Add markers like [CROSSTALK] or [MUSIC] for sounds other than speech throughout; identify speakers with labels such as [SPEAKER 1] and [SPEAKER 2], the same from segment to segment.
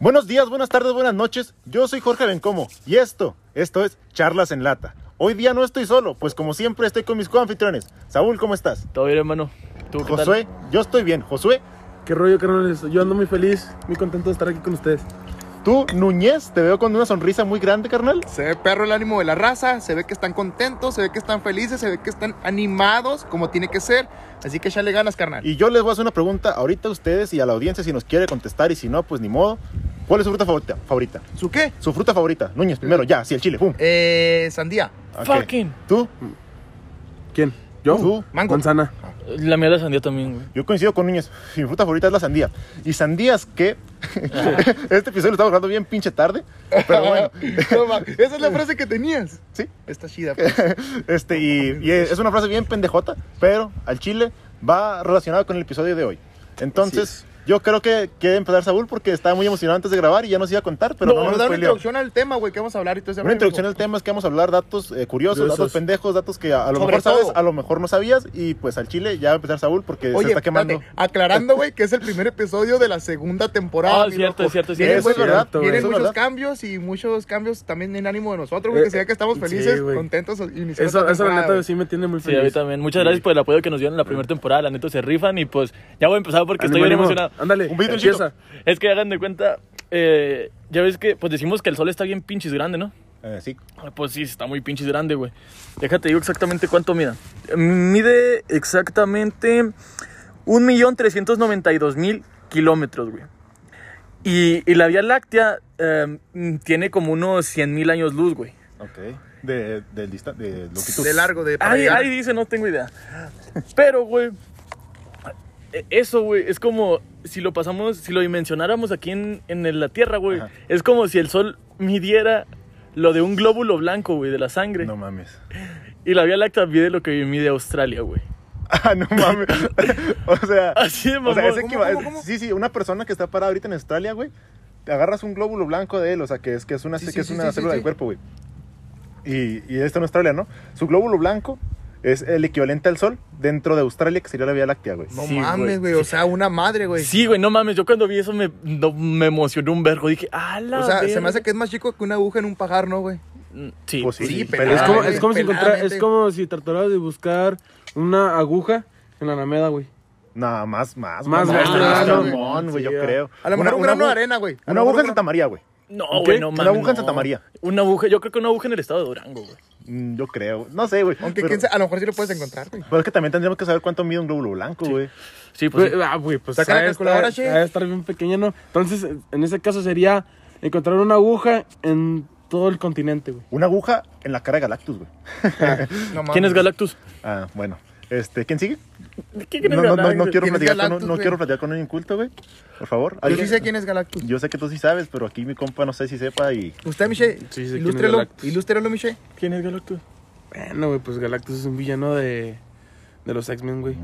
[SPEAKER 1] Buenos días, buenas tardes, buenas noches. Yo soy Jorge Bencomo y esto, esto es Charlas en Lata. Hoy día no estoy solo, pues como siempre estoy con mis coanfitriones. Saúl, ¿cómo estás?
[SPEAKER 2] Todo bien, hermano. ¿Tú qué tal?
[SPEAKER 1] Josué, yo estoy bien. Josué,
[SPEAKER 3] ¿Qué rollo, carnales? Yo ando muy feliz, muy contento de estar aquí con ustedes.
[SPEAKER 1] tú, Núñez, te veo con una sonrisa muy grande, carnal.
[SPEAKER 4] Se ve perro el ánimo de la raza, se ve que están contentos, se ve que están felices, se ve que están animados como tiene que ser. Así que échale ganas, carnal.
[SPEAKER 1] Y yo les voy a hacer una pregunta ahorita a ustedes y a la audiencia si nos quiere contestar y si no, pues ni modo. ¿Cuál es su fruta favorita? favorita?
[SPEAKER 4] ¿Su qué?
[SPEAKER 1] Su fruta favorita. Núñez, primero, ya, sí, el chile, pum.
[SPEAKER 4] Eh, sandía.
[SPEAKER 1] Ok.
[SPEAKER 2] Fucking.
[SPEAKER 1] ¿Tú?
[SPEAKER 3] ¿Quién? ¿Yo?
[SPEAKER 1] ¿Tú?
[SPEAKER 4] Mango.
[SPEAKER 3] Manzana.
[SPEAKER 2] La mía de sandía también, güey.
[SPEAKER 1] Yo coincido con Núñez. Mi fruta favorita es la sandía. Y sandías que. [LAUGHS] este episodio lo estamos grabando bien pinche tarde. Pero bueno.
[SPEAKER 4] No, ma- Esa es la frase que tenías.
[SPEAKER 1] Sí.
[SPEAKER 4] Está chida. pues.
[SPEAKER 1] Este, y, y es una frase bien pendejota, pero al chile va relacionado con el episodio de hoy. Entonces, yo creo que quiere empezar Saúl porque estaba muy emocionado antes de grabar y ya nos iba a contar, pero no,
[SPEAKER 4] Pero nos
[SPEAKER 1] nos
[SPEAKER 4] da una
[SPEAKER 1] spoileó.
[SPEAKER 4] introducción al tema, güey, que vamos a hablar y todo ese
[SPEAKER 1] Una
[SPEAKER 4] rollo,
[SPEAKER 1] introducción
[SPEAKER 4] güey.
[SPEAKER 1] al tema es que vamos a hablar datos eh, curiosos,
[SPEAKER 3] Curiosos.
[SPEAKER 1] datos pendejos, datos que a, a lo
[SPEAKER 4] Sobre
[SPEAKER 1] mejor sabes,
[SPEAKER 4] todo.
[SPEAKER 1] a lo mejor no sabías y pues al chile ya va a empezar Saúl porque
[SPEAKER 4] Oye,
[SPEAKER 1] se está quemando.
[SPEAKER 4] espérate, aclarando, güey, que es el primer episodio de la segunda temporada.
[SPEAKER 2] Ah,
[SPEAKER 4] mi
[SPEAKER 2] cierto,
[SPEAKER 4] loco.
[SPEAKER 2] cierto,
[SPEAKER 4] Vienen,
[SPEAKER 1] Eso
[SPEAKER 2] cierto.
[SPEAKER 1] es
[SPEAKER 4] güey,
[SPEAKER 1] verdad.
[SPEAKER 3] cierto,
[SPEAKER 1] güey,
[SPEAKER 4] Vienen
[SPEAKER 1] eso es
[SPEAKER 4] muchos
[SPEAKER 1] verdad.
[SPEAKER 4] cambios y muchos cambios también en ánimo de nosotros, güey, que
[SPEAKER 3] Eh,
[SPEAKER 4] se ve que estamos
[SPEAKER 3] sí,
[SPEAKER 4] felices,
[SPEAKER 3] güey.
[SPEAKER 4] contentos. Iniciando
[SPEAKER 3] Eso,
[SPEAKER 4] esta
[SPEAKER 3] eso la
[SPEAKER 4] temporada,
[SPEAKER 3] neta
[SPEAKER 4] güey.
[SPEAKER 3] sí me tiene muy
[SPEAKER 2] Sí,
[SPEAKER 3] feliz.
[SPEAKER 2] a mí también. Muchas gracias por el apoyo que nos dieron en la primera temporada. La neta se rifan y pues ya voy a empezar porque
[SPEAKER 3] Ánimo,
[SPEAKER 2] estoy bien
[SPEAKER 3] ánimo.
[SPEAKER 2] emocionado.
[SPEAKER 3] Ándale,
[SPEAKER 1] Un vinito,
[SPEAKER 3] empieza.
[SPEAKER 2] Es que hagan de cuenta, eh, ya ves que pues decimos que el sol está bien pinches grande, ¿no?
[SPEAKER 1] Eh, sí.
[SPEAKER 2] Ah, Pues sí, está muy pinches grande, güey. Déjate, digo exactamente cuánto mide. Mide exactamente 1.392.000 kilómetros, güey. Y, y la Vía Láctea eh, tiene como unos 100.000 años luz, güey.
[SPEAKER 1] Ok. De, de, dista- de longitud.
[SPEAKER 4] De largo, de para
[SPEAKER 2] Ahí,
[SPEAKER 4] llegar.
[SPEAKER 2] ahí dice, no tengo idea. Pero, güey, e- eso, güey, es como si lo pasamos, si lo dimensionáramos aquí en, en la Tierra, güey.
[SPEAKER 1] Ajá.
[SPEAKER 2] Es como si el Sol midiera lo de un glóbulo blanco, güey, de la sangre.
[SPEAKER 1] No mames. [LAUGHS]
[SPEAKER 2] Y la Vía Láctea mide lo que mide Australia, güey.
[SPEAKER 1] Ah, no mames. [LAUGHS] o sea,
[SPEAKER 2] Así
[SPEAKER 4] [LAUGHS]
[SPEAKER 2] de
[SPEAKER 1] o sea,
[SPEAKER 2] mamón.
[SPEAKER 1] ese
[SPEAKER 2] ¿Cómo,
[SPEAKER 1] equiva-
[SPEAKER 2] cómo, cómo?
[SPEAKER 1] Sí, sí, una persona que está parada ahorita en Australia, güey, te agarras un glóbulo blanco de él, o sea, que es, que es una,
[SPEAKER 4] Sí,
[SPEAKER 1] que
[SPEAKER 4] sí,
[SPEAKER 1] es
[SPEAKER 4] sí,
[SPEAKER 1] una
[SPEAKER 4] sí, sí,
[SPEAKER 1] célula del
[SPEAKER 4] sí.
[SPEAKER 1] cuerpo, güey. Y, y está en Australia, ¿no? Su glóbulo blanco es el equivalente al sol dentro de Australia, que sería la Vía Láctea, güey.
[SPEAKER 4] No
[SPEAKER 2] Sí,
[SPEAKER 4] mames,
[SPEAKER 2] güey.
[SPEAKER 4] güey. O sea, una madre, güey.
[SPEAKER 2] Sí, güey, no mames. Yo cuando vi eso me, no, me emocionó un vergo. Dije, ¡ah, la
[SPEAKER 4] O sea, se
[SPEAKER 2] verga".
[SPEAKER 4] me hace que es más chico que una aguja en un pajar, ¿no, güey?
[SPEAKER 2] Mm, Sí.
[SPEAKER 1] Pues sí,
[SPEAKER 4] sí,
[SPEAKER 1] pero-
[SPEAKER 4] pero-
[SPEAKER 3] Es
[SPEAKER 4] Ah,
[SPEAKER 3] como,
[SPEAKER 4] güey,
[SPEAKER 3] es como si encontrar-
[SPEAKER 4] peladamente.
[SPEAKER 3] es como si trataras de buscar una aguja en la alameda, güey.
[SPEAKER 1] Nada más, más.
[SPEAKER 3] Más
[SPEAKER 1] güey,
[SPEAKER 4] gasto,
[SPEAKER 1] más
[SPEAKER 4] claro.
[SPEAKER 1] mamón, güey,
[SPEAKER 3] Sí,
[SPEAKER 1] yo
[SPEAKER 3] ya.
[SPEAKER 1] creo.
[SPEAKER 4] A lo
[SPEAKER 1] Una-
[SPEAKER 4] mejor un
[SPEAKER 1] una
[SPEAKER 4] grano de
[SPEAKER 1] agu-
[SPEAKER 4] arena, güey. A
[SPEAKER 1] Una
[SPEAKER 4] lo mejor
[SPEAKER 1] aguja en
[SPEAKER 4] un
[SPEAKER 1] Santa María, güey.
[SPEAKER 2] No,
[SPEAKER 3] ¿Qué?
[SPEAKER 2] güey, no
[SPEAKER 1] Una
[SPEAKER 2] mames.
[SPEAKER 1] aguja en
[SPEAKER 2] no.
[SPEAKER 1] Santa María.
[SPEAKER 2] Una aguja, yo creo que una aguja en el estado de Durango, güey.
[SPEAKER 1] Mm, Yo creo. No sé, güey.
[SPEAKER 4] Aunque
[SPEAKER 1] pero,
[SPEAKER 4] quién sabe, a lo mejor sí lo puedes encontrar, güey.
[SPEAKER 1] pero es que también tendríamos que saber cuánto mide un glóbulo blanco, güey.
[SPEAKER 2] Sí, pues. sí.
[SPEAKER 3] Güey, ah, güey, pues
[SPEAKER 4] Saca la
[SPEAKER 3] ha de
[SPEAKER 4] calculadora,
[SPEAKER 3] estar-
[SPEAKER 4] che.
[SPEAKER 3] ha de estar bien pequeña, ¿no? Entonces, en ese caso sería encontrar una aguja en todo el continente, güey.
[SPEAKER 1] Una aguja en la cara de Galactus, güey.
[SPEAKER 4] No
[SPEAKER 1] eh,
[SPEAKER 4] mames.
[SPEAKER 2] ¿Quién es Galactus?
[SPEAKER 1] Ah, bueno. Este, ¿quién sigue?
[SPEAKER 2] ¿Quién es
[SPEAKER 1] No, no, no,
[SPEAKER 2] Galactus?
[SPEAKER 1] no quiero
[SPEAKER 4] ¿Quién es
[SPEAKER 1] platicar con,
[SPEAKER 4] Galactus,
[SPEAKER 1] un- no
[SPEAKER 4] güey?
[SPEAKER 1] quiero platicar con un inculto, güey. Por favor.
[SPEAKER 4] Yo
[SPEAKER 1] alguien-
[SPEAKER 4] sí sé quién es Galactus.
[SPEAKER 1] Yo sé que tú sí sabes, pero aquí mi compa no sé si sepa y...
[SPEAKER 4] Usted,
[SPEAKER 3] Sí,
[SPEAKER 4] Miche,
[SPEAKER 3] sé quién es
[SPEAKER 4] ilústrelo,
[SPEAKER 3] Galactus.
[SPEAKER 4] ilústrelo, Miche.
[SPEAKER 2] ¿Quién es Galactus?
[SPEAKER 3] Bueno, güey, pues Galactus es un villano de, de los X-Men, güey.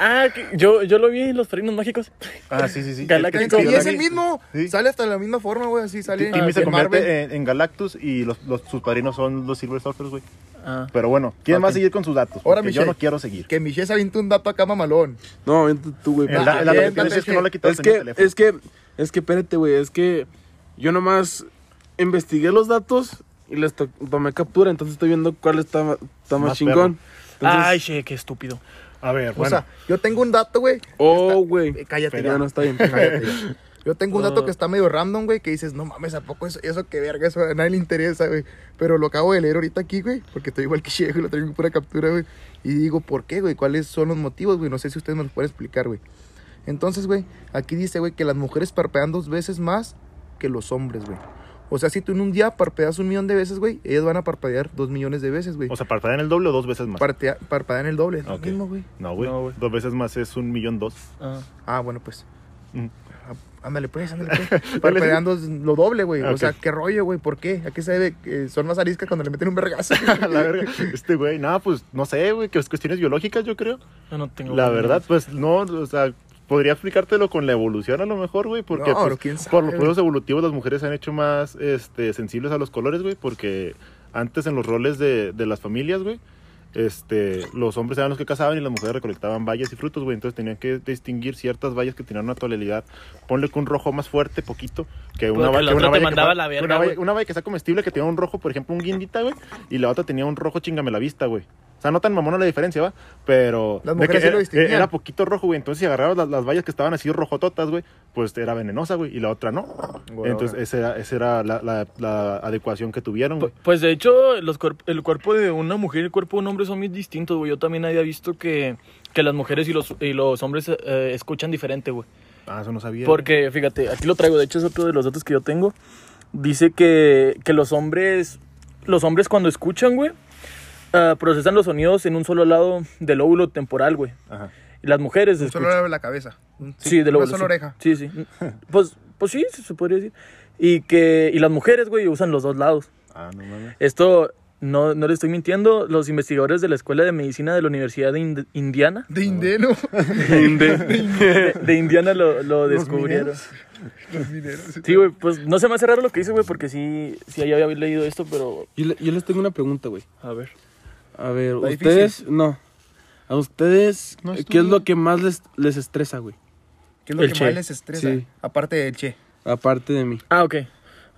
[SPEAKER 2] Ah, que- yo, yo lo vi en los Padrinos Mágicos.
[SPEAKER 1] Ah, sí, sí, sí.
[SPEAKER 2] Galactus.
[SPEAKER 1] Es que-
[SPEAKER 4] Y
[SPEAKER 2] Galactus.
[SPEAKER 4] es el mismo.
[SPEAKER 1] Sí.
[SPEAKER 4] Sale hasta de la misma forma, güey. Así sale.
[SPEAKER 1] Timmy se
[SPEAKER 4] de Marvel.
[SPEAKER 1] convierte en, en Galactus y los, los- sus padrinos son los Silver Surfers, güey.
[SPEAKER 2] Ah.
[SPEAKER 1] Pero bueno, ¿quién va a seguir con sus datos? Porque
[SPEAKER 4] Ahora,
[SPEAKER 1] yo
[SPEAKER 4] Michelle.
[SPEAKER 1] no quiero seguir.
[SPEAKER 4] Que Miche se avienta un dato acá, mamalón.
[SPEAKER 3] No, vente tú, güey.
[SPEAKER 1] El,
[SPEAKER 3] porque-
[SPEAKER 4] eh,
[SPEAKER 1] da- el dato que tienes es que no le quitas
[SPEAKER 3] Es que, es que, es que, espérate, güey, es que yo nomás investigué los datos y les to- tomé captura, entonces estoy viendo cuál está, ma- está más,
[SPEAKER 1] Más
[SPEAKER 3] chingón. Entonces-
[SPEAKER 2] Ay, che, qué estúpido.
[SPEAKER 1] A ver,
[SPEAKER 4] O sea, yo tengo un dato, güey.
[SPEAKER 3] [LAUGHS] oh,
[SPEAKER 4] está-
[SPEAKER 3] güey.
[SPEAKER 4] Eh, Cállate,
[SPEAKER 3] Pero
[SPEAKER 4] ya.
[SPEAKER 3] no está bien. [LAUGHS]
[SPEAKER 4] Cállate, [LAUGHS] ya. Yo tengo un
[SPEAKER 1] Ah.
[SPEAKER 4] dato que está medio random, güey, que dices, no mames, ¿a poco eso, eso que verga? Eso a nadie le interesa, güey. Pero lo acabo de leer ahorita aquí, güey, porque estoy igual que [LAUGHS] Checo, lo traigo en pura captura, güey. Y digo, ¿por qué, güey? ¿Cuáles son los motivos, güey? No sé si ustedes me los pueden explicar, güey. Entonces, güey, aquí dice, güey, que las mujeres parpadean dos veces más que los hombres, güey. O sea, si tú en un día parpadeas un millón de veces, güey, ellas van a parpadear dos millones de veces, güey.
[SPEAKER 1] o sea, parpadean el doble o dos veces más.
[SPEAKER 4] Partea- parpadean el doble, es lo
[SPEAKER 1] Ok.
[SPEAKER 4] mismo, güey.
[SPEAKER 1] No, güey.
[SPEAKER 2] No, güey.
[SPEAKER 1] dos veces más es un millón
[SPEAKER 4] [LAUGHS]
[SPEAKER 1] dos.
[SPEAKER 2] Ah.
[SPEAKER 4] Ah, bueno, pues.
[SPEAKER 1] Mm.
[SPEAKER 4] Ah, Ándale, pues, ándale, pues. Parpadeando lo doble, güey.
[SPEAKER 1] Ok.
[SPEAKER 4] O sea, qué rollo, güey. ¿Por qué? ¿A qué se debe? que son más ariscas cuando le meten un vergazo.
[SPEAKER 1] A la verga. Este güey, nada, pues no sé, güey, que es cuestiones biológicas, yo creo.
[SPEAKER 2] No, no tengo.
[SPEAKER 1] La verdad, pues no, o sea, podría explicártelo con la evolución a lo mejor, güey, porque
[SPEAKER 4] No,
[SPEAKER 1] pues,
[SPEAKER 4] pero quién sabe,
[SPEAKER 1] por los
[SPEAKER 4] güey.
[SPEAKER 1] procesos evolutivos las mujeres se han hecho más este, sensibles a los colores, güey, porque antes en los roles de, de las familias, güey, este, los hombres eran los que cazaban y las mujeres recolectaban bayas y frutos, güey. Entonces tenían que distinguir ciertas bayas que tenían una tonalidad. Ponle que un rojo más fuerte, poquito, que una,
[SPEAKER 2] Porque
[SPEAKER 1] ba-
[SPEAKER 2] la
[SPEAKER 1] que
[SPEAKER 2] otra
[SPEAKER 1] una
[SPEAKER 2] te
[SPEAKER 1] baya. que
[SPEAKER 2] mandaba
[SPEAKER 1] fuera-
[SPEAKER 2] la verga,
[SPEAKER 1] una baya-
[SPEAKER 2] güey.
[SPEAKER 1] una baya que sea comestible que tenía un rojo, por ejemplo, un guindita, güey. Y la otra tenía un rojo chingame la vista, güey. O sea, no tan mamona la diferencia, ¿va? Pero.
[SPEAKER 4] Las
[SPEAKER 1] de que
[SPEAKER 4] mujeres sí lo
[SPEAKER 1] era-
[SPEAKER 4] distinguían.
[SPEAKER 1] era poquito rojo, güey. Entonces, si agarrabas las, las vallas que estaban así rojototas, güey, pues era venenosa, güey. Y la otra no.
[SPEAKER 4] Güey,
[SPEAKER 1] Entonces,
[SPEAKER 4] ahora.
[SPEAKER 1] esa era, esa era la, la- la adecuación que tuvieron, güey.
[SPEAKER 2] Pu- Pues de hecho, los cuerp- el cuerpo de una mujer y el cuerpo de un hombre son muy distintos, güey. Yo también había visto que, que las mujeres y los, y los hombres eh, escuchan diferente, güey.
[SPEAKER 1] Ah, eso no sabía.
[SPEAKER 2] Porque, fíjate, aquí lo traigo, de hecho es otro de los datos que yo tengo. Dice que, que los hombres, los hombres cuando escuchan, güey, ah, procesan los sonidos en un solo lado del óvulo temporal, güey.
[SPEAKER 1] Ajá.
[SPEAKER 2] Y las mujeres
[SPEAKER 4] [LAUGHS] Solo
[SPEAKER 2] escuchan.
[SPEAKER 4] la la cabeza.
[SPEAKER 2] Sí, de
[SPEAKER 4] Una
[SPEAKER 2] la
[SPEAKER 4] sola oreja.
[SPEAKER 2] Sí, sí. [LAUGHS] Pues, pues sí, se podría decir. Y que y las mujeres, güey, usan los dos lados.
[SPEAKER 1] Ah, no mames.
[SPEAKER 2] Esto no, no le estoy mintiendo. Los investigadores de la Escuela de Medicina de la Universidad de Ind-
[SPEAKER 4] [LAUGHS]
[SPEAKER 2] Indiana, [LAUGHS]
[SPEAKER 4] De indeno.
[SPEAKER 2] de, de Indiana lo, lo descubrieron.
[SPEAKER 4] Los mineros.
[SPEAKER 2] Sí, güey, pues no se me hace raro lo que hice, güey, porque sí, sí ya había leído esto, pero
[SPEAKER 3] Yo, le- yo les tengo una pregunta, güey.
[SPEAKER 2] a ver.
[SPEAKER 3] A ver,
[SPEAKER 4] Está
[SPEAKER 3] ustedes, no. A ustedes,
[SPEAKER 1] No
[SPEAKER 3] eh, ¿qué
[SPEAKER 1] estudia.
[SPEAKER 3] es lo que más les, les estresa, güey?
[SPEAKER 4] ¿Qué es lo
[SPEAKER 2] El
[SPEAKER 4] que
[SPEAKER 2] che.
[SPEAKER 4] más les estresa?
[SPEAKER 3] Sí.
[SPEAKER 4] Aparte del che.
[SPEAKER 3] Aparte de mí.
[SPEAKER 2] Ah, ok.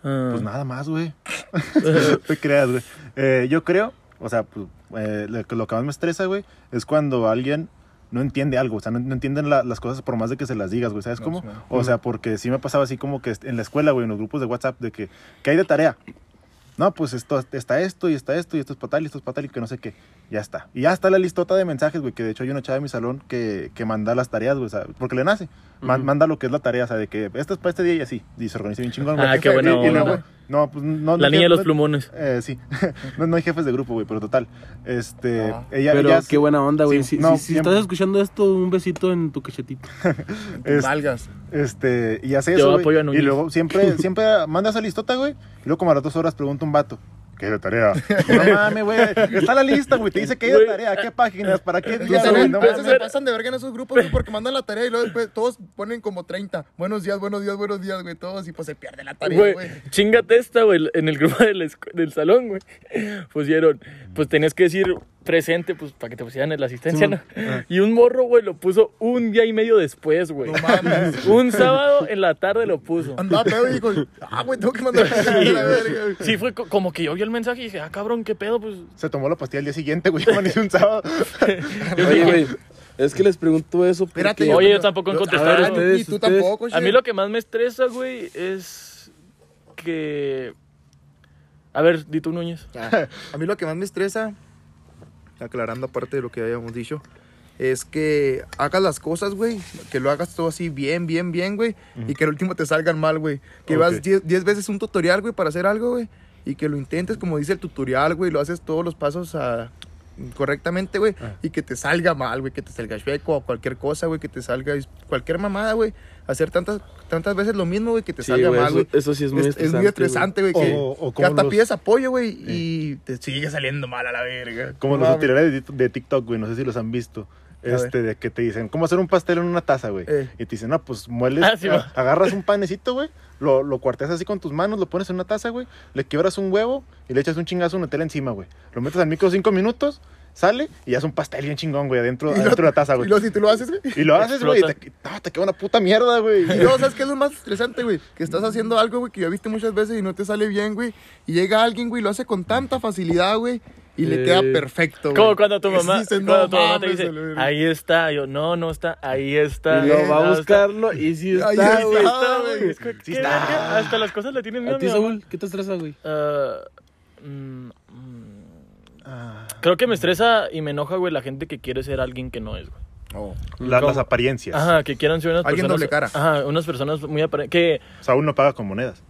[SPEAKER 2] Ah,
[SPEAKER 1] Pues nada más, güey. [LAUGHS] Te creas, güey. Eh, yo creo, o sea, pues, eh, lo, que- lo que más me estresa, güey, es cuando alguien no entiende algo, o sea, no, no entienden la- las cosas por más de que se las digas, güey, ¿sabes
[SPEAKER 4] No,
[SPEAKER 1] cómo?
[SPEAKER 4] sí, man.
[SPEAKER 1] O sea, porque sí me ha pasado así como que en la escuela, güey, en los grupos de WhatsApp, de que, ¿qué hay de tarea? No, pues esto, está esto y está esto y esto es para tal y esto es para tal y que no sé qué. Ya está. Y ya está la listota de mensajes, güey, que de hecho hay una chava en mi salón que, que manda las tareas, güey, o sea, porque le nace. Ma-
[SPEAKER 3] Ujú.
[SPEAKER 1] Manda lo que es la tarea, o sea, de que esto es para este día y así. Y se organiza bien chingón, güey.
[SPEAKER 2] Ah, qué
[SPEAKER 1] Y-
[SPEAKER 2] buena
[SPEAKER 1] y luego-
[SPEAKER 2] onda.
[SPEAKER 1] No, pues no.
[SPEAKER 2] la
[SPEAKER 1] no-
[SPEAKER 2] niña de los
[SPEAKER 1] no-
[SPEAKER 2] plumones.
[SPEAKER 1] eh, sí. [LAUGHS] no, no hay jefes de grupo, güey, pero total. Este.
[SPEAKER 4] No.
[SPEAKER 1] Ella,
[SPEAKER 3] Pero
[SPEAKER 1] ella-
[SPEAKER 3] qué buena onda, güey.
[SPEAKER 1] Sí,
[SPEAKER 3] si
[SPEAKER 1] no,
[SPEAKER 3] si- si
[SPEAKER 1] siempre.
[SPEAKER 3] estás escuchando esto, un besito en tu cachetito.
[SPEAKER 1] Es-
[SPEAKER 4] Valgas.
[SPEAKER 1] Este. Y hace
[SPEAKER 2] Yo
[SPEAKER 1] eso.
[SPEAKER 2] apoyo a
[SPEAKER 1] güey, y
[SPEAKER 2] Núñez.
[SPEAKER 1] luego
[SPEAKER 2] [LAUGHS]
[SPEAKER 1] siempre, siempre manda esa listota, güey. Y luego, como a las dos horas, pregunta un vato. ¿Qué es la
[SPEAKER 2] [LAUGHS]
[SPEAKER 1] tarea? No mames, güey. Está la lista, güey. Te dice qué es la
[SPEAKER 2] Güey. Pues,
[SPEAKER 1] tarea, qué páginas, para qué
[SPEAKER 4] Es que
[SPEAKER 1] día, güey.
[SPEAKER 4] también
[SPEAKER 1] No
[SPEAKER 4] a veces
[SPEAKER 1] mames.
[SPEAKER 4] se pasan de verga en esos grupos güey, porque mandan la tarea y luego después todos ponen como 30. Buenos días, buenos días, buenos días, güey. Todos y pues se pierde la tarea,
[SPEAKER 2] Güey,
[SPEAKER 4] güey.
[SPEAKER 2] chingate esta, güey, en el grupo de la escu- del salón, güey. Pusieron, pues tenías que decir presente, pues para que te pusieran en la asistencia, ¿no? Y un morro, güey, lo puso un día y medio después, güey.
[SPEAKER 4] ah. No
[SPEAKER 2] [LAUGHS]
[SPEAKER 4] mames.
[SPEAKER 2] Un sábado en la tarde lo
[SPEAKER 4] [LAUGHS]
[SPEAKER 2] puso.
[SPEAKER 4] Andaba pedo y dijo, ah, güey, tengo que mandar la tarea a la verga, güey.
[SPEAKER 2] Sí, fue co- como que yo vi el mensaje y dije, ah, cabrón, qué pedo, pues.
[SPEAKER 1] Se tomó la pastilla el día siguiente, güey. [LAUGHS] Amaneció un
[SPEAKER 2] [LAUGHS]
[SPEAKER 1] sábado.
[SPEAKER 3] Oye, [LAUGHS] güey, es que les pregunto eso porque...
[SPEAKER 4] Espérate,
[SPEAKER 2] Oye, yo tampoco he
[SPEAKER 4] yo-
[SPEAKER 2] contestado
[SPEAKER 4] a ver,
[SPEAKER 2] eso.
[SPEAKER 4] ustedes, Y tú
[SPEAKER 3] ustedes.
[SPEAKER 4] tampoco,
[SPEAKER 2] A mí
[SPEAKER 4] che.
[SPEAKER 2] lo que más me estresa, güey, es que. A ver, di tú, Núñez.
[SPEAKER 4] Ah, A mí lo que más me estresa, aclarando aparte de lo que habíamos dicho, es que hagas las cosas, güey. Que lo hagas todo así bien, bien, bien, güey. Y que al último te salgan mal, güey. Que
[SPEAKER 1] Ok.
[SPEAKER 4] vas 10 10 veces un tutorial, güey, para hacer algo, güey. Y que lo intentes como dice el tutorial, güey. Lo haces todos los pasos ah, correctamente, güey. Y que te salga mal, güey. Que te salga chueco o cualquier cosa, güey. Que te salga dis- cualquier mamada, güey. Hacer tantas, tantas veces lo mismo, güey. Que te
[SPEAKER 3] Sí,
[SPEAKER 4] salga
[SPEAKER 3] güey,
[SPEAKER 4] mal,
[SPEAKER 3] eso-
[SPEAKER 4] güey.
[SPEAKER 3] eso sí es muy
[SPEAKER 4] Es muy
[SPEAKER 3] estresante,
[SPEAKER 4] estresante, güey. Que,
[SPEAKER 1] O- o
[SPEAKER 4] que
[SPEAKER 1] como
[SPEAKER 4] hasta
[SPEAKER 1] los-
[SPEAKER 4] pides apoyo, güey, y te sigue saliendo mal a la verga.
[SPEAKER 1] Como
[SPEAKER 4] No
[SPEAKER 1] los
[SPEAKER 4] mames.
[SPEAKER 1] tutoriales de, de TikTok, güey, no sé si los han visto.
[SPEAKER 4] A
[SPEAKER 1] Este, de que te dicen, ¿cómo hacer un pastel en una taza, güey?
[SPEAKER 4] Eh.
[SPEAKER 1] Y te dicen, no, pues mueles,
[SPEAKER 2] Ah, sí,
[SPEAKER 1] a-
[SPEAKER 2] va.
[SPEAKER 1] agarras un panecito, güey, lo, lo cuarteas así con tus manos, lo pones en una taza, güey, le quiebras un huevo y le echas un chingazo de Nutella encima, güey. Lo metes al micro cinco minutos, sale y haces un pastel bien chingón, güey, adentro,
[SPEAKER 4] Y lo-
[SPEAKER 1] adentro de la taza,
[SPEAKER 4] Y
[SPEAKER 1] güey.
[SPEAKER 4] luego si tú lo haces, güey.
[SPEAKER 1] Y lo haces, güey, y te,
[SPEAKER 2] Explota.
[SPEAKER 1] no, te queda una puta mierda, güey.
[SPEAKER 4] Y
[SPEAKER 1] [LAUGHS]
[SPEAKER 4] luego, ¿sabes qué es lo más estresante, güey? Que estás haciendo algo, güey, que ya viste muchas veces y no te sale bien, güey. Y llega alguien, güey, y lo hace con tanta facilidad, güey. Y le
[SPEAKER 3] Eh.
[SPEAKER 4] queda perfecto, güey.
[SPEAKER 2] Como cuando
[SPEAKER 4] [LAUGHS]
[SPEAKER 2] tu mamá,
[SPEAKER 4] Dices,
[SPEAKER 2] cuando
[SPEAKER 4] "No
[SPEAKER 2] tu mamá te
[SPEAKER 4] mames,
[SPEAKER 2] dice,
[SPEAKER 4] a la verga".
[SPEAKER 2] ahí está. Yo, no, no está, ahí está.
[SPEAKER 3] Y lo va
[SPEAKER 2] No,
[SPEAKER 3] a
[SPEAKER 2] está". [LAUGHS]
[SPEAKER 3] buscarlo y si
[SPEAKER 4] Ahí
[SPEAKER 3] está,
[SPEAKER 4] Ah, está,
[SPEAKER 3] güey.
[SPEAKER 2] Está, güey. Es que-
[SPEAKER 1] Sí
[SPEAKER 2] ¿qué
[SPEAKER 1] está.
[SPEAKER 2] verga? Hasta las cosas le tienes miedo
[SPEAKER 3] ¿A
[SPEAKER 2] a
[SPEAKER 3] ti,
[SPEAKER 2] mi mamá.
[SPEAKER 3] Saúl? ¿Qué te estresa, güey?
[SPEAKER 2] Ah, mm, mm.
[SPEAKER 1] Ah.
[SPEAKER 2] Creo que me estresa y me enoja, güey, la gente que quiere ser alguien que no es, güey.
[SPEAKER 4] Oh.
[SPEAKER 1] La-
[SPEAKER 2] ¿Cómo?
[SPEAKER 1] las apariencias.
[SPEAKER 2] Ajá, que quieran ser unas
[SPEAKER 4] Alguien
[SPEAKER 2] personas.
[SPEAKER 4] doble cara.
[SPEAKER 2] Ajá, unas personas muy aparentes. Que. [LAUGHS]
[SPEAKER 1] Saúl no paga con monedas.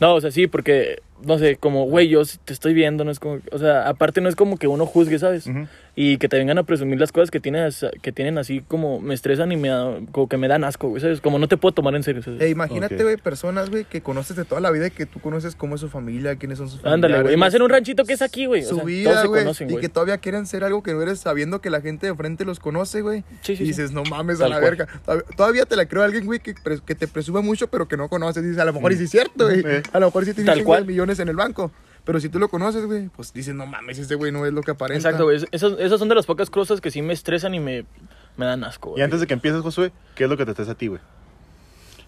[SPEAKER 2] No, o sea, sí, porque, no sé, como, güey, yo sí te estoy viendo, no es como. O sea, aparte no es como que uno juzgue, ¿sabes?
[SPEAKER 1] Ujú.
[SPEAKER 2] Y que te vengan a presumir las cosas que, tienes, que tienen así como me estresan y me da- como que me dan asco, güey, ¿sabes? Como no te puedo tomar en serio, ¿sabes?
[SPEAKER 4] Eh, imagínate,
[SPEAKER 1] Ok.
[SPEAKER 4] güey, personas, güey, que conoces de toda la vida y que tú conoces cómo es su familia, quiénes son sus familiares.
[SPEAKER 2] Ándale, güey. Y Más en un ranchito que es aquí, güey. O
[SPEAKER 4] su
[SPEAKER 2] sea, todos
[SPEAKER 4] vida,
[SPEAKER 2] se
[SPEAKER 4] güey.
[SPEAKER 2] conocen,
[SPEAKER 4] Y
[SPEAKER 2] güey.
[SPEAKER 4] que todavía quieren ser algo que no eres sabiendo que la gente de frente los conoce, güey.
[SPEAKER 2] Sí, sí,
[SPEAKER 4] y
[SPEAKER 2] sí.
[SPEAKER 4] dices, no mames a
[SPEAKER 2] Tal
[SPEAKER 4] la
[SPEAKER 2] cual.
[SPEAKER 4] verga. Tod- Todavía te la creo a alguien, güey, que, pres- que te presume mucho, pero que no conoces. Dices, a lo mejor y sí es cierto, güey.
[SPEAKER 1] Eh.
[SPEAKER 4] A lo mejor sí tiene
[SPEAKER 2] Tal
[SPEAKER 4] un chingo
[SPEAKER 2] cual.
[SPEAKER 4] de millones en el banco. Pero si tú lo conoces, güey, pues dices, no mames, este güey no es lo que aparenta.
[SPEAKER 2] Exacto, güey. Es- Esas, esas son de las pocas cosas que sí me estresan y me, me dan asco, güey.
[SPEAKER 1] Y antes de que empieces, Josué, ¿qué es lo que te estresa a ti, güey?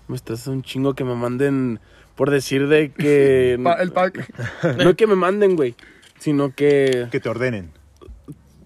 [SPEAKER 3] Me estás un chingo que me manden por decir [LAUGHS] de que.
[SPEAKER 4] Pa- el pack.
[SPEAKER 3] no que me manden, güey. Sino que.
[SPEAKER 1] Que te ordenen.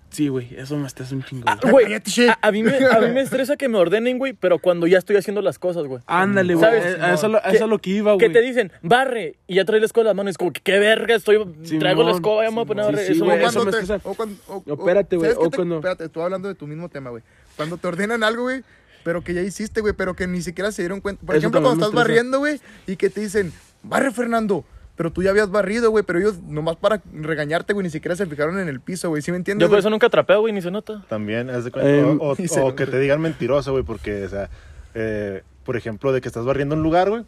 [SPEAKER 3] Sí, güey. Eso me estás un chingo.
[SPEAKER 2] Ah,
[SPEAKER 3] güey.
[SPEAKER 2] Güey,
[SPEAKER 4] Cállate, shit.
[SPEAKER 2] a, a mí me, a mí me estresa que me ordenen, güey, pero cuando ya estoy haciendo las cosas, güey.
[SPEAKER 3] Ah, Ándale, güey. Eh,
[SPEAKER 2] ¿Sabes?
[SPEAKER 3] A eso, lo- a eso lo que iba,
[SPEAKER 4] Ah,
[SPEAKER 3] güey.
[SPEAKER 2] Que te dicen, barre, y ya traes la escoba en las manos. Es como, que qué verga, estoy,
[SPEAKER 3] Simón,
[SPEAKER 2] traigo la escoba, ya me voy a
[SPEAKER 3] Simón.
[SPEAKER 2] poner a
[SPEAKER 3] Sí,
[SPEAKER 2] barrer.
[SPEAKER 3] sí,
[SPEAKER 2] Eso
[SPEAKER 3] güey,
[SPEAKER 2] me-
[SPEAKER 3] eso
[SPEAKER 4] cuando
[SPEAKER 3] me
[SPEAKER 4] te-
[SPEAKER 3] escucha.
[SPEAKER 4] o cuando- o-
[SPEAKER 3] No,
[SPEAKER 4] o-
[SPEAKER 3] espérate, güey,
[SPEAKER 4] ¿sabes qué
[SPEAKER 3] o
[SPEAKER 4] te-
[SPEAKER 3] cuando-
[SPEAKER 4] Espérate, estoy hablando de tu mismo tema, güey. Cuando te ordenan algo, güey, pero que ya hiciste, güey, pero que ni siquiera se dieron cuenta. Por
[SPEAKER 3] Eso
[SPEAKER 4] ejemplo,
[SPEAKER 3] también
[SPEAKER 4] cuando
[SPEAKER 3] me
[SPEAKER 4] estás
[SPEAKER 3] estresa.
[SPEAKER 4] barriendo, güey, y que te dicen, barre, Fernando. Pero tú ya habías barrido, güey, pero ellos nomás para regañarte, güey, ni siquiera se fijaron en el piso, güey. ¿Sí me entiendes?
[SPEAKER 2] Yo por
[SPEAKER 4] güey?
[SPEAKER 2] eso nunca trapeo, güey, ni se nota.
[SPEAKER 1] También, haz de cuenta,
[SPEAKER 3] Eh,
[SPEAKER 1] o,
[SPEAKER 2] [LAUGHS]
[SPEAKER 1] o-
[SPEAKER 4] y se-
[SPEAKER 1] o que te digan mentiroso, güey, porque, o sea, eh, por ejemplo, de que estás barriendo un lugar, güey,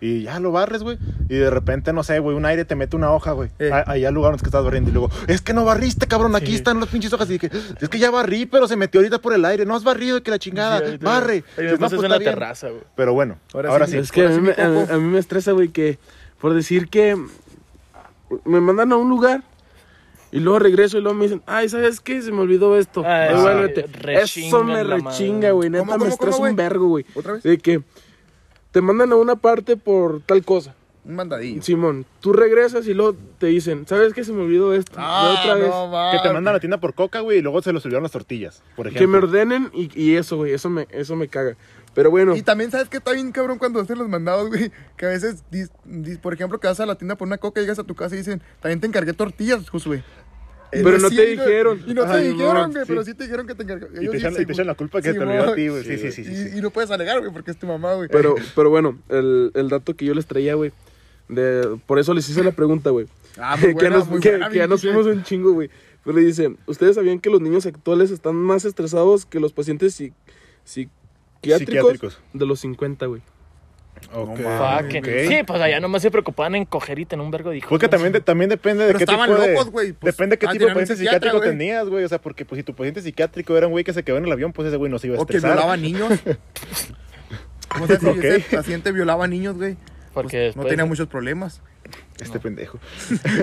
[SPEAKER 1] y ya lo barres, güey, y de repente, no sé, güey, un aire te mete una hoja, güey,
[SPEAKER 4] Eh.
[SPEAKER 1] a- allá al lugar donde estás barriendo, y luego, es que no barriste, cabrón, aquí están las pinches hojas, y que, es que ya barrí, pero se metió ahorita por el aire, no has barrido, que la chingada,
[SPEAKER 2] Sí, ahí te-
[SPEAKER 1] barre.
[SPEAKER 2] Ahí me
[SPEAKER 1] Dices, "No,
[SPEAKER 2] pasas
[SPEAKER 1] pues,
[SPEAKER 2] en la
[SPEAKER 1] está bien".
[SPEAKER 2] terraza, güey.
[SPEAKER 1] Pero bueno, ahora,
[SPEAKER 4] Ahora
[SPEAKER 1] sí,
[SPEAKER 4] sí,
[SPEAKER 3] Es que a mí,
[SPEAKER 4] Ahora
[SPEAKER 3] me,
[SPEAKER 4] sí, mi
[SPEAKER 3] a-
[SPEAKER 4] coco.
[SPEAKER 3] a mí me estresa, güey, que por decir que me mandan a un lugar y luego regreso y luego me dicen, ay, ¿sabes qué? Se me olvidó esto.
[SPEAKER 2] Ah,
[SPEAKER 3] Ay,
[SPEAKER 1] sí,
[SPEAKER 3] vuélvete". Eso
[SPEAKER 2] rechingan
[SPEAKER 3] me
[SPEAKER 2] la madre.
[SPEAKER 3] rechinga, güey. Neta,
[SPEAKER 4] ¿Cómo,
[SPEAKER 3] me
[SPEAKER 4] cómo,
[SPEAKER 3] estresa
[SPEAKER 4] cómo,
[SPEAKER 3] un
[SPEAKER 4] güey?
[SPEAKER 3] vergo, güey.
[SPEAKER 4] ¿Otra vez?
[SPEAKER 3] De que te mandan a una parte por tal cosa.
[SPEAKER 4] Un mandadillo.
[SPEAKER 3] Simón, tú regresas y luego te dicen, ¿sabes qué? Se me olvidó esto.
[SPEAKER 4] Ah,
[SPEAKER 3] Y otra vez.
[SPEAKER 4] no, va.
[SPEAKER 1] que te mandan a la tienda por coca, güey, y luego se lo subieron las tortillas, por ejemplo.
[SPEAKER 3] que me ordenen y, y eso, güey. Eso me, eso me caga. Pero bueno.
[SPEAKER 4] Y también sabes que está bien cabrón cuando hacen los mandados, güey. Que a veces, dis- dis- por ejemplo, que vas a la tienda por una coca, llegas a tu casa y dicen, también te encargué tortillas, Josué.
[SPEAKER 1] Eh,
[SPEAKER 4] Y
[SPEAKER 3] Pero no
[SPEAKER 4] sí,
[SPEAKER 3] te
[SPEAKER 4] güey,
[SPEAKER 3] dijeron.
[SPEAKER 4] Y no te
[SPEAKER 3] Ay,
[SPEAKER 4] dijeron,
[SPEAKER 3] no,
[SPEAKER 4] güey,
[SPEAKER 3] sí.
[SPEAKER 4] pero sí te dijeron que te encargué.
[SPEAKER 1] Y te, echan, y te echan la culpa que te olvidó a ti, güey. Sí, sí, sí. sí, sí.
[SPEAKER 4] Y, y no puedes alegar, güey, porque es tu mamá, güey. [LAUGHS]
[SPEAKER 3] Pero, pero bueno, el, el dato que yo les traía, güey. de- Por eso les hice la pregunta, güey. [LAUGHS]
[SPEAKER 4] Ah,
[SPEAKER 1] eh,
[SPEAKER 3] que ya
[SPEAKER 4] muy buena,
[SPEAKER 3] nos,
[SPEAKER 4] muy
[SPEAKER 3] que-
[SPEAKER 4] buena,
[SPEAKER 3] que ya nos
[SPEAKER 4] pinche.
[SPEAKER 3] fuimos un chingo, güey. Pero dice, ¿ustedes sabían que los niños actuales están más estresados que los pacientes psi- psiquiátricos,
[SPEAKER 1] Psiquiátricos.
[SPEAKER 3] de los 50, güey?
[SPEAKER 1] Ok.
[SPEAKER 2] Fuck,
[SPEAKER 1] Ok.
[SPEAKER 2] que- Sí, pues allá nomás se preocupaban en coger y tener un vergo de hijos.
[SPEAKER 1] Porque
[SPEAKER 2] ¿no?
[SPEAKER 1] también, de- también depende de
[SPEAKER 4] Pero
[SPEAKER 1] qué tipo
[SPEAKER 4] estaban
[SPEAKER 1] de...
[SPEAKER 4] locos, güey, pues,
[SPEAKER 1] depende de qué
[SPEAKER 4] ah,
[SPEAKER 1] tipo de
[SPEAKER 4] tenían un
[SPEAKER 1] paciente
[SPEAKER 4] psiquiatra,
[SPEAKER 1] psiquiátrico
[SPEAKER 4] güey.
[SPEAKER 1] tenías, güey. O sea, porque pues, si tu paciente psiquiátrico era un güey que se quedó en el avión, pues ese güey no se iba a
[SPEAKER 4] O que
[SPEAKER 1] estresar. [LAUGHS]
[SPEAKER 4] violaba niños. ¿Cómo sabes si
[SPEAKER 1] Ok.
[SPEAKER 4] ese paciente violaba niños, güey?
[SPEAKER 2] Porque
[SPEAKER 4] Pues, no
[SPEAKER 2] después-
[SPEAKER 4] tenía muchos problemas. [LAUGHS]
[SPEAKER 1] Este pendejo.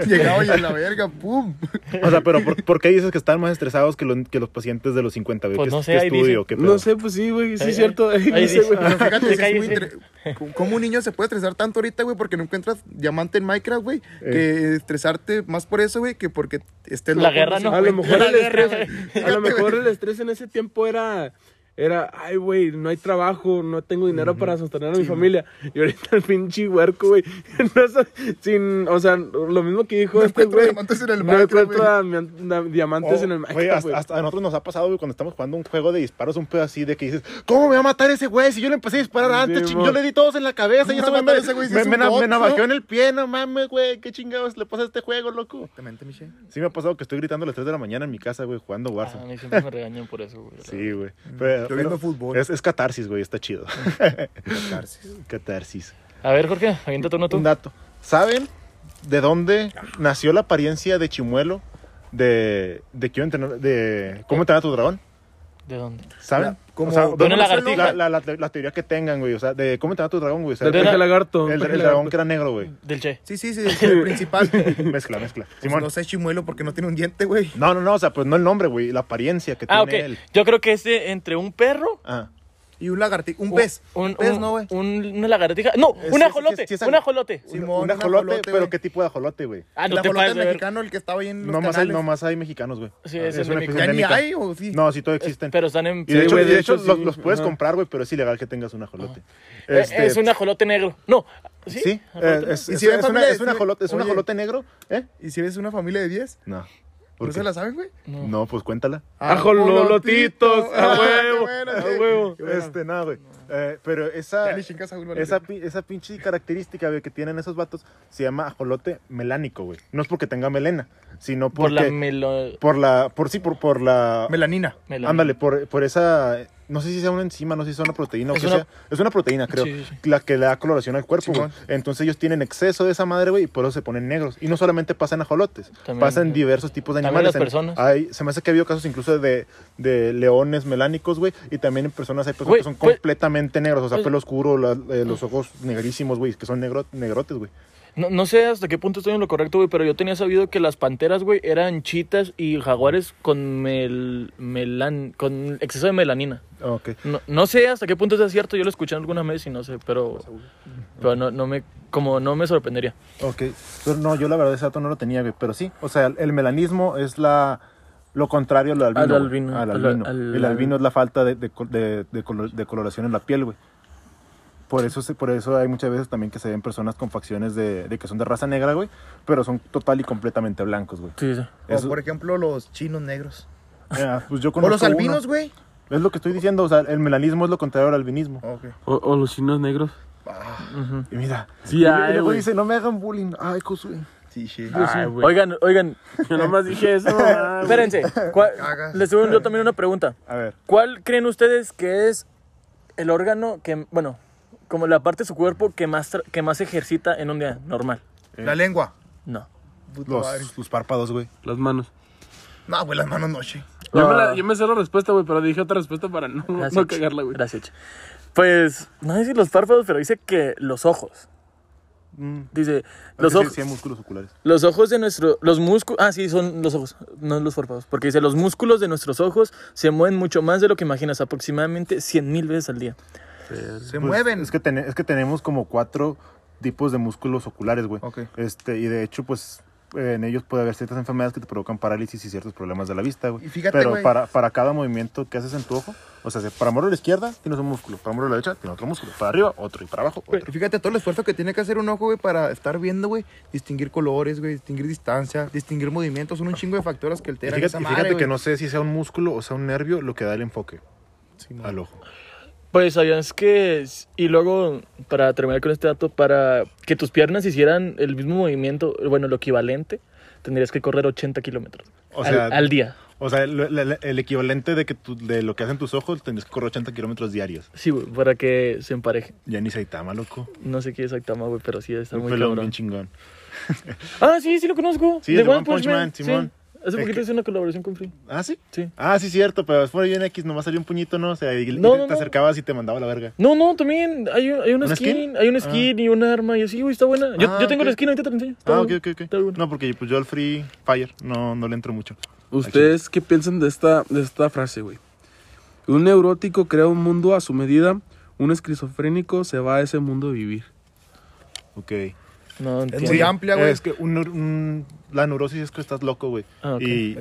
[SPEAKER 4] Llegaba y en la verga, pum.
[SPEAKER 1] O sea, pero ¿por, por qué dices que están más estresados que, los- que los pacientes de los 50, güey?
[SPEAKER 2] Pues
[SPEAKER 1] ¿Qué,
[SPEAKER 2] no sé,
[SPEAKER 1] qué
[SPEAKER 2] ahí
[SPEAKER 1] estudio?
[SPEAKER 2] dicen.
[SPEAKER 1] ¿Qué pedo?
[SPEAKER 3] No sé, pues sí, güey. Sí,
[SPEAKER 2] Ahí-
[SPEAKER 3] es cierto. [LAUGHS]
[SPEAKER 2] ahí-
[SPEAKER 3] Ahí
[SPEAKER 2] ahí
[SPEAKER 3] dice,
[SPEAKER 2] dice. [LAUGHS]
[SPEAKER 3] güey.
[SPEAKER 4] Pero fíjate,
[SPEAKER 2] Te
[SPEAKER 4] sí es muy
[SPEAKER 2] calles,
[SPEAKER 4] inter- ¿cómo un niño se puede estresar tanto ahorita, güey? Porque no encuentras diamante en Minecraft, güey. Que estresarte más por eso, güey, que porque
[SPEAKER 2] Eh.
[SPEAKER 4] estés
[SPEAKER 2] La
[SPEAKER 4] loco,
[SPEAKER 2] guerra
[SPEAKER 3] [LAUGHS]
[SPEAKER 2] no.
[SPEAKER 3] A lo mejor
[SPEAKER 2] La
[SPEAKER 3] el
[SPEAKER 2] guerra,
[SPEAKER 3] estrés,
[SPEAKER 4] [LAUGHS]
[SPEAKER 3] a lo mejor el estrés en ese tiempo era era, ay, güey, no hay trabajo, no tengo dinero para sostener a mi familia. Y ahorita el pinche huerco, güey, [LAUGHS] no sé, sin, o sea, lo mismo que dijo
[SPEAKER 4] No
[SPEAKER 3] este
[SPEAKER 4] encuentro
[SPEAKER 3] güey.
[SPEAKER 4] diamantes en el
[SPEAKER 3] No
[SPEAKER 4] Minecraft,
[SPEAKER 3] encuentro
[SPEAKER 4] güey. Oh,
[SPEAKER 3] diaman- na- diamantes
[SPEAKER 1] O,
[SPEAKER 3] en el
[SPEAKER 1] Oh, güey,
[SPEAKER 3] Minecraft,
[SPEAKER 1] hasta,
[SPEAKER 3] güey.
[SPEAKER 1] hasta a nosotros nos ha pasado, güey, cuando estamos jugando un juego de disparos, un pedo así de que dices, ¿cómo me va a matar ese güey? Si yo le empecé a disparar antes,
[SPEAKER 3] Sí,
[SPEAKER 1] ching,
[SPEAKER 3] mo.
[SPEAKER 1] yo le di todos en la cabeza y
[SPEAKER 4] ¿Cómo
[SPEAKER 1] ese
[SPEAKER 4] me va
[SPEAKER 1] güey
[SPEAKER 4] a
[SPEAKER 1] me,
[SPEAKER 4] matar ese güey si
[SPEAKER 1] me-
[SPEAKER 4] es un
[SPEAKER 1] me na-
[SPEAKER 4] bot,
[SPEAKER 1] me
[SPEAKER 4] no?
[SPEAKER 1] navajeó en el pie, no mames, güey, qué chingados le pasa a este juego, loco.
[SPEAKER 4] Exactamente, Michelle.
[SPEAKER 1] Sí me ha pasado que estoy gritando a las 3 de la mañana en mi casa, güey, jugando
[SPEAKER 2] Ah, a
[SPEAKER 1] Warzone.
[SPEAKER 2] mí siempre me regañan por eso, güey.
[SPEAKER 1] sí, güey. Pero,
[SPEAKER 4] Mm. Yo
[SPEAKER 1] pero
[SPEAKER 4] viendo fútbol. Mm.
[SPEAKER 1] Es, es catarsis, güey, está chido.
[SPEAKER 4] Catarsis.
[SPEAKER 1] [LAUGHS] catarsis.
[SPEAKER 2] A ver, Jorge, aviéntate uno tú.
[SPEAKER 1] Un dato. ¿Saben de dónde nació la apariencia de Chimuelo de, de, quiero entrenar- de cómo entrenar a tu dragón?
[SPEAKER 2] ¿De dónde?
[SPEAKER 1] ¿Saben?
[SPEAKER 4] Eh. La- como-
[SPEAKER 1] sea,
[SPEAKER 4] de
[SPEAKER 1] ¿dónde
[SPEAKER 2] una
[SPEAKER 1] nació
[SPEAKER 2] lagartija.
[SPEAKER 1] La, la- la- la teoría que tengan, güey. O sea, de cómo entrenar a tu dragón, güey. O sea,
[SPEAKER 3] Del
[SPEAKER 2] de
[SPEAKER 1] el,
[SPEAKER 2] la-
[SPEAKER 3] peje lagarto.
[SPEAKER 1] el- el
[SPEAKER 3] peje
[SPEAKER 1] dragón
[SPEAKER 3] lagarto.
[SPEAKER 1] que era negro, güey.
[SPEAKER 2] Del Che.
[SPEAKER 4] Sí, sí, sí,
[SPEAKER 2] [LAUGHS]
[SPEAKER 4] es el principal.
[SPEAKER 1] [LAUGHS]
[SPEAKER 4] Pues
[SPEAKER 1] Mezcla, mezcla. Simón.
[SPEAKER 4] no sé chimuelo porque no tiene un diente, güey.
[SPEAKER 1] No, no, no. O sea, pues no el nombre, güey. La apariencia que
[SPEAKER 2] Ah, ok.
[SPEAKER 1] tiene él.
[SPEAKER 2] Yo creo que es de- entre un perro.
[SPEAKER 1] Ah.
[SPEAKER 4] Y un lagartijo, un pez. Un, pez, no, güey.
[SPEAKER 2] un- una lagartija. No,
[SPEAKER 1] Eh, sí,
[SPEAKER 2] un
[SPEAKER 1] sí,
[SPEAKER 2] ajolote.
[SPEAKER 1] sí, sí, es
[SPEAKER 2] un
[SPEAKER 1] algo.
[SPEAKER 2] ajolote.
[SPEAKER 4] Simón,
[SPEAKER 1] un
[SPEAKER 4] un
[SPEAKER 1] ajolote,
[SPEAKER 4] ajolote,
[SPEAKER 1] pero
[SPEAKER 4] güey.
[SPEAKER 1] ¿qué tipo de ajolote, güey?
[SPEAKER 2] Ah,
[SPEAKER 4] El
[SPEAKER 2] no te
[SPEAKER 4] ajolote
[SPEAKER 2] pases de ver.
[SPEAKER 4] mexicano, el que estaba ahí en los
[SPEAKER 1] No más, hay,
[SPEAKER 4] canales.
[SPEAKER 1] no más hay mexicanos, güey.
[SPEAKER 2] Sí, es
[SPEAKER 1] una
[SPEAKER 2] endémico.
[SPEAKER 1] especie
[SPEAKER 4] ¿Ya ni
[SPEAKER 1] endémica.
[SPEAKER 4] hay o sí?
[SPEAKER 1] No, sí, todos existen.
[SPEAKER 2] Pero están en.
[SPEAKER 1] Y de
[SPEAKER 3] Sí,
[SPEAKER 1] hecho,
[SPEAKER 3] güey,
[SPEAKER 1] de
[SPEAKER 3] de
[SPEAKER 1] hecho,
[SPEAKER 3] hecho,
[SPEAKER 1] los,
[SPEAKER 3] sí.
[SPEAKER 1] los puedes
[SPEAKER 3] Ajá.
[SPEAKER 1] comprar, güey, pero es ilegal que tengas un ajolote.
[SPEAKER 2] Eh,
[SPEAKER 1] Este,
[SPEAKER 2] Es un ajolote negro. No. Sí.
[SPEAKER 1] Sí, eh,
[SPEAKER 2] ajolote.
[SPEAKER 1] es,
[SPEAKER 4] ¿Y
[SPEAKER 1] es-
[SPEAKER 4] si ven
[SPEAKER 1] es una,
[SPEAKER 4] familia?
[SPEAKER 1] es un ajolote, es un
[SPEAKER 4] Oye.
[SPEAKER 1] ajolote negro, ¿eh?
[SPEAKER 4] ¿Y si ves una familia de 10?
[SPEAKER 1] No. ¿Por
[SPEAKER 4] ¿No
[SPEAKER 1] qué?
[SPEAKER 4] se la saben, güey?
[SPEAKER 1] No, pues cuéntala.
[SPEAKER 3] Ajolotitos, a
[SPEAKER 4] Ah, qué [LAUGHS]
[SPEAKER 3] huevo,
[SPEAKER 4] bueno,
[SPEAKER 3] a
[SPEAKER 4] sí.
[SPEAKER 3] huevo.
[SPEAKER 1] Este, nada, güey. Eh, pero esa,
[SPEAKER 4] Ya ni chingas a uno, la
[SPEAKER 1] esa,
[SPEAKER 4] verga.
[SPEAKER 1] pi- esa pinche característica güey, que tienen esos vatos se llama ajolote melánico, güey. No es porque tenga melena, sino
[SPEAKER 2] Por la
[SPEAKER 1] porque-
[SPEAKER 2] melo.
[SPEAKER 1] por la, por sí, por, por
[SPEAKER 4] Ah.
[SPEAKER 1] la,
[SPEAKER 4] Melanina.
[SPEAKER 2] melanina.
[SPEAKER 1] Ándale, por, por esa. No sé si sea una enzima, no sé si sea una proteína o
[SPEAKER 2] Es
[SPEAKER 1] qué
[SPEAKER 2] una-
[SPEAKER 1] sea. Es una proteína, creo.
[SPEAKER 2] Sí, sí,
[SPEAKER 1] La que le da coloración al cuerpo, güey.
[SPEAKER 4] Simón.
[SPEAKER 1] Entonces ellos tienen exceso de esa madre, güey, y por eso se ponen negros. Y no solamente pasa en ajolotes,
[SPEAKER 2] También,
[SPEAKER 1] pasa en
[SPEAKER 2] güey.
[SPEAKER 1] diversos tipos de
[SPEAKER 2] También
[SPEAKER 1] animales.
[SPEAKER 2] las
[SPEAKER 1] En-
[SPEAKER 2] personas.
[SPEAKER 1] hay- se me hace que ha habido casos incluso de, de leones melánicos, güey. Y también en personas hay personas
[SPEAKER 2] Güey,
[SPEAKER 1] que son
[SPEAKER 2] pues-
[SPEAKER 1] completamente negros. O sea,
[SPEAKER 2] pues-
[SPEAKER 1] pelo oscuro, la- eh, los ojos negrísimos, güey, que son negro, negrotes, güey.
[SPEAKER 2] No, no sé hasta qué punto estoy en lo correcto, güey, pero yo tenía sabido que las panteras, güey, eran chitas y jaguares con mel, melan, con exceso de melanina.
[SPEAKER 1] Ok.
[SPEAKER 2] No, no sé hasta qué punto es cierto, yo lo escuché alguna vez y no sé, pero, pero no, no me, como no me sorprendería.
[SPEAKER 1] Ok, pero no, yo la verdad ese dato no lo tenía, güey, pero sí. O sea, el, el melanismo es la lo contrario al albino.
[SPEAKER 2] Al
[SPEAKER 1] güey.
[SPEAKER 2] albino,
[SPEAKER 1] Al
[SPEAKER 2] al-
[SPEAKER 1] albino.
[SPEAKER 2] al-
[SPEAKER 1] el albino es la falta de, de col- de- de colo- de coloración en la piel, güey. Por eso, se- por eso hay muchas veces también que se ven personas con facciones de, de que son de raza negra, güey, pero son total y completamente blancos, güey.
[SPEAKER 2] Sí, sí.
[SPEAKER 1] Eso- eh,
[SPEAKER 4] O por ejemplo, los chinos negros.
[SPEAKER 1] Ah, pues yo
[SPEAKER 4] O los
[SPEAKER 1] conozco uno.
[SPEAKER 4] albinos, güey.
[SPEAKER 1] Es lo que estoy diciendo, o sea, el melanismo es lo contrario al albinismo.
[SPEAKER 4] Ok.
[SPEAKER 3] O, o los chinos negros.
[SPEAKER 2] Ujú.
[SPEAKER 1] Y mira,
[SPEAKER 3] Sí,
[SPEAKER 1] y
[SPEAKER 3] ay,
[SPEAKER 1] luego
[SPEAKER 3] güey.
[SPEAKER 1] dice, no me hagan bullying. Ay, Josué.
[SPEAKER 4] Sí, sí. Ah,
[SPEAKER 3] Ay, güey.
[SPEAKER 2] Oigan, oigan,
[SPEAKER 3] Yo nomás dije [LAUGHS] eso. ah, güey.
[SPEAKER 2] espérense. ¿cuál-
[SPEAKER 4] Cagas.
[SPEAKER 2] Les tengo yo también una pregunta.
[SPEAKER 1] A ver,
[SPEAKER 2] ¿Cuál creen ustedes que es el órgano que, bueno, como la parte de su cuerpo que más, tra- que más ejercita en un día normal?
[SPEAKER 4] La lengua.
[SPEAKER 2] No.
[SPEAKER 4] Puta madre.
[SPEAKER 1] los, sus párpados, güey.
[SPEAKER 3] Las manos.
[SPEAKER 4] No, güey, las manos noche.
[SPEAKER 3] Yo, me
[SPEAKER 2] Ah.
[SPEAKER 3] la- yo me sé la respuesta, güey, pero dije otra respuesta para no, no
[SPEAKER 2] Che.
[SPEAKER 3] cagarla, güey.
[SPEAKER 2] Gracias, Che. Pues, no sé si los párpados, pero dice que los ojos.
[SPEAKER 1] Mm.
[SPEAKER 2] Dice, los
[SPEAKER 1] Sí, sí,
[SPEAKER 2] ojos.
[SPEAKER 1] sí hay músculos oculares.
[SPEAKER 2] Los ojos de nuestro, los músculos, ah, sí, son los ojos, no los párpados, porque dice, los músculos de nuestros ojos se mueven mucho más de lo que imaginas, aproximadamente 100 mil veces al día.
[SPEAKER 4] Se
[SPEAKER 1] Pues,
[SPEAKER 4] mueven.
[SPEAKER 1] Es que, tene- es que tenemos como cuatro tipos de músculos oculares, güey.
[SPEAKER 4] Ok.
[SPEAKER 1] Este, y de hecho, pues eh, en ellos puede haber ciertas enfermedades que te provocan parálisis y ciertos problemas de la vista, güey.
[SPEAKER 4] Y fíjate,
[SPEAKER 1] Pero
[SPEAKER 4] güey.
[SPEAKER 1] para, para cada movimiento que haces en tu ojo, o sea, si para moro a la izquierda tienes un músculo, para moro a la derecha tienes otro músculo, para arriba otro y para abajo otro.
[SPEAKER 4] Y Fíjate todo el esfuerzo que tiene que hacer un ojo, güey, para estar viendo, güey, distinguir colores, güey, distinguir distancia, distinguir movimientos, son un chingo de factores
[SPEAKER 1] Y
[SPEAKER 4] que alteran
[SPEAKER 1] fíjate,
[SPEAKER 4] esa
[SPEAKER 1] y
[SPEAKER 4] madre,
[SPEAKER 1] fíjate que
[SPEAKER 4] güey.
[SPEAKER 1] no sé si sea un músculo o sea un nervio lo que da el enfoque
[SPEAKER 4] Sí, no.
[SPEAKER 1] al ojo.
[SPEAKER 2] Pues sabías que, y luego, para terminar con este dato, para que tus piernas hicieran el mismo movimiento, bueno, lo equivalente, tendrías que correr 80 kilómetros
[SPEAKER 1] O
[SPEAKER 2] al-
[SPEAKER 1] sea,
[SPEAKER 2] al, día.
[SPEAKER 1] O sea, el, el- el equivalente de, que tu- de lo que hacen tus ojos, tendrías que correr 80 kilómetros diarios.
[SPEAKER 2] Sí, güey, para que se empareje.
[SPEAKER 1] Ya ni Saitama, loco.
[SPEAKER 2] No sé qué es Saitama, güey, pero sí, está
[SPEAKER 1] Un
[SPEAKER 2] muy
[SPEAKER 1] pelón bien
[SPEAKER 2] cabrón.
[SPEAKER 1] chingón.
[SPEAKER 2] Ah, sí, sí lo conozco.
[SPEAKER 1] Sí,
[SPEAKER 2] de
[SPEAKER 1] el de One Punch Man,
[SPEAKER 2] sí.
[SPEAKER 1] Simón.
[SPEAKER 2] Hace
[SPEAKER 1] Es
[SPEAKER 2] poquito
[SPEAKER 1] que-
[SPEAKER 2] hice una colaboración con Free.
[SPEAKER 1] ¿Ah, sí?
[SPEAKER 2] Sí.
[SPEAKER 1] Ah, sí, cierto, pero fue bien X, nomás salió un puñito, ¿no? O sea, y, y
[SPEAKER 2] No,
[SPEAKER 1] te,
[SPEAKER 2] no,
[SPEAKER 1] te
[SPEAKER 2] no.
[SPEAKER 1] acercabas y te mandaba la verga.
[SPEAKER 2] No, no, también hay, un- hay una,
[SPEAKER 1] ¿Una
[SPEAKER 2] skin,
[SPEAKER 1] skin?
[SPEAKER 2] hay una skin y un arma y así, güey, está buena. Yo,
[SPEAKER 1] Ah,
[SPEAKER 2] yo tengo la
[SPEAKER 1] ok.
[SPEAKER 2] skin, ahorita te la enseño. Está
[SPEAKER 1] Ah, ok,
[SPEAKER 2] buena,
[SPEAKER 1] ok, ok.
[SPEAKER 2] está buena.
[SPEAKER 1] No, porque pues, yo al Free Fire no, no le entro mucho.
[SPEAKER 3] ¿Ustedes qué piensan de esta, de esta frase, güey? Un neurótico crea un mundo a su medida, un esquizofrénico se va a ese mundo a vivir.
[SPEAKER 1] Ok.
[SPEAKER 2] No,
[SPEAKER 4] Es
[SPEAKER 2] entiendo.
[SPEAKER 4] muy amplia, güey.
[SPEAKER 1] Es que un neur- un- la neurosis es que estás loco, güey.
[SPEAKER 2] Ah, ok.
[SPEAKER 1] Y-
[SPEAKER 4] El
[SPEAKER 1] y,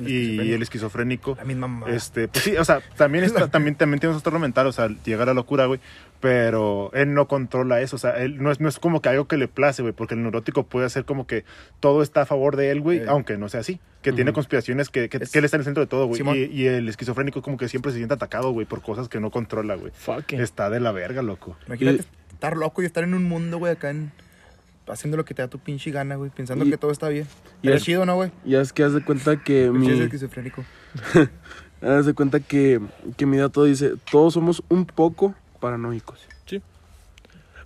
[SPEAKER 4] esquizofrénico.
[SPEAKER 1] el esquizofrénico.
[SPEAKER 4] La misma mamá.
[SPEAKER 1] Este, pues sí, o sea, también, está-
[SPEAKER 4] [LAUGHS]
[SPEAKER 1] también, también tiene su trastorno mental, o sea, llega a la locura, güey. Pero él no controla eso, o sea, él no es, no es como que algo que le place, güey, porque el neurótico puede hacer como que todo está a favor de él, güey,
[SPEAKER 4] Ey.
[SPEAKER 1] aunque no sea así. Que tiene conspiraciones, que, que,
[SPEAKER 4] Es-
[SPEAKER 1] que él está en el centro de todo, güey.
[SPEAKER 4] Simón.
[SPEAKER 1] Y, y el esquizofrénico como que siempre se siente atacado, güey, por cosas que no controla, güey.
[SPEAKER 2] Fuck it.
[SPEAKER 1] Está de la verga, loco.
[SPEAKER 4] Imagínate
[SPEAKER 3] y-
[SPEAKER 4] estar loco y estar en un mundo, güey, acá en... haciendo lo que te da tu pinche gana, güey, pensando
[SPEAKER 3] Y-
[SPEAKER 4] que todo está bien.
[SPEAKER 3] y
[SPEAKER 4] Pero
[SPEAKER 3] es-
[SPEAKER 4] es chido, ¿no, güey?
[SPEAKER 3] Ya es que haz de cuenta [LAUGHS] que
[SPEAKER 4] Sí, es
[SPEAKER 3] mi...
[SPEAKER 4] esquizofrénico.
[SPEAKER 3] Haz de cuenta que, que mi dato dice, todos somos un poco paranoicos. [LAUGHS]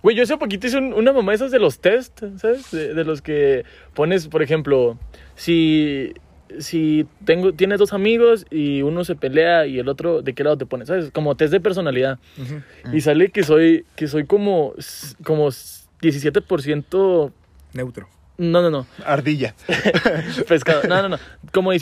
[SPEAKER 2] Güey, yo hace poquito hice un- una mamá de esas de los test, ¿sabes? De, de los que pones, por ejemplo, si, si tengo, tienes dos amigos y uno se pelea y el otro, ¿de qué lado te pones? ¿Sabes? Como test de personalidad. Y sale que soy, que soy como, s- como s- 17%...
[SPEAKER 4] Neutro.
[SPEAKER 2] No, no, no.
[SPEAKER 1] Ardilla.
[SPEAKER 2] Pescado. No, no, no. Como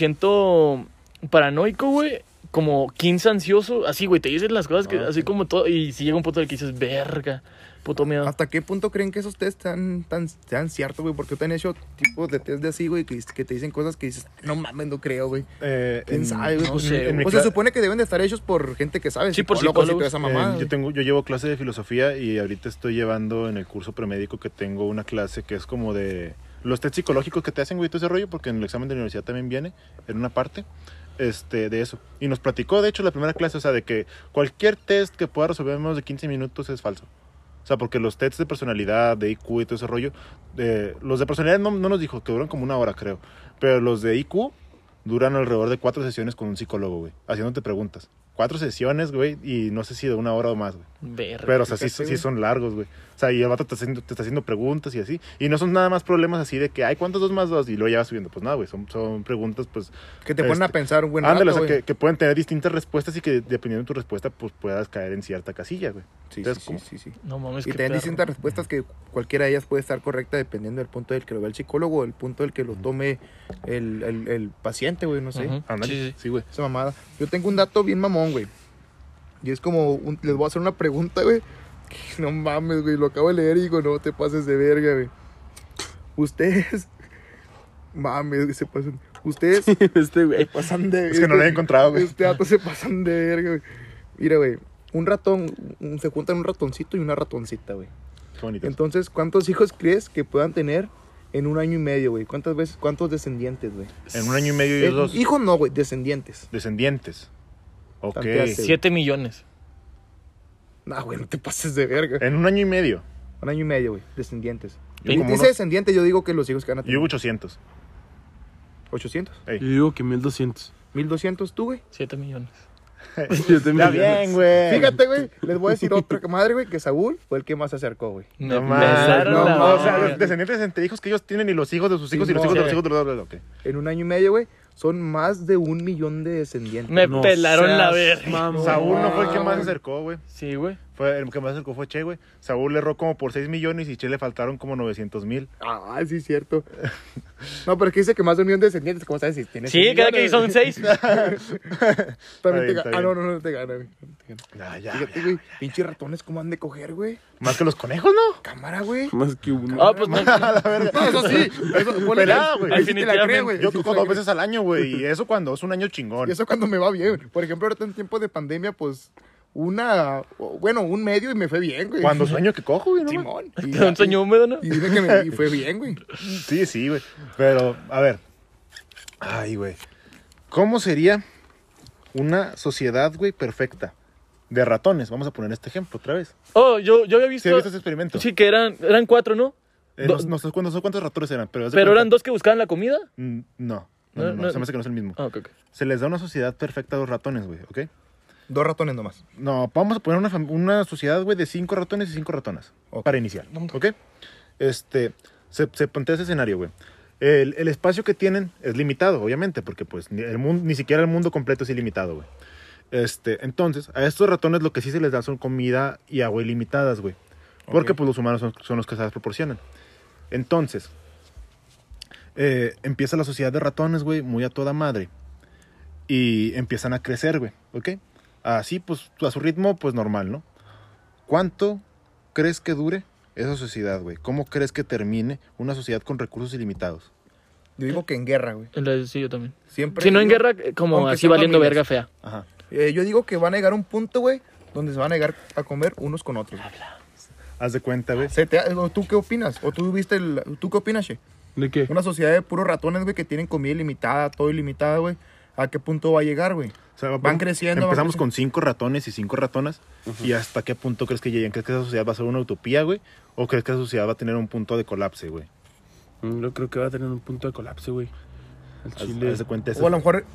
[SPEAKER 2] 17% paranoico, güey. Como 15 ansioso. Así, güey, te dicen las cosas que, así como todo. Y si llega un punto en el que dices, verga, puto miedo.
[SPEAKER 4] ¿Hasta qué punto creen que esos test sean, tan, sean ciertos, güey? Porque te han hecho tipos de test de así, güey, que, que te dicen cosas que dices, no mames, no creo, güey.
[SPEAKER 1] Eh,
[SPEAKER 4] ¿Quién
[SPEAKER 1] en-
[SPEAKER 4] sabe, güey?
[SPEAKER 2] no
[SPEAKER 4] Pues,
[SPEAKER 2] sé,
[SPEAKER 1] en mi
[SPEAKER 4] o se
[SPEAKER 1] cla-
[SPEAKER 4] supone que deben de estar hechos por gente que sabe.
[SPEAKER 2] Sí, por
[SPEAKER 4] psicólogos y
[SPEAKER 2] psicólogos.
[SPEAKER 4] toda esa
[SPEAKER 1] Eh,
[SPEAKER 4] mamada,
[SPEAKER 1] yo,
[SPEAKER 4] güey.
[SPEAKER 1] tengo, yo llevo clase de filosofía y ahorita estoy llevando en el curso premédico que tengo una clase que es como de los test psicológicos que te hacen, güey, todo ese rollo, porque en el examen de la universidad también viene en una parte este, de eso. Y nos platicó, de hecho, la primera clase, o sea, de que cualquier test que pueda resolver en menos de 15 minutos es falso. O sea, porque los tests de personalidad, de IQ y todo ese rollo, eh, los de personalidad no, no nos dijo, que duran como una hora, creo. Pero los de IQ duran alrededor de cuatro sesiones con un psicólogo, güey, haciéndote preguntas. cuatro sesiones, güey, y no sé si de una hora o más, güey.
[SPEAKER 2] Verga.
[SPEAKER 1] Pero, o sea, sí,
[SPEAKER 4] Fíjate,
[SPEAKER 1] sí
[SPEAKER 4] güey.
[SPEAKER 1] son largos, güey. O sea, y el vato te está, haciendo, te está haciendo preguntas y así. Y no son nada más problemas así de que, ay, ¿cuántos dos más dos? Y luego ya vas subiendo. Pues nada, güey, son, son preguntas, pues...
[SPEAKER 4] Que te ponen
[SPEAKER 1] este,
[SPEAKER 4] a pensar un buen
[SPEAKER 1] ándale,
[SPEAKER 4] rato,
[SPEAKER 1] o sea,
[SPEAKER 4] güey.
[SPEAKER 1] que, que pueden tener distintas respuestas y que dependiendo de tu respuesta, pues puedas caer en cierta casilla, güey.
[SPEAKER 4] Sí,
[SPEAKER 1] entonces,
[SPEAKER 4] sí,
[SPEAKER 1] como-
[SPEAKER 4] sí, sí, sí.
[SPEAKER 2] No mames,
[SPEAKER 4] Y
[SPEAKER 2] qué
[SPEAKER 4] te dan
[SPEAKER 2] perro.
[SPEAKER 4] distintas respuestas que cualquiera de ellas puede estar correcta dependiendo del punto del que lo vea el psicólogo o el punto del que lo tome el, el- el paciente, güey, no sé.
[SPEAKER 2] Ujú.
[SPEAKER 1] Ándale.
[SPEAKER 2] Sí, sí.
[SPEAKER 1] Sí, güey.
[SPEAKER 4] Esa mamada. Yo tengo un dato bien mamón, güey. Y es como, un- les voy a hacer una pregunta, güey. [LAUGHS] que No mames, güey, lo acabo de leer y digo, no te pases de verga, güey. Ustedes... [LAUGHS] Mames, güey, se pasan.
[SPEAKER 1] [LAUGHS]
[SPEAKER 4] Ustedes se
[SPEAKER 2] Este güey.
[SPEAKER 4] pasan de...
[SPEAKER 1] Es que no lo había encontrado, güey.
[SPEAKER 4] Este dato se pasan de verga, güey. Mira, güey. Un ratón, un- se juntan un ratoncito y una ratoncita, güey.
[SPEAKER 1] Qué bonito.
[SPEAKER 4] Entonces, ¿cuántos hijos crees que puedan tener en un año y medio, güey? ¿Cuántas veces, cuántos descendientes, güey?
[SPEAKER 1] En un año y medio y
[SPEAKER 4] Eh,
[SPEAKER 1] dos
[SPEAKER 4] hijos no, güey, descendientes.
[SPEAKER 1] descendientes. Ok.
[SPEAKER 4] Tanteaste.
[SPEAKER 2] Siete millones.
[SPEAKER 4] Nah, güey, no te pases de verga.
[SPEAKER 1] En un año y medio.
[SPEAKER 4] Un año y medio, güey, descendientes.
[SPEAKER 1] Yo
[SPEAKER 4] Y
[SPEAKER 1] como
[SPEAKER 4] dice
[SPEAKER 1] unos-
[SPEAKER 4] descendiente, yo digo que los hijos que van a
[SPEAKER 1] Yo
[SPEAKER 4] tener.
[SPEAKER 1] hubo 800.
[SPEAKER 4] 800,
[SPEAKER 1] Ey.
[SPEAKER 3] Yo digo que [LAUGHS] 1200.
[SPEAKER 4] 1200, tú, güey.
[SPEAKER 2] Siete millones.
[SPEAKER 1] Está bien, güey.
[SPEAKER 4] Fíjate, güey, les voy a decir otra madre, güey, que Saúl fue el que más se acercó, güey.
[SPEAKER 1] No
[SPEAKER 2] Me
[SPEAKER 1] mames,
[SPEAKER 2] pesaron
[SPEAKER 1] no,
[SPEAKER 2] la
[SPEAKER 1] no, o sea,
[SPEAKER 2] verga.
[SPEAKER 1] los descendientes entre hijos que ellos tienen y los hijos de sus hijos y los
[SPEAKER 4] Simón.
[SPEAKER 1] hijos de los hijos de los dos. ok.
[SPEAKER 4] En un año y medio, güey, son más de un millón de descendientes.
[SPEAKER 2] Me
[SPEAKER 3] No
[SPEAKER 2] pelaron la
[SPEAKER 3] seas
[SPEAKER 2] verga.
[SPEAKER 3] mamón.
[SPEAKER 1] Saúl no fue el que
[SPEAKER 4] mames.
[SPEAKER 1] más se acercó, güey.
[SPEAKER 2] Sí, güey.
[SPEAKER 1] Fue el que más se acercó fue Che, güey. Saúl le erró como por 6 millones y Che le faltaron como 900 mil.
[SPEAKER 4] Ah, sí, cierto. No, pero es que dice que más de un millón de descendientes, ¿cómo sabes si tienes
[SPEAKER 2] Sí,
[SPEAKER 4] un
[SPEAKER 2] cada
[SPEAKER 4] millón,
[SPEAKER 2] que son
[SPEAKER 1] [LAUGHS]
[SPEAKER 4] güey?
[SPEAKER 2] seis.
[SPEAKER 4] [LAUGHS] También
[SPEAKER 1] Está bien,
[SPEAKER 4] te gana.
[SPEAKER 1] está
[SPEAKER 4] Ah, no,
[SPEAKER 1] bien.
[SPEAKER 4] no, no te gana, güey. No te gana.
[SPEAKER 1] Ah, ya,
[SPEAKER 4] Fíjate,
[SPEAKER 1] ya.
[SPEAKER 4] güey, pinches ratones, ¿cómo han de coger, güey?
[SPEAKER 1] Más que los conejos, ¿no?
[SPEAKER 4] Cámara, güey.
[SPEAKER 3] Más que uno.
[SPEAKER 2] Ah, pues no.
[SPEAKER 4] No, eso sí. Eso, ponle,
[SPEAKER 1] Pelada, güey.
[SPEAKER 4] ahí sí te la creo, güey.
[SPEAKER 1] Yo
[SPEAKER 4] Sí,
[SPEAKER 1] cojo
[SPEAKER 4] sí,
[SPEAKER 1] dos veces al año, güey. [LAUGHS] Y eso cuando es un año chingón.
[SPEAKER 4] Y eso cuando me va bien. Por ejemplo, ahorita en tiempos de pandemia, pues una, o- bueno, un medio y me fue bien, güey.
[SPEAKER 1] Cuando sueño que cojo, güey, ¿no?
[SPEAKER 4] [LAUGHS] Simón. Y,
[SPEAKER 2] Un sueño húmedo, ¿no?
[SPEAKER 4] y dime que me y fue bien, güey.
[SPEAKER 1] Sí, sí, güey. Pero, a ver. Ay, güey. ¿Cómo sería una sociedad, güey, perfecta? De ratones. Vamos a poner este ejemplo otra vez.
[SPEAKER 2] Oh, yo, yo había visto.
[SPEAKER 1] ¿Sí has visto ese experimento?
[SPEAKER 2] Sí, que eran, eran cuatro, ¿no?
[SPEAKER 1] Eh, no, no sé cuántos, no sé cuántos ratones eran, pero... haz de
[SPEAKER 2] Pero
[SPEAKER 1] cuenta-
[SPEAKER 2] eran dos que buscaban la comida.
[SPEAKER 1] Mm, No, no,
[SPEAKER 2] No,
[SPEAKER 1] no, no,
[SPEAKER 2] no.
[SPEAKER 1] se me hace que no es el mismo.
[SPEAKER 2] Ah, ok, ok.
[SPEAKER 1] Se les da una sociedad perfecta a dos ratones, güey, ¿ok?
[SPEAKER 4] [LAUGHS] Dos ratones nomás.
[SPEAKER 1] No, vamos a poner una, fam- una sociedad, güey, de cinco ratones y cinco ratonas.
[SPEAKER 4] Ok.
[SPEAKER 1] Para iniciar, ¿ok? Este, se, se plantea ese escenario, güey. El, el espacio que tienen es limitado, obviamente, porque pues ni, el mundo, ni siquiera el mundo completo es ilimitado, güey. Este, entonces, a estos ratones lo que sí se les da son comida y agua ilimitadas, güey. Porque
[SPEAKER 4] Ok.
[SPEAKER 1] pues los humanos son, son los que se las proporcionan. Entonces, eh, empieza la sociedad de ratones, güey, muy a toda madre. Y empiezan a crecer, güey, ¿ok? Así, pues, a su ritmo, pues normal, ¿no? ¿Cuánto crees que dure esa sociedad, güey? ¿Cómo crees que termine una sociedad con recursos ilimitados?
[SPEAKER 4] Yo digo que en guerra, güey.
[SPEAKER 2] El- Sí, yo también.
[SPEAKER 4] Siempre.
[SPEAKER 2] Si no en
[SPEAKER 4] digo-
[SPEAKER 2] guerra, eh, como
[SPEAKER 4] Aunque
[SPEAKER 2] así
[SPEAKER 4] sean
[SPEAKER 2] valiendo verga
[SPEAKER 4] familias.
[SPEAKER 2] fea.
[SPEAKER 1] Ajá.
[SPEAKER 4] Eh, yo digo que van a llegar a un punto, güey, donde se van a llegar a comer unos con otros. güey.
[SPEAKER 1] Haz de cuenta, güey.
[SPEAKER 4] Se te ha- o ¿Tú qué opinas? ¿O tú viste el, ¿Tú qué opinas, Che?
[SPEAKER 3] ¿De qué?
[SPEAKER 4] Una sociedad de puros ratones, güey, que tienen comida ilimitada, todo ilimitado, güey. ¿A qué punto va a llegar, güey?
[SPEAKER 1] O sea,
[SPEAKER 4] Van
[SPEAKER 1] vamos-
[SPEAKER 4] creciendo, van
[SPEAKER 1] Empezamos
[SPEAKER 4] creciendo.
[SPEAKER 1] con cinco ratones y cinco ratonas. ¿Y hasta qué punto crees que lleguen? ¿Crees que esa sociedad va a ser una utopía, güey? ¿O crees que esa sociedad va a tener un punto de colapse, güey?
[SPEAKER 3] Mm, Yo creo que va a tener un punto de colapso, güey. Al
[SPEAKER 1] Haz,
[SPEAKER 3] chile.
[SPEAKER 1] haz de cuenta eso.
[SPEAKER 4] O a lo mejor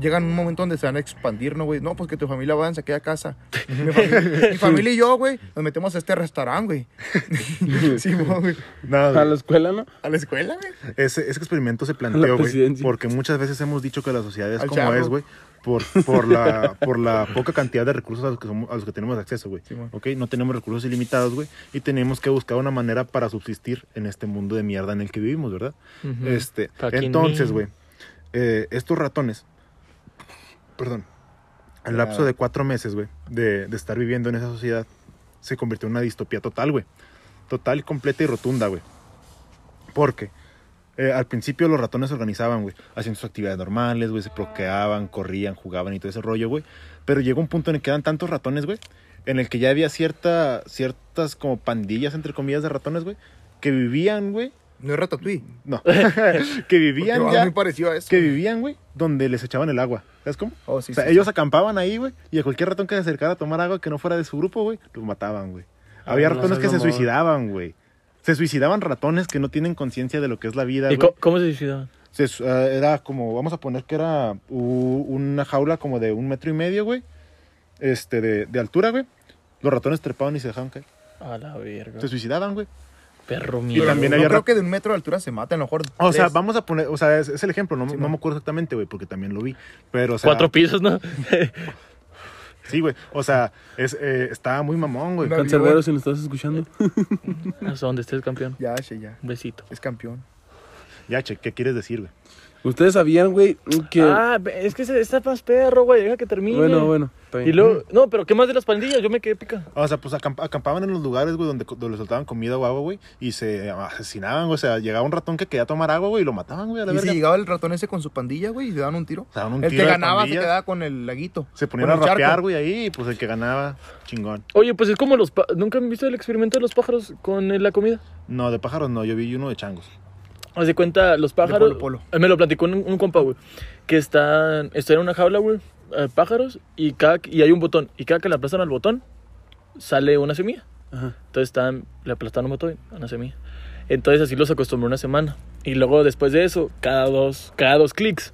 [SPEAKER 4] llegan un momento donde se van a expandir, ¿no, güey? No, pues que tu familia avanza, queda casa. Mi familia, mi familia y
[SPEAKER 1] [LAUGHS]
[SPEAKER 4] yo, güey, nos metemos a este restaurante, güey. sí, mo, güey.
[SPEAKER 1] Nada,
[SPEAKER 3] A
[SPEAKER 1] güey.
[SPEAKER 3] la escuela, ¿no?
[SPEAKER 4] A la escuela, güey.
[SPEAKER 1] Ese, ese experimento se
[SPEAKER 3] la
[SPEAKER 1] planteó, güey,
[SPEAKER 3] presidencia.
[SPEAKER 1] porque muchas veces hemos dicho que la sociedad es
[SPEAKER 4] Al
[SPEAKER 1] como
[SPEAKER 4] charro.
[SPEAKER 1] es, güey, por, por, la, por la poca cantidad de recursos a los que, somos- a los que tenemos acceso, güey.
[SPEAKER 4] Sí, man.
[SPEAKER 1] ¿Ok? No tenemos recursos ilimitados, güey, y tenemos que buscar una manera para subsistir en este mundo de mierda en el que vivimos, ¿verdad?
[SPEAKER 2] Ujú.
[SPEAKER 1] Este,
[SPEAKER 2] Fucking
[SPEAKER 1] entonces,
[SPEAKER 2] me.
[SPEAKER 1] güey, eh, estos ratones, perdón, al
[SPEAKER 4] Nada.
[SPEAKER 1] lapso de cuatro meses, güey, de, de estar viviendo en esa sociedad, se convirtió en una distopía total, güey. Total, completa y rotunda, güey. Porque eh, al principio los ratones se organizaban, güey, haciendo sus actividades normales, güey, se procreaban, corrían, jugaban y todo ese rollo, güey. Pero llegó un punto en el que eran tantos ratones, güey, en el que ya había cierta, ciertas como pandillas, entre comillas, de ratones, güey, que vivían, güey,
[SPEAKER 4] No es ratatouille.
[SPEAKER 1] no. que
[SPEAKER 4] Porque
[SPEAKER 1] vivían
[SPEAKER 4] va
[SPEAKER 1] ya.
[SPEAKER 4] muy parecido a eso.
[SPEAKER 1] Que vivían, güey, donde les echaban el agua. ¿Sabes cómo?
[SPEAKER 4] Oh, sí,
[SPEAKER 1] o sea,
[SPEAKER 4] sí,
[SPEAKER 1] ellos acampaban ahí, güey, y a cualquier ratón que se acercara a tomar agua que no fuera de su grupo, güey, los mataban, güey. Había
[SPEAKER 3] no
[SPEAKER 1] ratones
[SPEAKER 3] seas
[SPEAKER 1] que se
[SPEAKER 3] mamón.
[SPEAKER 1] suicidaban, güey. Se suicidaban ratones que no tienen conciencia de lo que es la vida,
[SPEAKER 2] ¿Y
[SPEAKER 1] güey.
[SPEAKER 2] co- cómo se suicidaban?
[SPEAKER 1] Se su- eh, ah, era como, vamos a poner que era u- una jaula como de un metro y medio, güey. este, de, de altura, güey, los ratones trepaban y se dejaban caer.
[SPEAKER 2] A la verga.
[SPEAKER 1] Se suicidaban, güey.
[SPEAKER 2] Perro
[SPEAKER 1] Y
[SPEAKER 2] mío.
[SPEAKER 1] también
[SPEAKER 4] no
[SPEAKER 1] había
[SPEAKER 4] creo
[SPEAKER 1] rap-
[SPEAKER 4] que de un metro de altura se mata, a lo mejor.
[SPEAKER 1] O sea,
[SPEAKER 4] tres.
[SPEAKER 1] vamos a poner, o sea, es, es el ejemplo, no, no me acuerdo exactamente, güey, porque también lo vi. Pero, o sea,
[SPEAKER 2] Cuatro pisos, ¿no? [LAUGHS]
[SPEAKER 1] sí, güey. O sea, es, eh, estaba muy mamón, güey.
[SPEAKER 4] Una-
[SPEAKER 3] Cancerbero, si nos estás escuchando.
[SPEAKER 2] Hasta donde estés, campeón.
[SPEAKER 4] Ya, che, ya.
[SPEAKER 2] Un besito.
[SPEAKER 4] Es campeón.
[SPEAKER 1] Ya, che, ¿qué quieres decir, güey?
[SPEAKER 3] Ustedes sabían, güey, que.
[SPEAKER 2] Ah, ve- es que se- está más perro, güey. Deja que termine.
[SPEAKER 3] bueno, bueno. está bien.
[SPEAKER 2] Y luego, no, pero ¿qué más de las pandillas? Yo me quedé pica.
[SPEAKER 1] O sea, pues acamp- acampaban en los lugares, güey, donde, co- donde les soltaban comida o agua, güey, y se asesinaban, güey. O sea, llegaba un ratón que quería tomar agua, güey, y lo mataban, güey, a la
[SPEAKER 4] Y si
[SPEAKER 1] verga.
[SPEAKER 4] llegaba el ratón ese con su pandilla, güey, y le daban un tiro.
[SPEAKER 1] Se daban un
[SPEAKER 4] el
[SPEAKER 1] tiro
[SPEAKER 4] que
[SPEAKER 1] de
[SPEAKER 4] ganaba se
[SPEAKER 1] pandillas.
[SPEAKER 4] quedaba con el laguito.
[SPEAKER 1] Se ponían a
[SPEAKER 4] con el charco.
[SPEAKER 1] rapear, güey, ahí, y pues el que ganaba, chingón.
[SPEAKER 2] Oye, pues es como los... pa- ¿Nunca han visto el experimento de los pájaros con eh, la comida?
[SPEAKER 1] No, de pájaros no, yo vi uno de changos.
[SPEAKER 2] Haz de cuenta, los pájaros... Eh,
[SPEAKER 4] polo,
[SPEAKER 2] Me lo platicó un, un compa, güey. Que están... Está en una jaula, güey. eh, pájaros. Y, cada, que- y hay un botón. Y cada que le aplastan al botón, sale una semilla.
[SPEAKER 3] Ajá.
[SPEAKER 2] Entonces están, le aplastaron un botón a una semilla. Entonces así los acostumbró una semana. Y luego después de eso, cada dos, cada dos clics,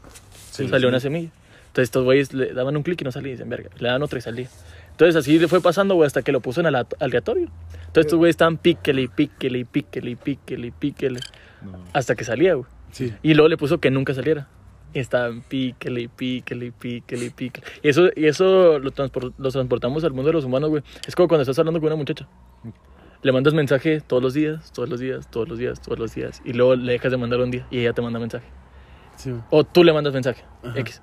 [SPEAKER 1] Sí,
[SPEAKER 2] salió
[SPEAKER 1] sí.
[SPEAKER 2] una semilla. Entonces estos güeyes le daban un clic y no salía, y dicen, verga, le dan otro y salía. Entonces así le fue pasando, güey, hasta que lo puso en ala- aleatorio. Entonces estos güeyes estaban píquele y píquele y píquele y píquele y píquele.
[SPEAKER 1] No.
[SPEAKER 2] Hasta que salía, güey.
[SPEAKER 3] Sí.
[SPEAKER 2] Y luego le puso que nunca saliera. Y estaban píquele y píquele y píquele y píquele. Y eso, y eso lo, transpor- lo transportamos al mundo de los humanos, güey. Es como cuando estás hablando con una muchacha. Le mandas mensaje todos los días, todos los días, todos los días, todos los días. Y luego le dejas de mandar un día y ella te manda mensaje.
[SPEAKER 3] sí.
[SPEAKER 2] O tú le mandas mensaje, X.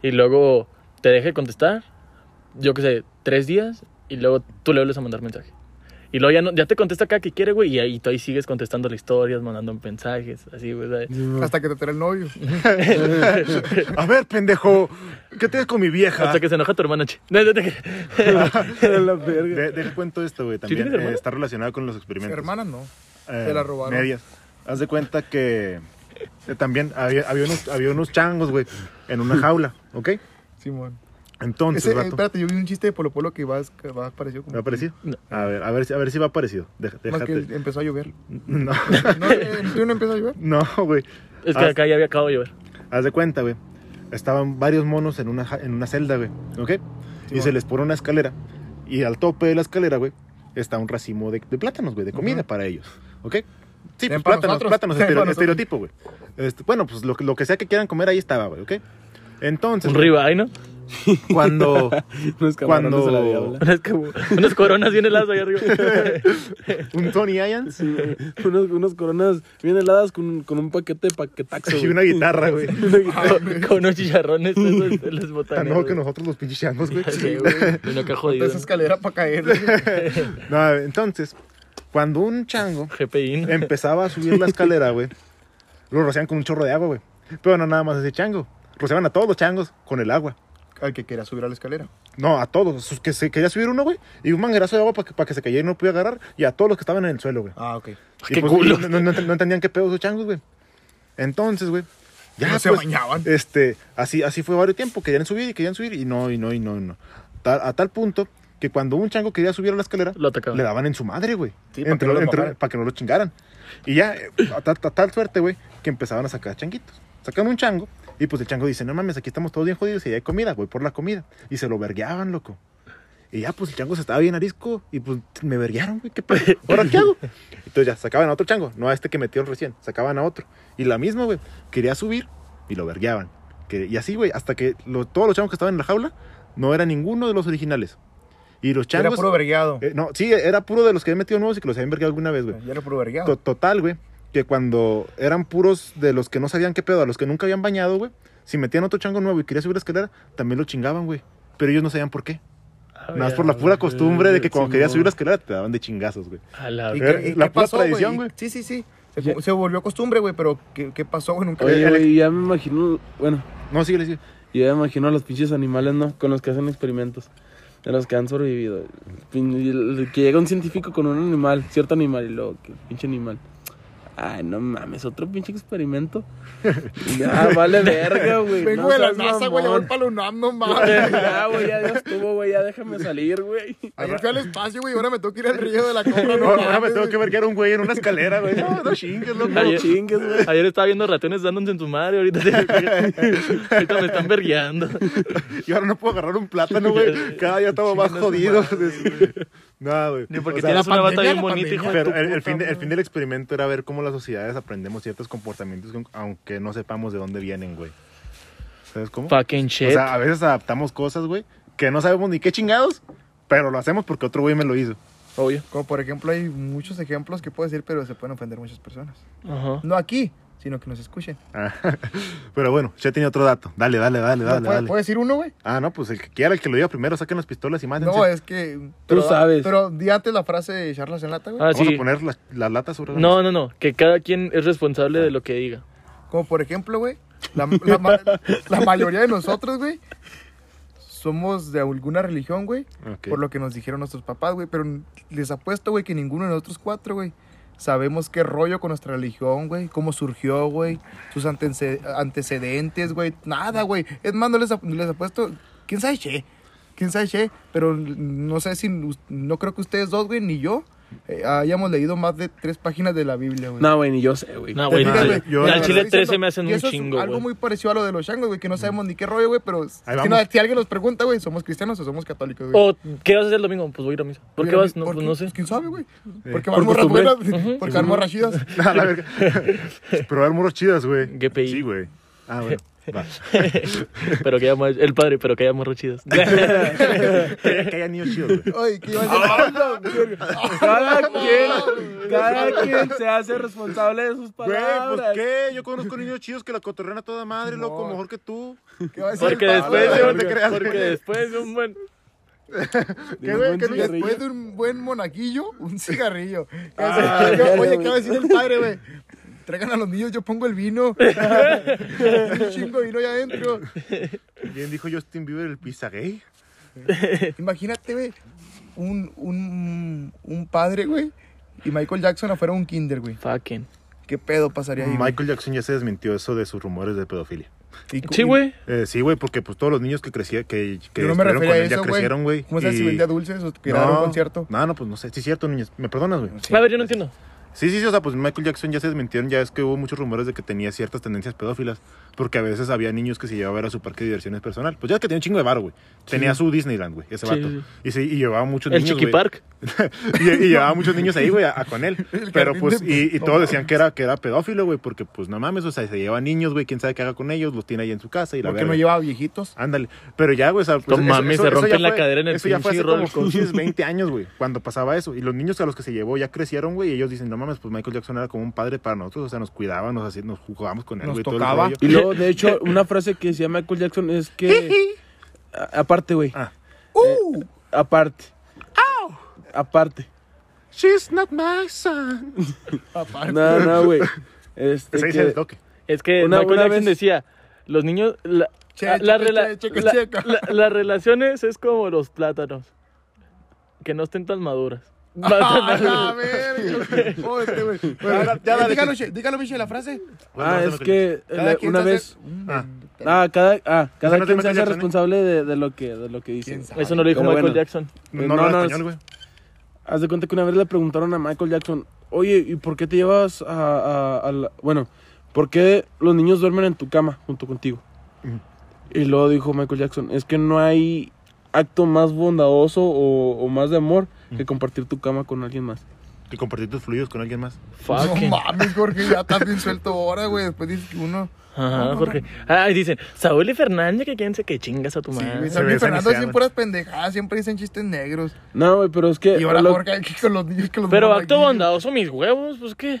[SPEAKER 2] Y luego te deja de contestar, yo qué sé, tres días. Y luego tú le vuelves a mandar mensaje. Y luego ya, no, ya te contesta cada que quiere, güey. Y ahí tú ahí sigues contestando las historias, mandando mensajes, así, güey. ¿sabes?
[SPEAKER 3] [LAUGHS]
[SPEAKER 4] Hasta que te trae el novio.
[SPEAKER 1] A ver, pendejo, ¿qué tienes con mi vieja?
[SPEAKER 2] Hasta que se enoja tu hermana, che. No, no te creas.
[SPEAKER 3] la verga.
[SPEAKER 1] De, deja cuento esto, güey, también.
[SPEAKER 2] tienes
[SPEAKER 1] eh,
[SPEAKER 2] hermana?
[SPEAKER 1] está relacionado con los experimentos.
[SPEAKER 4] Hermanas no.
[SPEAKER 1] Eh,
[SPEAKER 4] Te la robaron.
[SPEAKER 1] Medias. Haz de cuenta que eh, también había, había, unos, había unos changos, güey, en una jaula, ¿ok?
[SPEAKER 4] Simón.
[SPEAKER 1] Entonces,
[SPEAKER 4] Ese, eh,
[SPEAKER 1] vato,
[SPEAKER 4] espérate, yo vi un chiste de Polo Polo que va, que va parecido como.
[SPEAKER 1] ¿me ha parecido?
[SPEAKER 2] No.
[SPEAKER 1] A ver, a ver, si- a ver si va parecido. Deja-
[SPEAKER 4] Más que
[SPEAKER 1] déjate.
[SPEAKER 4] empezó a llover.
[SPEAKER 1] [LAUGHS] No,
[SPEAKER 4] ¿No, eh, ¿Tú no empezó a llover?
[SPEAKER 1] no, güey.
[SPEAKER 2] Es que
[SPEAKER 1] Haz-
[SPEAKER 2] acá ya había acabado de llover.
[SPEAKER 1] Haz de cuenta, güey. Estaban varios monos en una, ja- en una celda, güey, ¿ok? Y
[SPEAKER 4] Simón.
[SPEAKER 1] se les pone una escalera. Y al tope de la escalera, güey, está un racimo de, de plátanos, güey, de comida
[SPEAKER 4] Ujú.
[SPEAKER 1] para ellos, ¿ok? Sí,
[SPEAKER 4] Ven
[SPEAKER 1] pues
[SPEAKER 4] para
[SPEAKER 1] plátanos,
[SPEAKER 4] nosotros.
[SPEAKER 1] plátanos,
[SPEAKER 4] Ven
[SPEAKER 1] estere-
[SPEAKER 4] para nosotros.
[SPEAKER 1] estereotipo, güey. Este, bueno, pues lo, que- lo que sea que quieran comer ahí estaba, güey, ¿ok? Entonces,
[SPEAKER 2] Un ribeye, ¿no?
[SPEAKER 1] cuando,
[SPEAKER 3] Unos camarones
[SPEAKER 1] Cuando-
[SPEAKER 3] a la diabla.
[SPEAKER 2] Unas, como- unas coronas bien heladas
[SPEAKER 1] [LAUGHS]
[SPEAKER 2] allá arriba.
[SPEAKER 1] un Tony Ians
[SPEAKER 3] Sí, güey. unos, unos coronas bien heladas con, con un paquete de paquetaxo.
[SPEAKER 1] [LAUGHS] y una guitarra, güey.
[SPEAKER 2] con, con unos chicharrones esos de los
[SPEAKER 1] Tan
[SPEAKER 2] botaneros.
[SPEAKER 1] nuevo Ah, que
[SPEAKER 2] güey.
[SPEAKER 1] nosotros los pinches changos, güey.
[SPEAKER 2] Sí, güey. Bueno, qué jodido.
[SPEAKER 4] Esa escalera
[SPEAKER 1] [LAUGHS]
[SPEAKER 4] para caer. güey.
[SPEAKER 1] No, entonces, cuando un chango
[SPEAKER 2] GPI,
[SPEAKER 1] em,
[SPEAKER 2] ¿no?
[SPEAKER 1] empezaba a subir la escalera, güey. Lo rociaban con un chorro de agua, güey. Pero no nada más ese chango. Rociaban a todos los changos con el agua.
[SPEAKER 4] Al que quiera subir a la escalera.
[SPEAKER 1] No, a todos. Sus que se quería subir uno, güey. Y un manguerazo de agua para que, para que se cayera y no pudiera agarrar. Y a todos los que estaban en el suelo, güey.
[SPEAKER 4] Ah, ok.
[SPEAKER 1] Y
[SPEAKER 2] ¡Qué
[SPEAKER 1] pues,
[SPEAKER 2] culo!
[SPEAKER 1] y No, no- no entendían qué pedo esos changos, güey. Entonces, güey. Ya
[SPEAKER 4] No se
[SPEAKER 1] pues,
[SPEAKER 4] bañaban.
[SPEAKER 1] Este, así, así fue varios tiempo. Querían subir y querían subir. Y no, y no, y no, y no. Tal- a tal punto que cuando un chango quería subir a la escalera,
[SPEAKER 2] Lo atacaban.
[SPEAKER 1] le daban en su madre, güey.
[SPEAKER 4] Sí,
[SPEAKER 1] para, que no
[SPEAKER 4] lo
[SPEAKER 1] entre,
[SPEAKER 4] mamaran.
[SPEAKER 1] para que no lo chingaran. Y ya, eh, a ta- a tal, suerte, güey, que empezaban a sacar changuitos. Sacan un chango y pues el chango dice, no mames, aquí estamos todos bien jodidos y ya hay comida, voy por la comida. Y se lo vergueaban, loco. Y ya, pues el chango se estaba bien arisco y pues me verguearon, güey, qué
[SPEAKER 4] [LAUGHS]
[SPEAKER 1] pedo. ¿Ahora qué hago? Entonces ya, sacaban a otro chango, no a este que metieron recién, sacaban a otro. Y la misma, güey, quería subir y lo vergueaban. Que, y así, güey, hasta que lo- todos los changos que estaban en la jaula no era ninguno de los originales. Y los
[SPEAKER 4] Era
[SPEAKER 1] changos...
[SPEAKER 4] puro vergueado. Ah,
[SPEAKER 1] Eh, no, sí, era puro de los que habían metido nuevos y que los habían vergado alguna vez, güey.
[SPEAKER 4] Ya era puro
[SPEAKER 1] To-
[SPEAKER 4] vergueado.
[SPEAKER 1] total, güey, que cuando eran puros de los que no sabían qué pedo, a los que nunca habían bañado, güey, si metían otro chango nuevo y quería subir la escalera, también lo chingaban, güey. Pero ellos no sabían por qué.
[SPEAKER 2] A
[SPEAKER 1] Nada más
[SPEAKER 2] ver,
[SPEAKER 1] por la pura costumbre de que cuando
[SPEAKER 3] sí,
[SPEAKER 1] querías
[SPEAKER 3] no.
[SPEAKER 1] subir la escalera te daban de chingazos, güey.
[SPEAKER 2] A la
[SPEAKER 4] ¿Y
[SPEAKER 2] verga.
[SPEAKER 1] Era
[SPEAKER 4] qué- y
[SPEAKER 1] la
[SPEAKER 4] qué
[SPEAKER 1] pura
[SPEAKER 4] pasó, güey?
[SPEAKER 1] tradición, güey.
[SPEAKER 4] Sí, sí, sí. Se, se volvió costumbre, güey, pero ¿qué, qué pasó, güey? Nunca.
[SPEAKER 3] Oye, güey, ya me imagino. Bueno,
[SPEAKER 1] No, sí, les digo.
[SPEAKER 3] ya me imagino a los pinches animales, ¿no? Con los que hacen experimentos. De los que han sobrevivido. Pin- y el- Que llega un científico con un animal, cierto animal, y luego, que pinche animal. Ay, no mames, otro pinche experimento. [LAUGHS] Ya, vale verga, güey.
[SPEAKER 4] [LAUGHS] Vengo
[SPEAKER 3] no
[SPEAKER 4] de la
[SPEAKER 3] seas
[SPEAKER 4] NASA, güey, ya voy
[SPEAKER 3] mamón.
[SPEAKER 4] para la
[SPEAKER 1] [LAUGHS]
[SPEAKER 4] UNAM, no
[SPEAKER 3] [LAUGHS]
[SPEAKER 4] mames.
[SPEAKER 3] Ya, güey, ya Dios tuvo, güey, ya déjame salir, güey.
[SPEAKER 4] Ayer fui al espacio, güey, y ahora me tengo que ir al río
[SPEAKER 1] [LAUGHS]
[SPEAKER 4] de la compra, no
[SPEAKER 1] Ahora me
[SPEAKER 4] mames,
[SPEAKER 1] tengo
[SPEAKER 4] güey.
[SPEAKER 1] que verguear a un güey en una escalera, güey. No, no chingues, loco.
[SPEAKER 2] Ayer,
[SPEAKER 3] chingues, güey.
[SPEAKER 2] ayer estaba viendo ratones dándose en su madre, ahorita,
[SPEAKER 1] [LAUGHS]
[SPEAKER 2] ahorita me están vergueando.
[SPEAKER 1] Y ahora no puedo agarrar un plátano,
[SPEAKER 4] [LAUGHS]
[SPEAKER 1] güey. Cada día estamos más jodidos. [LAUGHS] Nada, güey.
[SPEAKER 2] Ni porque
[SPEAKER 1] O sea,
[SPEAKER 2] tienes
[SPEAKER 4] la
[SPEAKER 2] una bata
[SPEAKER 4] pandemia,
[SPEAKER 2] bien
[SPEAKER 4] la
[SPEAKER 2] bonita, hijo de
[SPEAKER 1] Pero
[SPEAKER 2] tu
[SPEAKER 1] el, el
[SPEAKER 2] puta
[SPEAKER 1] fin de- el
[SPEAKER 2] madre.
[SPEAKER 1] fin del experimento era ver cómo las sociedades aprendemos ciertos comportamientos, con- aunque no sepamos de dónde vienen, güey. ¿Sabes cómo?
[SPEAKER 2] Fucking shit.
[SPEAKER 1] O sea, a veces adaptamos cosas, güey, que no sabemos ni qué chingados, pero lo hacemos porque otro güey me lo hizo.
[SPEAKER 2] Obvio.
[SPEAKER 4] Como por ejemplo, hay muchos ejemplos que puedo decir, pero se pueden ofender muchas personas.
[SPEAKER 2] Ajá. Ah,
[SPEAKER 4] No aquí, sino que nos escuchen.
[SPEAKER 1] Ah, [LAUGHS] pero bueno, ya tenía otro dato. Dale, dale, dale, dale,
[SPEAKER 4] ¿Puedo,
[SPEAKER 1] dale.
[SPEAKER 4] puedo decir uno, güey?
[SPEAKER 1] Ah, no, pues el que quiera, el que lo diga primero, saquen las pistolas y mándense.
[SPEAKER 4] No, es que. pero-
[SPEAKER 3] sabes.
[SPEAKER 4] Pero di antes la frase de charlas en lata, güey.
[SPEAKER 2] Ah,
[SPEAKER 1] Vamos
[SPEAKER 2] sí.
[SPEAKER 1] a poner las, las latas sobre la
[SPEAKER 2] No, no, no. Que cada quien es responsable de lo que diga.
[SPEAKER 4] Como por ejemplo, güey, la, la ma- la mayoría de nosotros, güey, somos de alguna religión, güey,
[SPEAKER 1] mesa. Ah, Ok.
[SPEAKER 4] por lo que nos dijeron nuestros papás, güey, pero les apuesto, güey, que ninguno de nosotros cuatro, güey, sabemos qué rollo con nuestra religión, güey, cómo surgió, güey, sus antece- antecedentes, güey, nada, güey. Es más, no les, ap- les apuesto, quién sabe, che, quién sabe, che, pero no sé si, us- no creo que ustedes dos, güey, ni yo, eh, hayamos leído más de tres páginas de la Biblia, güey.
[SPEAKER 3] No, güey, ni yo sé, güey.
[SPEAKER 2] No, güey.
[SPEAKER 4] Te
[SPEAKER 1] no,
[SPEAKER 4] fijas,
[SPEAKER 2] Al
[SPEAKER 4] güey,
[SPEAKER 1] yo-
[SPEAKER 4] lo
[SPEAKER 1] al
[SPEAKER 4] que
[SPEAKER 2] Chile
[SPEAKER 4] estoy diciendo,
[SPEAKER 2] 13 me hacen
[SPEAKER 4] y
[SPEAKER 2] un
[SPEAKER 4] eso es
[SPEAKER 2] chingo,
[SPEAKER 4] Algo
[SPEAKER 2] güey. Mm.
[SPEAKER 4] muy parecido a lo de los changos, güey, que no sabemos ni qué rollo, güey, pero si,
[SPEAKER 1] Ahí
[SPEAKER 4] no-
[SPEAKER 1] vamos.
[SPEAKER 4] si alguien nos pregunta, güey, somos cristianos o somos católicos, güey.
[SPEAKER 2] ¿O qué vas a hacer el domingo? Pues voy a ir a misa. ¿Por qué
[SPEAKER 4] Oye,
[SPEAKER 2] vas? No,
[SPEAKER 4] ¿por
[SPEAKER 2] pues
[SPEAKER 4] qué?
[SPEAKER 2] no sé.
[SPEAKER 4] ¿Quién sabe, güey? Porque
[SPEAKER 1] Por
[SPEAKER 4] van morras
[SPEAKER 1] costumbre.
[SPEAKER 4] buenas, [LAUGHS] porque van morras chidas.
[SPEAKER 1] [LAUGHS] A la verga. Probar morros chidas, güey.
[SPEAKER 2] Qué pedí.
[SPEAKER 1] Sí, güey. Ah,
[SPEAKER 2] [LAUGHS]
[SPEAKER 1] bueno. Va. [LAUGHS]
[SPEAKER 2] pero que haya más- El padre, pero que haya morros chidos. [LAUGHS]
[SPEAKER 1] que haya- que haya niños chidos, güey.
[SPEAKER 4] Ay, ¿qué iba a decir? [LAUGHS]
[SPEAKER 3] Cada quien, cada quien se hace responsable de sus
[SPEAKER 1] Güey,
[SPEAKER 3] palabras.
[SPEAKER 1] pues qué, yo conozco niños chidos que la cotorrean a toda madre, loco,
[SPEAKER 4] No.
[SPEAKER 1] mejor que tú.
[SPEAKER 4] ¿Qué iba a decir?
[SPEAKER 2] Porque
[SPEAKER 4] el
[SPEAKER 2] después
[SPEAKER 4] Pablo?
[SPEAKER 2] de
[SPEAKER 1] No te creas,
[SPEAKER 2] un, porque
[SPEAKER 1] güey.
[SPEAKER 2] después de un buen...
[SPEAKER 4] ¿Qué, güey? Que
[SPEAKER 3] cigarrillo.
[SPEAKER 4] después de un buen monaguillo, un cigarrillo. ¿Qué iba
[SPEAKER 3] Ah,
[SPEAKER 4] a decir?
[SPEAKER 3] verga,
[SPEAKER 4] Oye, ¿qué
[SPEAKER 3] güey.
[SPEAKER 4] va a decir el padre, güey? Traigan a los niños, yo pongo
[SPEAKER 2] [LAUGHS]
[SPEAKER 4] el vino. un chingo de vino allá adentro.
[SPEAKER 1] Bien dijo Justin Bieber, el pizza gay.
[SPEAKER 4] Imagínate, güey, un, un, un padre, güey, y Michael Jackson afuera de un kinder, güey.
[SPEAKER 2] Fucking.
[SPEAKER 4] ¿Qué pedo pasaría ahí? güey?
[SPEAKER 1] Mm, Michael Jackson ya se desmintió eso de sus rumores de pedofilia.
[SPEAKER 4] Y-
[SPEAKER 2] Sí,
[SPEAKER 4] y-
[SPEAKER 2] güey.
[SPEAKER 1] Eh, sí, güey, porque pues todos los niños que crecieron, que, que
[SPEAKER 4] Yo no me
[SPEAKER 1] estuvieron
[SPEAKER 4] refería a
[SPEAKER 1] ya
[SPEAKER 4] eso,
[SPEAKER 1] crecieron, güey.
[SPEAKER 4] güey. ¿Cómo sabes
[SPEAKER 1] y-
[SPEAKER 4] si vendía dulces o que
[SPEAKER 1] No,
[SPEAKER 4] un concierto?
[SPEAKER 1] No, no, pues no sé. Sí, es cierto, niños. ¿Me perdonas, güey?
[SPEAKER 2] A ver, yo no entiendo.
[SPEAKER 1] Sí, sí, sí, o sea, pues Michael Jackson ya se desmintieron, ya es que hubo muchos rumores de que tenía ciertas tendencias pedófilas, porque a veces había niños que se llevaba a ver a su parque de diversiones personal. Pues ya es que tenía un chingo de varo, güey. Tenía su Disneyland, güey, ese
[SPEAKER 2] Sí,
[SPEAKER 1] vato.
[SPEAKER 2] sí, sí.
[SPEAKER 1] Y, sí, y llevaba muchos
[SPEAKER 2] El
[SPEAKER 1] niños,
[SPEAKER 2] Chiqui
[SPEAKER 1] güey.
[SPEAKER 2] Park.
[SPEAKER 1] y, y llevaba muchos niños ahí, güey, a, a
[SPEAKER 4] [LAUGHS]
[SPEAKER 1] con él. Pero
[SPEAKER 4] jardín
[SPEAKER 1] pues,
[SPEAKER 4] de-
[SPEAKER 1] y, y
[SPEAKER 4] no
[SPEAKER 1] todos decían que era, que era pedófilo, güey, porque pues no mames, o sea, se lleva niños, güey, quién sabe qué haga con ellos, los tiene ahí en su casa y la
[SPEAKER 4] ¿Por qué no
[SPEAKER 1] verga.
[SPEAKER 4] llevaba viejitos?
[SPEAKER 1] Ándale. Pero ya, güey, o sea, pues,
[SPEAKER 2] No mames, se rompen
[SPEAKER 1] ya
[SPEAKER 2] la cadera en el
[SPEAKER 1] Eso ya fue
[SPEAKER 2] pinche
[SPEAKER 1] hace como
[SPEAKER 2] roller
[SPEAKER 1] pinches 20 años, güey, cuando pasaba eso. Y los niños a los que se llevó ya crecieron, güey, y ellos dicen, no mames, pues Michael Jackson era como un padre para nosotros, o sea, nos cuidaba, nos, hacía- nos jugábamos con él,
[SPEAKER 4] Nos
[SPEAKER 1] güey, todo el
[SPEAKER 4] tocaba. [LAUGHS]
[SPEAKER 1] rollo.
[SPEAKER 3] Y luego, de hecho, una frase que decía Michael Jackson es que. A- aparte, güey.
[SPEAKER 1] Ah.
[SPEAKER 3] Eh, aparte. Aparte.
[SPEAKER 1] She's not my son.
[SPEAKER 4] Aparte.
[SPEAKER 3] No, no, güey.
[SPEAKER 1] Ese
[SPEAKER 3] Este, que-
[SPEAKER 1] dice el toque.
[SPEAKER 2] Es que
[SPEAKER 3] Una-
[SPEAKER 2] Michael
[SPEAKER 3] una
[SPEAKER 2] Jackson
[SPEAKER 3] vez-
[SPEAKER 2] decía, los niños, la-
[SPEAKER 4] Che,
[SPEAKER 2] la-
[SPEAKER 4] checa,
[SPEAKER 2] Ah, la rela-
[SPEAKER 4] checa,
[SPEAKER 2] la-
[SPEAKER 4] checa. [LAUGHS]
[SPEAKER 2] la- las relaciones es como los plátanos, que no estén tan maduras.
[SPEAKER 4] ¡Ah, la verga! Jódete, güey. Bueno,
[SPEAKER 1] Ya, ya, dale,
[SPEAKER 4] dígalo, che, dígalo, Michel, la frase.
[SPEAKER 1] Bueno,
[SPEAKER 3] ah,
[SPEAKER 1] no,
[SPEAKER 3] es
[SPEAKER 1] no,
[SPEAKER 3] que
[SPEAKER 4] Cada
[SPEAKER 3] eh,
[SPEAKER 4] quien
[SPEAKER 3] una
[SPEAKER 4] se
[SPEAKER 3] vez.
[SPEAKER 4] hace- Mm,
[SPEAKER 1] Ah.
[SPEAKER 4] tal.
[SPEAKER 3] Ah, cada, ah, cada
[SPEAKER 1] no te
[SPEAKER 3] quien se
[SPEAKER 1] metas,
[SPEAKER 3] hace
[SPEAKER 1] Jackson, ¿eh?
[SPEAKER 3] responsable de, de lo que, de lo que dice.
[SPEAKER 4] ¿Quién sabe?
[SPEAKER 2] Eso no lo dijo
[SPEAKER 3] Pero
[SPEAKER 2] Michael
[SPEAKER 3] bueno.
[SPEAKER 2] Jackson.
[SPEAKER 1] No,
[SPEAKER 3] No,
[SPEAKER 1] no,
[SPEAKER 3] no,
[SPEAKER 1] habla
[SPEAKER 3] es-
[SPEAKER 1] español, güey.
[SPEAKER 3] Haz de cuenta que una vez le preguntaron a Michael Jackson, oye, ¿y por qué te llevas a, a- a la- Bueno, ¿por qué los niños duermen en tu cama junto contigo?
[SPEAKER 4] Mm.
[SPEAKER 1] Ujú.
[SPEAKER 3] Y luego dijo Michael Jackson, es que no hay acto más bondadoso o, o más de amor
[SPEAKER 4] Mm.
[SPEAKER 3] que compartir tu cama con alguien más.
[SPEAKER 1] Que compartir tus fluidos con alguien más.
[SPEAKER 4] No
[SPEAKER 2] Fucking.
[SPEAKER 4] mames, Jorge, ya estás bien suelto ahora, güey. Después dices que uno.
[SPEAKER 2] Ajá, porque, ay, dicen, Saúl y Fernández, que quédense que chingas a tu
[SPEAKER 4] Sí,
[SPEAKER 2] madre.
[SPEAKER 4] güey.
[SPEAKER 1] Se
[SPEAKER 4] San Luis
[SPEAKER 1] besan y
[SPEAKER 4] Fernando
[SPEAKER 1] se
[SPEAKER 4] dicen
[SPEAKER 1] aman.
[SPEAKER 4] puras pendejadas, siempre dicen chistes negros.
[SPEAKER 3] No, güey, pero es que...
[SPEAKER 4] Y ahora
[SPEAKER 3] Eh, lo-
[SPEAKER 4] Jorge, aquí con los niños que los
[SPEAKER 2] Pero
[SPEAKER 4] mandan
[SPEAKER 2] acto
[SPEAKER 4] aquí.
[SPEAKER 2] bondadoso, mis huevos, pues qué.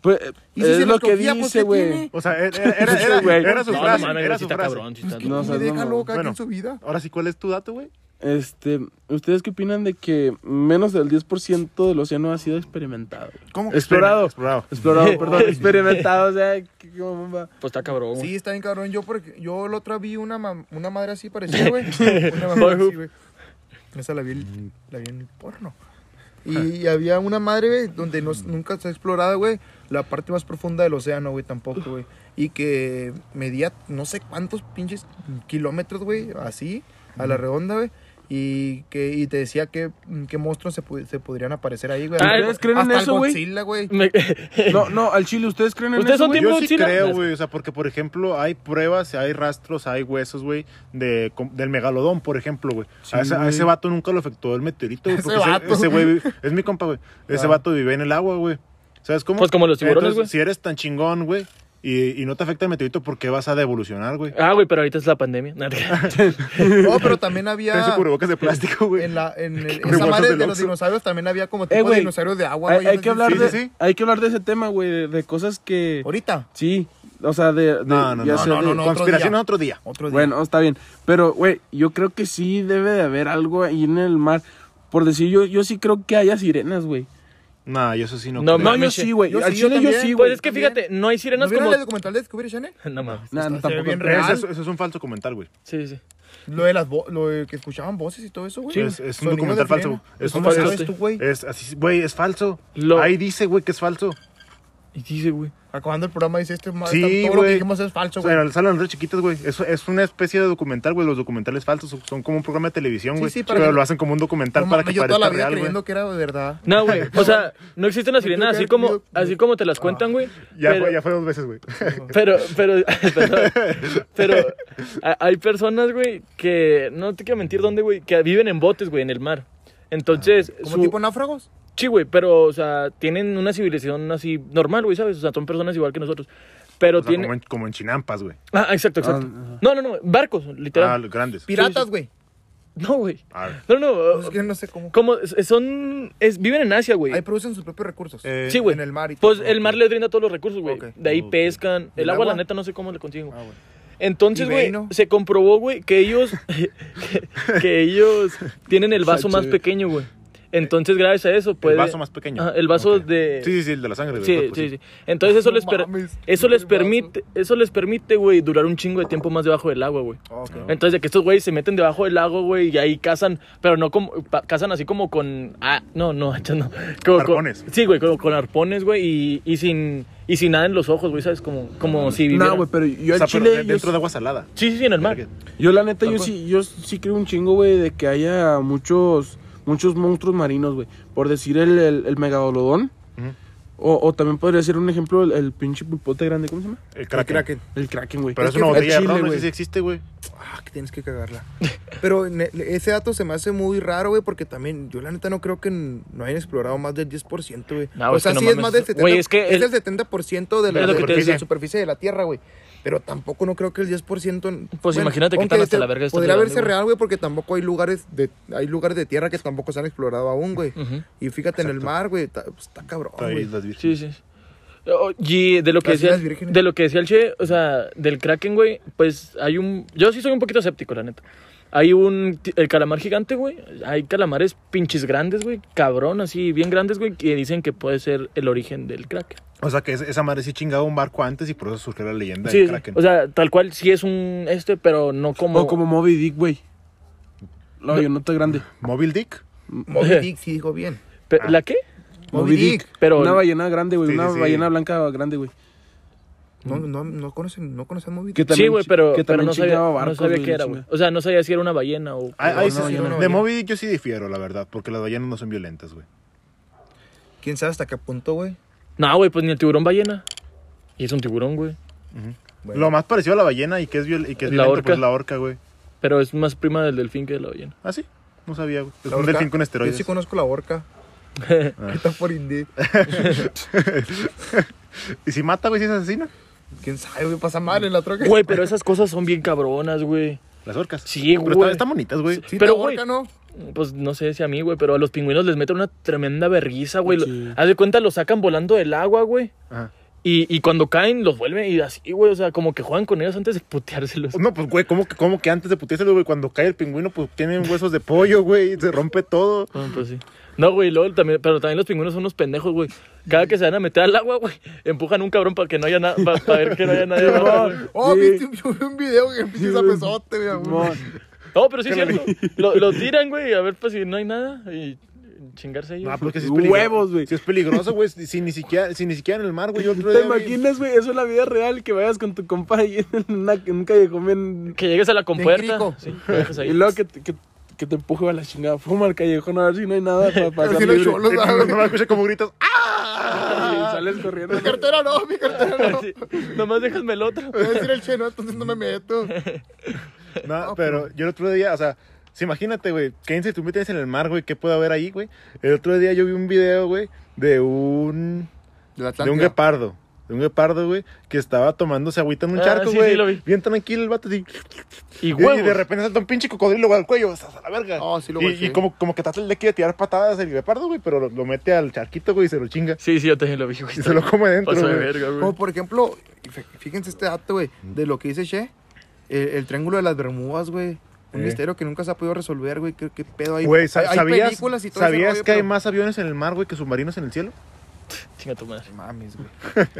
[SPEAKER 3] pues,
[SPEAKER 4] Y si
[SPEAKER 3] es
[SPEAKER 4] se
[SPEAKER 3] lo
[SPEAKER 4] los
[SPEAKER 3] que
[SPEAKER 4] confía, pues,
[SPEAKER 3] dice,
[SPEAKER 4] ¿qué
[SPEAKER 3] güey.
[SPEAKER 4] tiene?
[SPEAKER 1] O sea, e-, era, era, era,
[SPEAKER 3] Sí, güey.
[SPEAKER 1] era su
[SPEAKER 2] No,
[SPEAKER 1] frase.
[SPEAKER 2] no mames,
[SPEAKER 1] era
[SPEAKER 2] güey, sí
[SPEAKER 1] su
[SPEAKER 2] está
[SPEAKER 1] frase.
[SPEAKER 2] cabrón, sí
[SPEAKER 4] Pues
[SPEAKER 2] está-
[SPEAKER 4] que
[SPEAKER 3] No,
[SPEAKER 4] no,
[SPEAKER 3] seas
[SPEAKER 4] me deja
[SPEAKER 3] mamón.
[SPEAKER 4] loca aquí
[SPEAKER 1] Bueno.
[SPEAKER 4] en su vida.
[SPEAKER 1] Ahora sí, ¿cuál es tu dato, güey?
[SPEAKER 3] Este, ¿ustedes qué opinan de que menos del 10% del océano ha sido experimentado?
[SPEAKER 4] ¿Cómo?
[SPEAKER 3] Explorado.
[SPEAKER 1] Explorado.
[SPEAKER 3] Explorado,
[SPEAKER 4] [LAUGHS]
[SPEAKER 3] perdón, experimentado, o sea, qué- qué mamá.
[SPEAKER 2] Pues está cabrón. güey.
[SPEAKER 4] Sí, está bien cabrón. Yo porque yo la otra vi una, mam- una
[SPEAKER 3] [LAUGHS]
[SPEAKER 4] madre así parecida, güey. Una mamá así, güey. Esa la vi, en- la vi en el porno. Y, y había una madre, güey, donde no, nunca se ha explorado, güey, la parte más profunda del océano, güey, tampoco, güey. Y que medía no sé cuántos pinches kilómetros, güey, así, a la redonda, güey. Y, que, y te decía que, mm, qué monstruos se, pu- se podrían aparecer ahí, güey.
[SPEAKER 2] Ah,
[SPEAKER 4] Hasta-
[SPEAKER 2] ¿ustedes
[SPEAKER 3] creen en
[SPEAKER 4] hasta el
[SPEAKER 3] eso, güey?
[SPEAKER 4] Godzilla, güey.
[SPEAKER 3] [LAUGHS]
[SPEAKER 2] Me- [LAUGHS]
[SPEAKER 3] No, no, al chile, ¿ustedes creen en
[SPEAKER 2] ¿Ustedes
[SPEAKER 3] eso,
[SPEAKER 2] son
[SPEAKER 3] güey?
[SPEAKER 2] tipo
[SPEAKER 1] Yo sí
[SPEAKER 2] Godzilla?
[SPEAKER 1] creo, güey. O sea, porque, por ejemplo, hay pruebas, hay rastros, hay huesos, güey, de, com- del megalodón, por ejemplo, güey. a, ese, a ese vato nunca lo afectó el meteorito, güey.
[SPEAKER 4] Ese
[SPEAKER 1] porque ese-
[SPEAKER 4] vato.
[SPEAKER 1] Ese güey, es mi compa, güey. Ese
[SPEAKER 4] Ah.
[SPEAKER 1] vato vive en el agua, güey. ¿Sabes cómo?
[SPEAKER 2] Pues como los tiburones,
[SPEAKER 1] Entonces,
[SPEAKER 2] güey.
[SPEAKER 1] Si eres tan chingón, güey, y, y no te afecta el meteorito, ¿por qué vas a devolucionar, güey?
[SPEAKER 2] Ah, güey, pero ahorita es la pandemia. No,
[SPEAKER 4] No, pero también
[SPEAKER 1] Traes
[SPEAKER 4] había...
[SPEAKER 1] un cubrebocas de plástico, güey.
[SPEAKER 4] En, la, en el- esa
[SPEAKER 1] Cubrebocas
[SPEAKER 4] madre
[SPEAKER 1] del
[SPEAKER 4] de los
[SPEAKER 1] Oxxo.
[SPEAKER 4] dinosaurios también había como tipo de
[SPEAKER 3] Eh, güey.
[SPEAKER 4] dinosaurios de agua,
[SPEAKER 3] Hay,
[SPEAKER 4] güey.
[SPEAKER 3] hay
[SPEAKER 4] no
[SPEAKER 3] que
[SPEAKER 4] sé
[SPEAKER 3] hablar
[SPEAKER 4] si-
[SPEAKER 3] de,
[SPEAKER 1] sí, sí.
[SPEAKER 3] hay que hablar de ese tema, güey, de, de cosas que...
[SPEAKER 4] Ahorita.
[SPEAKER 3] Sí, o sea, de... de-
[SPEAKER 1] No, no,
[SPEAKER 3] ya
[SPEAKER 1] no,
[SPEAKER 3] sea
[SPEAKER 1] no,
[SPEAKER 3] de-
[SPEAKER 1] no,
[SPEAKER 4] no, otro
[SPEAKER 1] Conspiración
[SPEAKER 4] día.
[SPEAKER 1] otro día.
[SPEAKER 4] Otro día.
[SPEAKER 3] Bueno, está bien. Pero, güey, yo creo que sí debe de haber algo ahí en el mar. Por decir, yo, yo sí creo que haya sirenas, güey.
[SPEAKER 1] No, yo eso sí no,
[SPEAKER 2] No,
[SPEAKER 1] creo.
[SPEAKER 3] No, yo
[SPEAKER 2] mames,
[SPEAKER 3] sí, güey.
[SPEAKER 4] yo
[SPEAKER 3] Al
[SPEAKER 4] sí, yo
[SPEAKER 3] chile
[SPEAKER 2] [LAUGHS]
[SPEAKER 3] yo
[SPEAKER 4] también,
[SPEAKER 3] sí,
[SPEAKER 2] Pues
[SPEAKER 3] güey.
[SPEAKER 2] es que fíjate, no hay
[SPEAKER 4] ¿No
[SPEAKER 2] sirenas
[SPEAKER 4] vieron
[SPEAKER 2] como.
[SPEAKER 4] el documental de Discovery Channel?
[SPEAKER 2] [LAUGHS] No mames.
[SPEAKER 3] Nah, no,
[SPEAKER 4] Está- se ve
[SPEAKER 3] tampoco.
[SPEAKER 4] bien
[SPEAKER 3] creo.
[SPEAKER 4] real.
[SPEAKER 1] Eso, es- eso es un falso documental, güey.
[SPEAKER 2] Sí, sí.
[SPEAKER 4] Lo de las vo- lo de que escuchaban voces y todo eso, güey.
[SPEAKER 1] Sí, es- es un
[SPEAKER 4] Sonido
[SPEAKER 1] documental
[SPEAKER 4] de
[SPEAKER 1] falso, Eh.
[SPEAKER 4] sirena.
[SPEAKER 1] güey. Es
[SPEAKER 4] ¿Cómo
[SPEAKER 2] un
[SPEAKER 4] sabes
[SPEAKER 2] falso.
[SPEAKER 4] tú, güey?
[SPEAKER 1] Es así, güey, es falso.
[SPEAKER 2] Lo-
[SPEAKER 1] Ahí dice, güey, que es falso.
[SPEAKER 2] Y dice, güey.
[SPEAKER 4] Acabando el programa dice este ma-
[SPEAKER 1] Sí,
[SPEAKER 4] está- todo lo que
[SPEAKER 1] güey.
[SPEAKER 4] dijimos es falso,
[SPEAKER 1] O
[SPEAKER 4] güey.
[SPEAKER 1] sea, salen las chiquitas, güey. Eso es una especie de documental, güey. Los documentales falsos son- son como un programa de televisión,
[SPEAKER 4] Sí,
[SPEAKER 1] güey.
[SPEAKER 4] sí, para
[SPEAKER 1] pero
[SPEAKER 4] que-
[SPEAKER 1] lo hacen como un documental
[SPEAKER 4] No
[SPEAKER 1] para
[SPEAKER 4] mames,
[SPEAKER 1] que
[SPEAKER 4] yo toda la
[SPEAKER 1] parezca
[SPEAKER 4] vida
[SPEAKER 1] real, güey.
[SPEAKER 4] creyendo que era de verdad.
[SPEAKER 2] No,
[SPEAKER 1] [LAUGHS]
[SPEAKER 2] güey. O sea, no existen las
[SPEAKER 4] Me tuve
[SPEAKER 2] sirenas así
[SPEAKER 4] que haber
[SPEAKER 2] como,
[SPEAKER 4] comido-
[SPEAKER 2] así como te las cuentan, güey.
[SPEAKER 1] Ah, Ya,
[SPEAKER 2] pero-
[SPEAKER 1] fue, ya fue dos veces,
[SPEAKER 4] [LAUGHS]
[SPEAKER 1] güey.
[SPEAKER 2] Pero, pero, [LAUGHS] perdón,
[SPEAKER 1] [LAUGHS]
[SPEAKER 2] pero, a- hay personas, güey, que, no te quiero mentir dónde, güey, que viven en botes, güey, en el mar.
[SPEAKER 1] Ah,
[SPEAKER 2] Entonces,
[SPEAKER 4] Como
[SPEAKER 2] su,
[SPEAKER 4] tipo náufragos.
[SPEAKER 2] sí, güey, pero, o sea, tienen una civilización así normal, güey, ¿sabes? O sea, son personas igual que nosotros. Pero
[SPEAKER 1] O sea,
[SPEAKER 2] tienen...
[SPEAKER 1] como, en, como en chinampas, güey.
[SPEAKER 2] Ah, exacto, exacto.
[SPEAKER 3] Ah,
[SPEAKER 2] no, no, no, barcos, literal.
[SPEAKER 1] Ah, los grandes.
[SPEAKER 4] Piratas, güey.
[SPEAKER 2] no, güey.
[SPEAKER 1] A ver.
[SPEAKER 2] No, no,
[SPEAKER 4] Es que no sé cómo.
[SPEAKER 2] como es- son... Es, viven en Asia, güey.
[SPEAKER 4] Ahí producen sus propios recursos.
[SPEAKER 1] Eh,
[SPEAKER 2] Sí, güey.
[SPEAKER 4] En el mar y
[SPEAKER 2] Pues
[SPEAKER 4] todo.
[SPEAKER 2] el mar les brinda todos los recursos, güey.
[SPEAKER 4] Ok.
[SPEAKER 2] De ahí
[SPEAKER 1] Ok.
[SPEAKER 2] pescan. El
[SPEAKER 4] ¿Del
[SPEAKER 2] agua, la
[SPEAKER 4] agua?
[SPEAKER 2] neta, no sé cómo le consiguen, güey.
[SPEAKER 4] Ah, güey.
[SPEAKER 2] Entonces,
[SPEAKER 4] Y
[SPEAKER 2] güey,
[SPEAKER 4] Beino.
[SPEAKER 2] se comprobó, güey, que ellos, [LAUGHS] que, que ellos tienen el vaso más
[SPEAKER 3] Sánchez.
[SPEAKER 2] pequeño, güey. Entonces, gracias a eso, puede...
[SPEAKER 1] vaso más pequeño.
[SPEAKER 2] Ajá, el vaso
[SPEAKER 1] Ok.
[SPEAKER 2] de...
[SPEAKER 1] Sí, sí, sí, el de la sangre, güey.
[SPEAKER 2] Sí,
[SPEAKER 1] Pues,
[SPEAKER 2] sí,
[SPEAKER 1] pues,
[SPEAKER 2] sí. Entonces eso
[SPEAKER 4] No
[SPEAKER 2] les, per-
[SPEAKER 4] mames,
[SPEAKER 2] eso les
[SPEAKER 4] el vaso.
[SPEAKER 2] permite, eso les permite, güey, durar un chingo de tiempo más debajo del agua, güey.
[SPEAKER 4] Ok.
[SPEAKER 1] No.
[SPEAKER 2] Entonces, de que estos güeyes se meten debajo del lago, güey, y ahí cazan, pero no como, pa- cazan así como con, ah, no, no, [LAUGHS] hachas no. Como con-
[SPEAKER 1] Arpones.
[SPEAKER 2] sí, güey, como con arpones, güey, y, y sin, y sin nada en los ojos, güey, ¿sabes? Como, como si viviera.
[SPEAKER 3] No, güey, pero
[SPEAKER 1] O
[SPEAKER 3] yo
[SPEAKER 1] sea,
[SPEAKER 3] al
[SPEAKER 1] pero
[SPEAKER 3] chile...
[SPEAKER 1] de-
[SPEAKER 3] yo
[SPEAKER 1] dentro
[SPEAKER 3] sí-
[SPEAKER 1] de agua salada.
[SPEAKER 2] Sí, sí, sí, en el mar.
[SPEAKER 3] Yo la neta, yo sí, yo sí creo un chingo, güey, de que haya muchos, muchos monstruos marinos, güey. Por decir el, el, el megalodón.
[SPEAKER 1] Ujú.
[SPEAKER 3] O, o también podría ser un ejemplo el, el pinche pulpote grande, ¿cómo se llama?
[SPEAKER 1] El
[SPEAKER 4] El
[SPEAKER 1] kraken.
[SPEAKER 4] Kraken.
[SPEAKER 3] El kraken, güey.
[SPEAKER 1] Pero
[SPEAKER 4] Es
[SPEAKER 1] es
[SPEAKER 4] que
[SPEAKER 1] una
[SPEAKER 4] fue
[SPEAKER 1] botella de
[SPEAKER 3] Chile,
[SPEAKER 1] ron, no sé
[SPEAKER 3] güey.
[SPEAKER 1] si existe, güey.
[SPEAKER 4] Ah, que tienes que cagarla. Pero ne- ese dato se me hace muy raro, güey, porque también yo la neta no creo que n- no hayan explorado más del 10%, güey.
[SPEAKER 2] No,
[SPEAKER 4] o
[SPEAKER 2] es
[SPEAKER 4] sea,
[SPEAKER 2] que no
[SPEAKER 4] sí es
[SPEAKER 2] mames.
[SPEAKER 4] más del 70%.
[SPEAKER 2] Güey, es que el-
[SPEAKER 4] el 70% de la,
[SPEAKER 2] Es lo que te
[SPEAKER 4] de
[SPEAKER 2] decía.
[SPEAKER 4] la superficie de la Tierra, güey. Pero tampoco no creo que el 10%...
[SPEAKER 2] Pues imagínate que
[SPEAKER 4] aunque
[SPEAKER 2] tan hasta
[SPEAKER 4] te-
[SPEAKER 2] la verga estás
[SPEAKER 4] Podría
[SPEAKER 2] grabando,
[SPEAKER 4] verse
[SPEAKER 2] güey.
[SPEAKER 4] real, güey, porque tampoco hay lugares de hay lugares de tierra que tampoco se han explorado aún, güey.
[SPEAKER 2] Ujú.
[SPEAKER 4] Y fíjate en el mar, güey, está, pues, está cabrón,
[SPEAKER 1] Está ahí
[SPEAKER 4] güey.
[SPEAKER 1] las vírgenes.
[SPEAKER 2] Sí, sí. Oh, Y de lo que
[SPEAKER 4] Las
[SPEAKER 2] decía,
[SPEAKER 4] Islas Vírgenes.
[SPEAKER 2] de lo que decía el Che, o sea, del Kraken, güey, pues hay un, yo sí soy un poquito escéptico, la neta. Hay un, ti- el calamar gigante, güey, hay calamares pinches grandes, güey, cabrón, así, bien grandes, güey, que dicen que puede ser el origen del Kraken.
[SPEAKER 1] O sea, que es- esa madre sí chingaba un barco antes y por eso surgió la leyenda
[SPEAKER 2] Sí,
[SPEAKER 1] del
[SPEAKER 2] sí.
[SPEAKER 1] kraken.
[SPEAKER 2] o sea, tal cual sí es un este, pero no como...
[SPEAKER 3] O como Moby Dick, güey. La avioneta grande.
[SPEAKER 1] Móvil Dick.
[SPEAKER 2] [LAUGHS]
[SPEAKER 4] Moby Dick sí dijo bien.
[SPEAKER 2] Pe-
[SPEAKER 3] Ah.
[SPEAKER 2] ¿La qué?
[SPEAKER 4] Moby Dick.
[SPEAKER 2] Pero-
[SPEAKER 3] Una ballena grande, güey.
[SPEAKER 1] Sí,
[SPEAKER 3] una
[SPEAKER 1] sí, sí.
[SPEAKER 3] ballena blanca grande, güey.
[SPEAKER 4] No, no, no conocen, no conocen Moby
[SPEAKER 3] Que
[SPEAKER 4] Dick.
[SPEAKER 3] también
[SPEAKER 2] sí, güey,
[SPEAKER 3] chi-
[SPEAKER 2] pero,
[SPEAKER 3] que
[SPEAKER 2] pero
[SPEAKER 3] también
[SPEAKER 2] no sabía,
[SPEAKER 3] chingaba
[SPEAKER 2] no
[SPEAKER 3] barcos,
[SPEAKER 2] sabía
[SPEAKER 3] güey, Ah.
[SPEAKER 2] qué era,
[SPEAKER 3] la
[SPEAKER 2] güey.
[SPEAKER 3] chingada.
[SPEAKER 2] O sea, no sabía si era una ballena o...
[SPEAKER 1] Ay, ay,
[SPEAKER 4] no,
[SPEAKER 1] sí,
[SPEAKER 4] no,
[SPEAKER 1] sí,
[SPEAKER 4] yo no
[SPEAKER 1] de
[SPEAKER 4] veía.
[SPEAKER 1] Moby Dick yo sí difiero, la verdad, porque las ballenas no son violentas, güey.
[SPEAKER 4] ¿Quién sabe hasta qué punto, güey?
[SPEAKER 2] No, güey, pues ni el tiburón ballena. Y es un tiburón, güey.
[SPEAKER 4] Bueno.
[SPEAKER 1] Lo más parecido a la ballena y que es, viol y que es
[SPEAKER 2] La
[SPEAKER 1] violento,
[SPEAKER 2] orca.
[SPEAKER 1] pues la orca, güey.
[SPEAKER 2] Pero es más prima del delfín que de la ballena.
[SPEAKER 1] Ah, sí, no sabía, güey. Es
[SPEAKER 4] La
[SPEAKER 1] un
[SPEAKER 4] orca.
[SPEAKER 1] delfín con
[SPEAKER 4] Yo
[SPEAKER 1] esteroides. Ah.
[SPEAKER 4] sí conozco la orca. [LAUGHS] Está por indie.
[SPEAKER 1] ¿Y si mata, güey, si es asesina?
[SPEAKER 4] ¿Quién sabe, güey? Pasa mal en la troca.
[SPEAKER 2] Güey, pero esas cosas son bien cabronas, güey.
[SPEAKER 1] Las orcas.
[SPEAKER 2] Sí,
[SPEAKER 1] Pero
[SPEAKER 2] güey.
[SPEAKER 1] están, están bonitas, güey.
[SPEAKER 4] Sí,
[SPEAKER 2] pero,
[SPEAKER 4] la orca,
[SPEAKER 2] güey.
[SPEAKER 4] ¿no?
[SPEAKER 2] Pues no sé si a mí, güey, pero a los pingüinos les meten una tremenda verguiza, güey. Lo-
[SPEAKER 3] Sí.
[SPEAKER 2] Haz de cuenta, los sacan volando del agua, güey.
[SPEAKER 1] Ajá.
[SPEAKER 2] Y, y cuando caen, los vuelven y así, güey. O sea, como que juegan con ellos antes de puteárselos.
[SPEAKER 1] No, pues, güey, ¿cómo que, cómo que antes de puteárselo, güey? Cuando cae el pingüino, pues tienen huesos de pollo, güey, y se rompe todo.
[SPEAKER 2] Ah, pues sí. No, güey, luego también, pero también los pingüinos son unos pendejos, güey. Cada que se van a meter al agua, güey, empujan un cabrón para que no haya nada, para ver que no haya
[SPEAKER 4] [LAUGHS]
[SPEAKER 2] nadie abajo, güey.
[SPEAKER 4] Oh,
[SPEAKER 3] Sí.
[SPEAKER 4] viste, yo vi un video que empieza a pesote,
[SPEAKER 1] [LAUGHS]
[SPEAKER 4] güey.
[SPEAKER 3] Simón.
[SPEAKER 2] No, pero sí es cierto. Lo, lo tiran, güey, a ver pues si no hay nada. Y, chingarse ellos.
[SPEAKER 1] No, pero es que sí es
[SPEAKER 3] Huevos,
[SPEAKER 1] peligroso.
[SPEAKER 3] güey.
[SPEAKER 1] Sí es peligroso, güey. Si si ni siquiera, si ni siquiera en el mar, güey. Yo otro
[SPEAKER 3] ¿Te
[SPEAKER 1] día, güey,
[SPEAKER 3] imaginas, güey? Eso es la vida real, que vayas con tu compa ahí en, una, en un callejón bien...
[SPEAKER 2] Que llegues a la compuerta.
[SPEAKER 4] crico.
[SPEAKER 2] Sí, lo dejas ahí.
[SPEAKER 3] Y luego que, te- que, que te empuje a la chingada. Fuma al callejón a ver si no hay nada para pasar
[SPEAKER 4] Así los
[SPEAKER 3] libre.
[SPEAKER 4] cholos,
[SPEAKER 1] No
[SPEAKER 4] ¿sabes?
[SPEAKER 1] me escucha como [LAUGHS] gritas.
[SPEAKER 4] Ah,
[SPEAKER 3] Y
[SPEAKER 1] ¡Ah!
[SPEAKER 3] sales corriendo.
[SPEAKER 4] Mi cartera no, mi cartera
[SPEAKER 2] [LAUGHS]
[SPEAKER 4] no.
[SPEAKER 2] Sí, Nomás déjame el otro.
[SPEAKER 4] Me va a decir el cheno, entonces no me meto.
[SPEAKER 1] No, pero yo el otro día, o sea, sí, imagínate, güey, qué incertidumbre tienes en el mar, güey, qué puede haber ahí, güey. El otro día yo vi un video, güey, de un
[SPEAKER 4] De la
[SPEAKER 1] de un
[SPEAKER 4] Atlántida.
[SPEAKER 1] guepardo, de un guepardo, güey, que estaba tomándose agüita en un
[SPEAKER 2] Ah,
[SPEAKER 1] charco,
[SPEAKER 2] sí,
[SPEAKER 1] güey.
[SPEAKER 2] sí, lo vi.
[SPEAKER 1] Bien tranquilo el vato así,
[SPEAKER 2] Y
[SPEAKER 1] y,
[SPEAKER 2] huevos.
[SPEAKER 1] de repente salta un pinche cocodrilo güey, al cuello, hasta a la verga.
[SPEAKER 4] Ah, sí lo
[SPEAKER 1] y,
[SPEAKER 4] golpeé.
[SPEAKER 1] y como como que trata le quiere tirar patadas el guepardo, güey, pero lo, lo mete al charquito, güey, y se lo chinga.
[SPEAKER 2] Sí, sí, yo también lo vi, güey.
[SPEAKER 1] Y se lo come dentro,
[SPEAKER 2] Pasó de
[SPEAKER 1] güey.
[SPEAKER 2] verga, güey.
[SPEAKER 4] Como por ejemplo, fí- fíjense este dato, güey, de lo que dice Che, el, el triángulo de las Bermudas, güey. Un
[SPEAKER 1] Eh.
[SPEAKER 4] misterio que nunca se ha podido resolver, güey. ¿Qué, qué pedo hay?
[SPEAKER 1] Güey,
[SPEAKER 4] Hay-
[SPEAKER 1] sa-
[SPEAKER 4] hay
[SPEAKER 1] ¿sabías,
[SPEAKER 4] películas y todo ese
[SPEAKER 1] ¿sabías
[SPEAKER 4] rollo,
[SPEAKER 1] que hay
[SPEAKER 4] pero-
[SPEAKER 1] más aviones en el mar, güey, que submarinos en el cielo?
[SPEAKER 2] Chinga tu madre.
[SPEAKER 4] Mames, güey.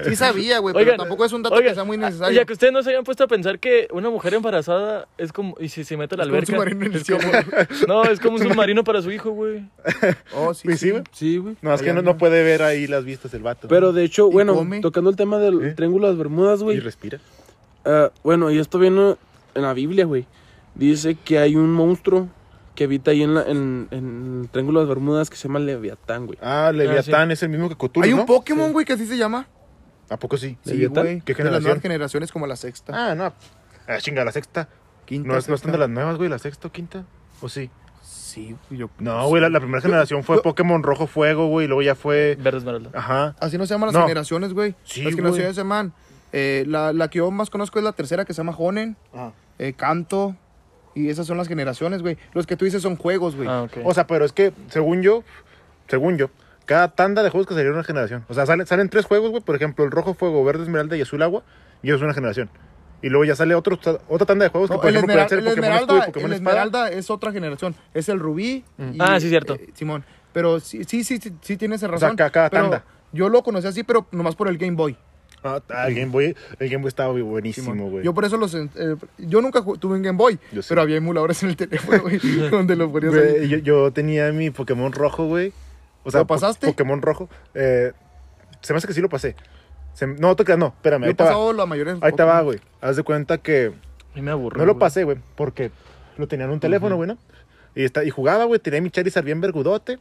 [SPEAKER 4] Sí sabía, güey, pero
[SPEAKER 2] Oigan,
[SPEAKER 4] tampoco es un dato
[SPEAKER 2] oigan,
[SPEAKER 4] que sea muy
[SPEAKER 2] ah,
[SPEAKER 4] necesario.
[SPEAKER 2] Ya que ustedes no se habían puesto a pensar que una mujer embarazada es como. Y si se mete a la
[SPEAKER 4] Es como un
[SPEAKER 2] alberca.
[SPEAKER 4] submarino en el
[SPEAKER 2] es
[SPEAKER 1] [LAUGHS]
[SPEAKER 2] como- no, es como un submarino para su hijo, güey.
[SPEAKER 4] Oh, sí,
[SPEAKER 1] Pues sí,
[SPEAKER 4] sí.
[SPEAKER 1] güey.
[SPEAKER 3] Sí, güey.
[SPEAKER 1] No, es que no, no puede ver ahí las vistas el vato.
[SPEAKER 3] Pero de hecho,
[SPEAKER 4] Y
[SPEAKER 3] bueno,
[SPEAKER 4] come.
[SPEAKER 3] tocando el tema del
[SPEAKER 1] ¿Eh?
[SPEAKER 3] Triángulo de las Bermudas,
[SPEAKER 1] Y
[SPEAKER 3] güey.
[SPEAKER 1] respira.
[SPEAKER 3] ah, bueno, y esto viene en la Biblia, güey. Dice que hay un monstruo que habita ahí en, la, en, en el Triángulo de las Bermudas que se llama Leviatán, güey.
[SPEAKER 1] Ah, Leviatán es el mismo que Cthulhu,
[SPEAKER 4] Hay un
[SPEAKER 1] ¿no?
[SPEAKER 4] Pokémon, güey, que así se llama.
[SPEAKER 1] ¿A poco sí? ¿Qué
[SPEAKER 4] Sí, güey. De las nuevas
[SPEAKER 1] generación?
[SPEAKER 4] generaciones como la sexta.
[SPEAKER 1] Ah, no. Ah, chinga, la sexta.
[SPEAKER 4] quinta,
[SPEAKER 1] No, es- no están
[SPEAKER 4] sexta.
[SPEAKER 1] de las nuevas, güey, la sexta o quinta. ¿O sí?
[SPEAKER 4] Sí, güey, yo...
[SPEAKER 1] No, güey, la, la primera generación fue Pokémon Rojo Fuego, güey, y luego ya fue.
[SPEAKER 2] Verde esmeralda.
[SPEAKER 1] Ajá.
[SPEAKER 4] Así no se llaman las
[SPEAKER 1] No.
[SPEAKER 4] generaciones, güey.
[SPEAKER 1] Sí,
[SPEAKER 4] las generaciones
[SPEAKER 1] güey.
[SPEAKER 4] se llaman... eh, la, la que yo más conozco es la tercera que se llama Honen, eh, Canto. Y esas son las generaciones, güey. Los que tú dices son juegos, güey.
[SPEAKER 2] Ah, ok.
[SPEAKER 1] O sea, pero es que, según yo, según yo, cada tanda de juegos que salió una generación. O sea, salen, salen tres juegos, güey, por ejemplo, el Rojo Fuego, Verde Esmeralda y Azul Agua, y eso es una generación. Y luego ya sale otro, otra tanda de juegos
[SPEAKER 4] No,
[SPEAKER 1] pues, que, por
[SPEAKER 4] el,
[SPEAKER 1] ejemplo,
[SPEAKER 4] esmeral-
[SPEAKER 1] pueden ser
[SPEAKER 4] el
[SPEAKER 1] Pokémon
[SPEAKER 4] esmeralda,
[SPEAKER 1] Escudo y Pokémon
[SPEAKER 4] el
[SPEAKER 1] Espada.
[SPEAKER 4] Esmeralda es otra generación. Es el rubí. y-
[SPEAKER 2] Ah, sí, cierto.
[SPEAKER 4] eh, Simón. Pero sí, sí, sí, sí, sí tienes
[SPEAKER 1] sea,
[SPEAKER 4] razón.
[SPEAKER 1] ca- cada
[SPEAKER 4] pero
[SPEAKER 1] tanda.
[SPEAKER 4] Yo lo conocí así, pero nomás por el Game Boy.
[SPEAKER 1] Ah, ah, el Game Boy, el Game Boy estaba
[SPEAKER 4] Simón.
[SPEAKER 1] buenísimo, güey.
[SPEAKER 4] Yo por eso los. en- eh, yo nunca ju- tuve un Game Boy,
[SPEAKER 1] Yo sí.
[SPEAKER 4] pero había emuladores en el [LAUGHS]
[SPEAKER 1] [LAUGHS]
[SPEAKER 4] teléfono, güey, donde lo ponías
[SPEAKER 1] Güey,
[SPEAKER 4] ahí.
[SPEAKER 1] yo, yo tenía mi Pokémon rojo, güey. O sea,
[SPEAKER 4] ¿Lo pasaste?
[SPEAKER 1] po- Pokémon rojo. Eh, se me hace que sí lo pasé. Se me- no, te creas, no, espérame.
[SPEAKER 4] Yo
[SPEAKER 1] Ahí
[SPEAKER 4] he
[SPEAKER 1] te va.
[SPEAKER 4] pasado la mayoría. de los
[SPEAKER 1] Ahí te va,
[SPEAKER 4] Pokémon.
[SPEAKER 1] güey. Haz de cuenta que
[SPEAKER 2] A mí me aburrió.
[SPEAKER 1] no lo
[SPEAKER 2] güey.
[SPEAKER 1] pasé, güey, porque lo tenía en un teléfono, güey, ¿no? Y, está, y jugaba, güey, tenía mi Charizard bien vergudote.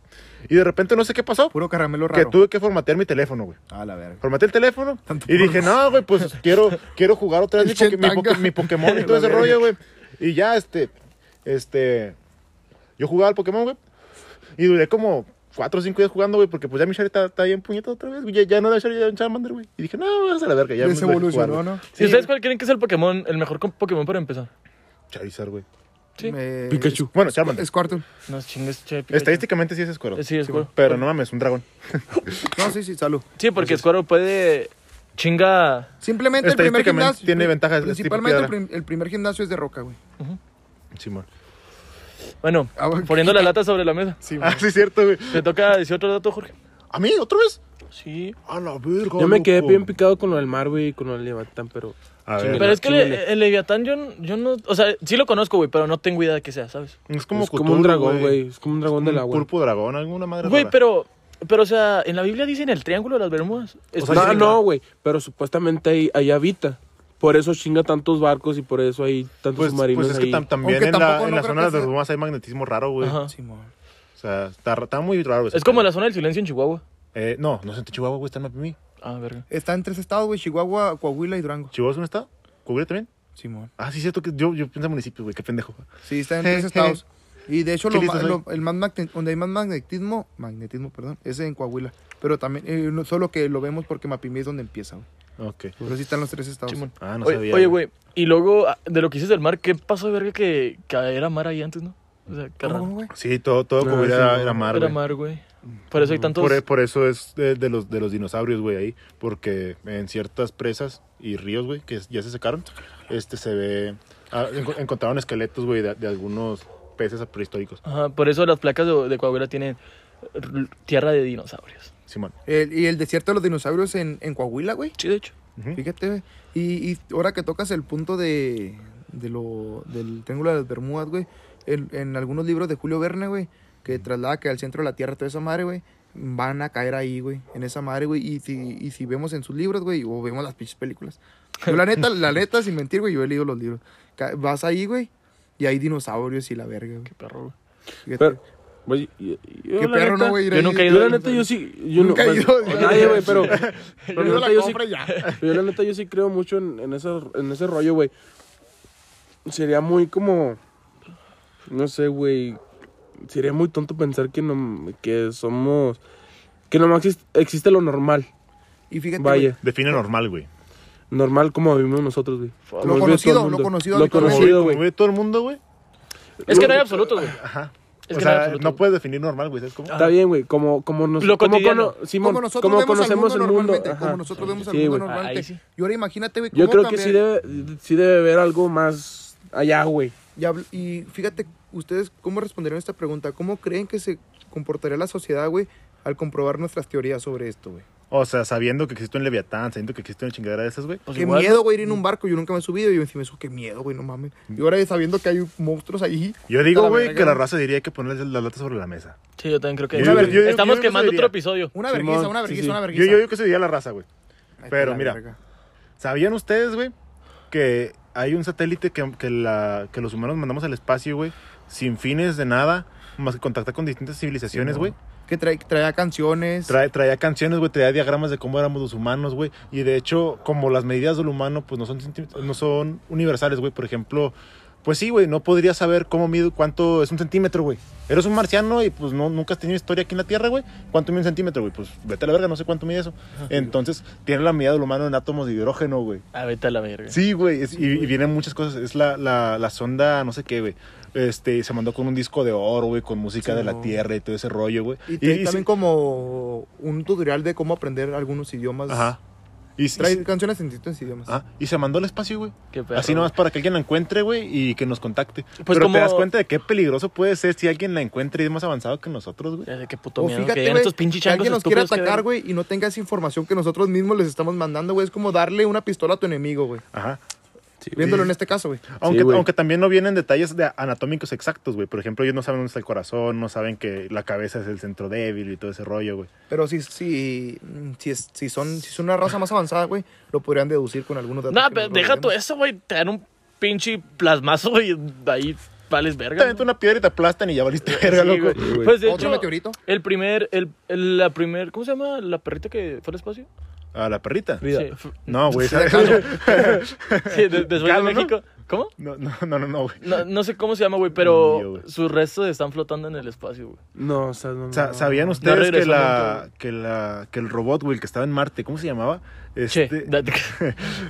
[SPEAKER 1] Y de repente no sé qué pasó.
[SPEAKER 4] Puro caramelo
[SPEAKER 1] Que
[SPEAKER 4] raro.
[SPEAKER 1] tuve que formatear mi teléfono, güey.
[SPEAKER 4] A la verga.
[SPEAKER 1] Formateé el teléfono
[SPEAKER 4] Tanto
[SPEAKER 1] y dije, no, güey, pues quiero, quiero jugar otra vez mi,
[SPEAKER 4] El
[SPEAKER 1] poke- mi poke-
[SPEAKER 4] Chentanga.
[SPEAKER 1] mi Pokémon y todo ese rollo, güey. Y ya, este, este, yo jugaba al Pokémon, güey. Y duré como cuatro o cinco días jugando, güey, porque pues ya mi Charizard está, está bien puñetado otra vez, güey. Ya, ya no era Charizard, era un Charmander, güey. Y dije, no, vas a la verga, ya me voy a
[SPEAKER 4] Desevolucionó,
[SPEAKER 1] jugar, güey".
[SPEAKER 4] ¿no?
[SPEAKER 2] ¿Y ustedes cuál creen que es el Pokémon, el mejor com- Pokémon para empezar?
[SPEAKER 1] Charizard, güey.
[SPEAKER 2] Sí.
[SPEAKER 4] Eh,
[SPEAKER 1] Pikachu. Bueno, Charmander.
[SPEAKER 4] Squirtle.
[SPEAKER 2] No chingues, che. Pikachu.
[SPEAKER 1] Estadísticamente sí es Squirtle.
[SPEAKER 2] Eh, Sí, es güey.
[SPEAKER 1] Pero no mames, un dragón.
[SPEAKER 4] No, sí, sí, salud.
[SPEAKER 2] Sí, porque Squaro puede. Chinga.
[SPEAKER 4] Simplemente el primer
[SPEAKER 1] Estadísticamente
[SPEAKER 4] gimnasio.
[SPEAKER 1] tiene ventajas de tipo
[SPEAKER 4] Principalmente el,
[SPEAKER 1] piedra.
[SPEAKER 4] prim- el primer gimnasio es de roca, güey.
[SPEAKER 1] Simón.
[SPEAKER 2] Bueno,
[SPEAKER 4] Ah, bueno.
[SPEAKER 2] poniendo la lata sobre la mesa.
[SPEAKER 1] ah, sí, es cierto, güey.
[SPEAKER 2] Te toca decir otro dato, Jorge.
[SPEAKER 1] ¿A mí? ¿Otra vez?
[SPEAKER 2] Sí.
[SPEAKER 1] A la verga.
[SPEAKER 3] Yo me quedé
[SPEAKER 1] loco.
[SPEAKER 3] bien picado con lo del mar, güey, y con lo del Leviatán, pero...
[SPEAKER 1] A ver.
[SPEAKER 2] Pero es que le-
[SPEAKER 3] chíngale.
[SPEAKER 2] el Leviatán, yo, n- yo no. O sea, sí lo conozco, güey, pero no tengo idea de qué sea, ¿sabes?
[SPEAKER 1] Es como,
[SPEAKER 3] es como un
[SPEAKER 1] Cthulhu,
[SPEAKER 3] dragón, güey. Es como un dragón del
[SPEAKER 1] Un
[SPEAKER 3] agua.
[SPEAKER 1] pulpo dragón, alguna madre
[SPEAKER 2] Güey,
[SPEAKER 1] rara.
[SPEAKER 2] pero. pues, Pero, o sea, en la Biblia dicen el triángulo de las Bermudas. Es-
[SPEAKER 1] sea,
[SPEAKER 3] no,
[SPEAKER 1] sí,
[SPEAKER 3] no, güey. Pero supuestamente ahí, ahí habita. Por eso chinga tantos barcos y por eso hay tantos
[SPEAKER 1] Pues,
[SPEAKER 3] submarinos
[SPEAKER 1] pues es que
[SPEAKER 3] ahí.
[SPEAKER 1] tam- también
[SPEAKER 4] Aunque
[SPEAKER 1] en la,
[SPEAKER 4] tampoco
[SPEAKER 1] en
[SPEAKER 4] no
[SPEAKER 1] la
[SPEAKER 4] creo
[SPEAKER 1] zona
[SPEAKER 4] que
[SPEAKER 1] de las
[SPEAKER 4] sea-
[SPEAKER 1] brumas hay magnetismo raro, güey.
[SPEAKER 2] Ajá.
[SPEAKER 4] Simón.
[SPEAKER 1] O sea, está, ra- está muy raro. ese
[SPEAKER 2] es como
[SPEAKER 1] pedo.
[SPEAKER 2] la zona del silencio en Chihuahua.
[SPEAKER 1] Eh, no, no es en Chihuahua, güey, está en Mapimí.
[SPEAKER 2] Ah, verga.
[SPEAKER 4] Está en tres estados, güey. Chihuahua, Coahuila y Durango.
[SPEAKER 1] ¿Chihuahua es un estado? ¿Cubre también?
[SPEAKER 4] Simón.
[SPEAKER 1] Ah, sí, cierto que yo, yo pienso en municipios, güey, qué pendejo.
[SPEAKER 4] Sí, está en
[SPEAKER 1] Je,
[SPEAKER 4] tres
[SPEAKER 1] je.
[SPEAKER 4] estados. Y de hecho,
[SPEAKER 1] Qué
[SPEAKER 4] lo
[SPEAKER 1] listo
[SPEAKER 4] ma-
[SPEAKER 1] soy.
[SPEAKER 4] lo- el más magne- donde hay más magnetismo, magnetismo, perdón, es en Coahuila. Pero también, eh, no- solo que lo vemos porque Mapimí es donde empieza, güey.
[SPEAKER 1] Ok.
[SPEAKER 4] Pero sí están los tres estados.
[SPEAKER 2] Simón.
[SPEAKER 1] Ah, no
[SPEAKER 2] oye,
[SPEAKER 1] sabía.
[SPEAKER 2] oye, güey. Y luego, ah, de lo que dices del mar, ¿qué pasó de verga que, que era mar ahí antes, no? O sea, qué
[SPEAKER 4] ¿Cómo,
[SPEAKER 2] raro.
[SPEAKER 4] cómo, güey?
[SPEAKER 1] Sí, todo, todo
[SPEAKER 3] No,
[SPEAKER 1] Coahuila
[SPEAKER 3] sí,
[SPEAKER 1] era,
[SPEAKER 3] no.
[SPEAKER 1] era mar,
[SPEAKER 2] Ah, Era
[SPEAKER 1] güey.
[SPEAKER 2] mar, güey. Por eso hay tantos.
[SPEAKER 1] Por, e, por eso es de, de los, de los dinosaurios, güey, ahí. Porque en ciertas presas y ríos, güey, que ya se secaron, este se ve. ah, enco- encontraron esqueletos, güey, de, de algunos peces prehistóricos.
[SPEAKER 2] Ajá, por eso las placas de, de Coahuila tienen r- tierra de dinosaurios.
[SPEAKER 1] Simón.
[SPEAKER 4] El- y el desierto de los dinosaurios en, en Coahuila, güey.
[SPEAKER 2] Sí, de hecho.
[SPEAKER 1] Ujú.
[SPEAKER 4] Fíjate, güey. Y, y ahora que tocas el punto de, de lo, del Triángulo de las Bermudas, güey. En, en algunos libros de Julio Verne, güey, que traslada que al centro de la Tierra toda esa madre, güey, van a caer ahí, güey, en esa madre, güey. Y si, y si vemos en sus libros, güey, o vemos las pinches películas. Yo, la neta, la neta, sin mentir, güey, yo he leído los libros. Ca- Vas ahí, güey, y hay dinosaurios y la verga, güey.
[SPEAKER 2] Qué perro, güey.
[SPEAKER 4] Fíjate.
[SPEAKER 3] Pero, güey, yo, yo
[SPEAKER 4] Qué
[SPEAKER 3] la
[SPEAKER 4] perro,
[SPEAKER 3] neta-
[SPEAKER 4] ¿no, güey? Ir
[SPEAKER 2] yo
[SPEAKER 4] ahí.
[SPEAKER 2] nunca he
[SPEAKER 3] Yo
[SPEAKER 2] ido.
[SPEAKER 3] la neta, yo sí. Yo
[SPEAKER 4] Nunca
[SPEAKER 3] no,
[SPEAKER 4] he
[SPEAKER 3] bueno,
[SPEAKER 4] ido.
[SPEAKER 3] Nadie, güey, pero. pero
[SPEAKER 4] [LAUGHS] Yo
[SPEAKER 3] la
[SPEAKER 4] la
[SPEAKER 3] neta, yo sí-
[SPEAKER 4] compra y ya.
[SPEAKER 3] [LAUGHS] Pero yo la neta yo sí creo mucho en, en ese, en ese rollo, güey. Sería muy como... No sé, güey. Sería muy tonto pensar que, no, que somos... Que nomás exist- existe lo normal.
[SPEAKER 4] Y fíjate, güey,
[SPEAKER 3] Vaya.
[SPEAKER 1] Define normal, güey.
[SPEAKER 3] Normal como vivimos nosotros, güey. Como vive
[SPEAKER 4] conocido,
[SPEAKER 3] todo el
[SPEAKER 4] lo
[SPEAKER 3] mundo.
[SPEAKER 4] conocido
[SPEAKER 3] Lo
[SPEAKER 4] habitualmente.
[SPEAKER 3] conocido,
[SPEAKER 1] Como
[SPEAKER 3] güey.
[SPEAKER 1] ve todo el mundo, güey.
[SPEAKER 2] Es que no hay absolutos, güey.
[SPEAKER 1] Ajá.
[SPEAKER 2] Es
[SPEAKER 1] o
[SPEAKER 2] que no
[SPEAKER 1] sea,
[SPEAKER 2] hay absolutos,
[SPEAKER 1] no
[SPEAKER 2] güey.
[SPEAKER 1] puedes definir normal, güey. ¿Sabes cómo?
[SPEAKER 3] Está bien, güey. Como, como, nos,
[SPEAKER 2] Lo
[SPEAKER 3] como,
[SPEAKER 2] cotidiano.
[SPEAKER 3] cono- Simón,
[SPEAKER 4] como nosotros
[SPEAKER 3] como
[SPEAKER 4] vemos
[SPEAKER 3] conocemos
[SPEAKER 4] al
[SPEAKER 3] el
[SPEAKER 4] mundo
[SPEAKER 3] mundo.
[SPEAKER 4] normalmente,
[SPEAKER 3] ajá.
[SPEAKER 4] como nosotros vemos al
[SPEAKER 3] Sí,
[SPEAKER 4] mundo
[SPEAKER 3] güey.
[SPEAKER 4] normalmente.
[SPEAKER 2] Ahí sí.
[SPEAKER 4] Y ahora imagínate, güey,
[SPEAKER 3] Yo
[SPEAKER 4] cómo
[SPEAKER 3] creo que
[SPEAKER 4] cambiar-
[SPEAKER 3] sí ¿eh? debe, sí debe haber algo más allá, güey.
[SPEAKER 4] Y, habl- y fíjate, ustedes, ¿cómo responderían a esta pregunta? ¿Cómo creen que se comportaría la sociedad, güey, al comprobar nuestras teorías sobre esto, güey?
[SPEAKER 1] O sea, sabiendo que existe un Leviatán, sabiendo que existe una chingadera de esas, güey.
[SPEAKER 2] Pues
[SPEAKER 4] qué
[SPEAKER 2] igual,
[SPEAKER 4] miedo, güey, ir en un barco. Yo nunca me he subido y yo encima eso, qué miedo, güey, no mames.
[SPEAKER 3] Mm.
[SPEAKER 4] Y ahora sabiendo que hay monstruos ahí.
[SPEAKER 1] Yo
[SPEAKER 4] A
[SPEAKER 1] digo,
[SPEAKER 4] la
[SPEAKER 1] güey,
[SPEAKER 4] verga,
[SPEAKER 1] que la
[SPEAKER 4] güey.
[SPEAKER 1] raza diría que ponerle la lata sobre la mesa.
[SPEAKER 2] Sí, yo también creo que.
[SPEAKER 1] Yo- yo- yo- yo
[SPEAKER 2] Estamos
[SPEAKER 1] creo que
[SPEAKER 2] quemando
[SPEAKER 1] eso diría.
[SPEAKER 2] otro episodio.
[SPEAKER 4] Una
[SPEAKER 3] Simón,
[SPEAKER 4] vergüenza, una
[SPEAKER 3] sí,
[SPEAKER 4] vergüenza,
[SPEAKER 3] sí.
[SPEAKER 4] una
[SPEAKER 1] Yo,
[SPEAKER 4] vergüenza.
[SPEAKER 1] yo digo que eso diría la raza, güey.
[SPEAKER 4] Ay,
[SPEAKER 1] pero
[SPEAKER 4] la
[SPEAKER 1] mira.
[SPEAKER 4] verga.
[SPEAKER 1] ¿Sabían ustedes, güey, que hay un satélite que, que la, que los humanos mandamos al espacio, güey, sin fines de nada, más que contactar con distintas civilizaciones, güey?
[SPEAKER 4] Que trae, traía canciones.
[SPEAKER 1] Trae- traía canciones, güey, traía diagramas de cómo éramos los humanos, güey. Y de hecho, como las medidas del humano, pues no son, centí- no son universales, güey. Por ejemplo, pues sí, güey, no podría saber cómo mido, cuánto es un centímetro, güey. Eres un marciano y pues no, nunca has tenido historia aquí en la Tierra, güey. ¿Cuánto mide un centímetro, güey? Pues vete a la verga, no sé cuánto mide eso. Entonces, tiene la medida del humano en átomos de hidrógeno, güey.
[SPEAKER 2] Ah, vete a la verga.
[SPEAKER 1] Sí, güey, es- y, y vienen muchas cosas. Es la, la, la sonda, no sé qué, güey. Este, se mandó con un disco de oro, güey, con música de la
[SPEAKER 4] no.
[SPEAKER 1] tierra y todo ese rollo, güey.
[SPEAKER 4] Y, trae
[SPEAKER 1] y-
[SPEAKER 4] también
[SPEAKER 1] sí-
[SPEAKER 4] como un tutorial de cómo aprender algunos idiomas.
[SPEAKER 1] Ajá. Y, sí-
[SPEAKER 4] Trae
[SPEAKER 1] sí-
[SPEAKER 4] canciones en distintos idiomas.
[SPEAKER 1] ajá, Ah, y se mandó al espacio, güey.
[SPEAKER 2] Qué perro.
[SPEAKER 1] Así nomás para que alguien la encuentre, güey, y que nos contacte.
[SPEAKER 2] Pues
[SPEAKER 1] Pero
[SPEAKER 2] como-
[SPEAKER 1] te das cuenta de qué peligroso puede ser si alguien la encuentra y es más avanzado que nosotros, güey.
[SPEAKER 2] Ya sé qué puto
[SPEAKER 4] O
[SPEAKER 2] miedo. que
[SPEAKER 4] Oh, fíjate,
[SPEAKER 2] llegan
[SPEAKER 4] güey,
[SPEAKER 2] estos pinches
[SPEAKER 4] que
[SPEAKER 2] changos
[SPEAKER 4] alguien nos quiere
[SPEAKER 2] estúpidos que-
[SPEAKER 4] atacar, güey, y no tenga esa información que nosotros mismos les estamos mandando, güey. Es como darle una pistola a tu enemigo, güey.
[SPEAKER 1] Ajá.
[SPEAKER 4] Viéndolo en este caso, güey.
[SPEAKER 1] Aunque,
[SPEAKER 3] güey.
[SPEAKER 1] aunque también no vienen detalles de anatómicos exactos, güey. Por ejemplo, ellos no saben dónde está el corazón, no saben que la cabeza es el centro débil y todo ese rollo, güey.
[SPEAKER 4] Pero si, si, si, es- si son, si son una raza más avanzada, güey, lo podrían deducir con algunos datos.
[SPEAKER 2] No,
[SPEAKER 4] que
[SPEAKER 2] pero
[SPEAKER 4] nosotros
[SPEAKER 2] deja tú
[SPEAKER 4] tenemos.
[SPEAKER 2] eso, güey. Te dan un pinche plasmazo y ahí vales
[SPEAKER 1] Te
[SPEAKER 2] verga. ¿no?
[SPEAKER 1] aventan una piedra y te aplastan y ya valiste verga,
[SPEAKER 2] Sí,
[SPEAKER 1] loco.
[SPEAKER 2] güey. Pues de hecho,
[SPEAKER 4] ¿Otro meteorito?
[SPEAKER 2] el primer, el, el- la primer, ¿cómo se llama? La perrita que fue al espacio.
[SPEAKER 1] A la perrita.
[SPEAKER 3] Frida.
[SPEAKER 2] Sí, fr-
[SPEAKER 1] No, güey. esa-
[SPEAKER 2] [LAUGHS] sí, de, de Ciudad de
[SPEAKER 1] Calo, ¿no?
[SPEAKER 2] México. ¿Cómo?
[SPEAKER 1] No, no, no, no, no, güey.
[SPEAKER 2] No, no sé cómo se llama, güey,
[SPEAKER 1] Ni yo,
[SPEAKER 2] pero
[SPEAKER 1] güey.
[SPEAKER 2] sus restos están flotando en el espacio, güey.
[SPEAKER 3] No, o sea, no.
[SPEAKER 1] Sa-
[SPEAKER 3] no.
[SPEAKER 1] ¿Sabían ustedes que,
[SPEAKER 2] regresó
[SPEAKER 1] la, que la que el robot, güey, el que estaba en Marte, ¿cómo se llamaba?
[SPEAKER 2] Che,
[SPEAKER 1] Este-
[SPEAKER 2] date-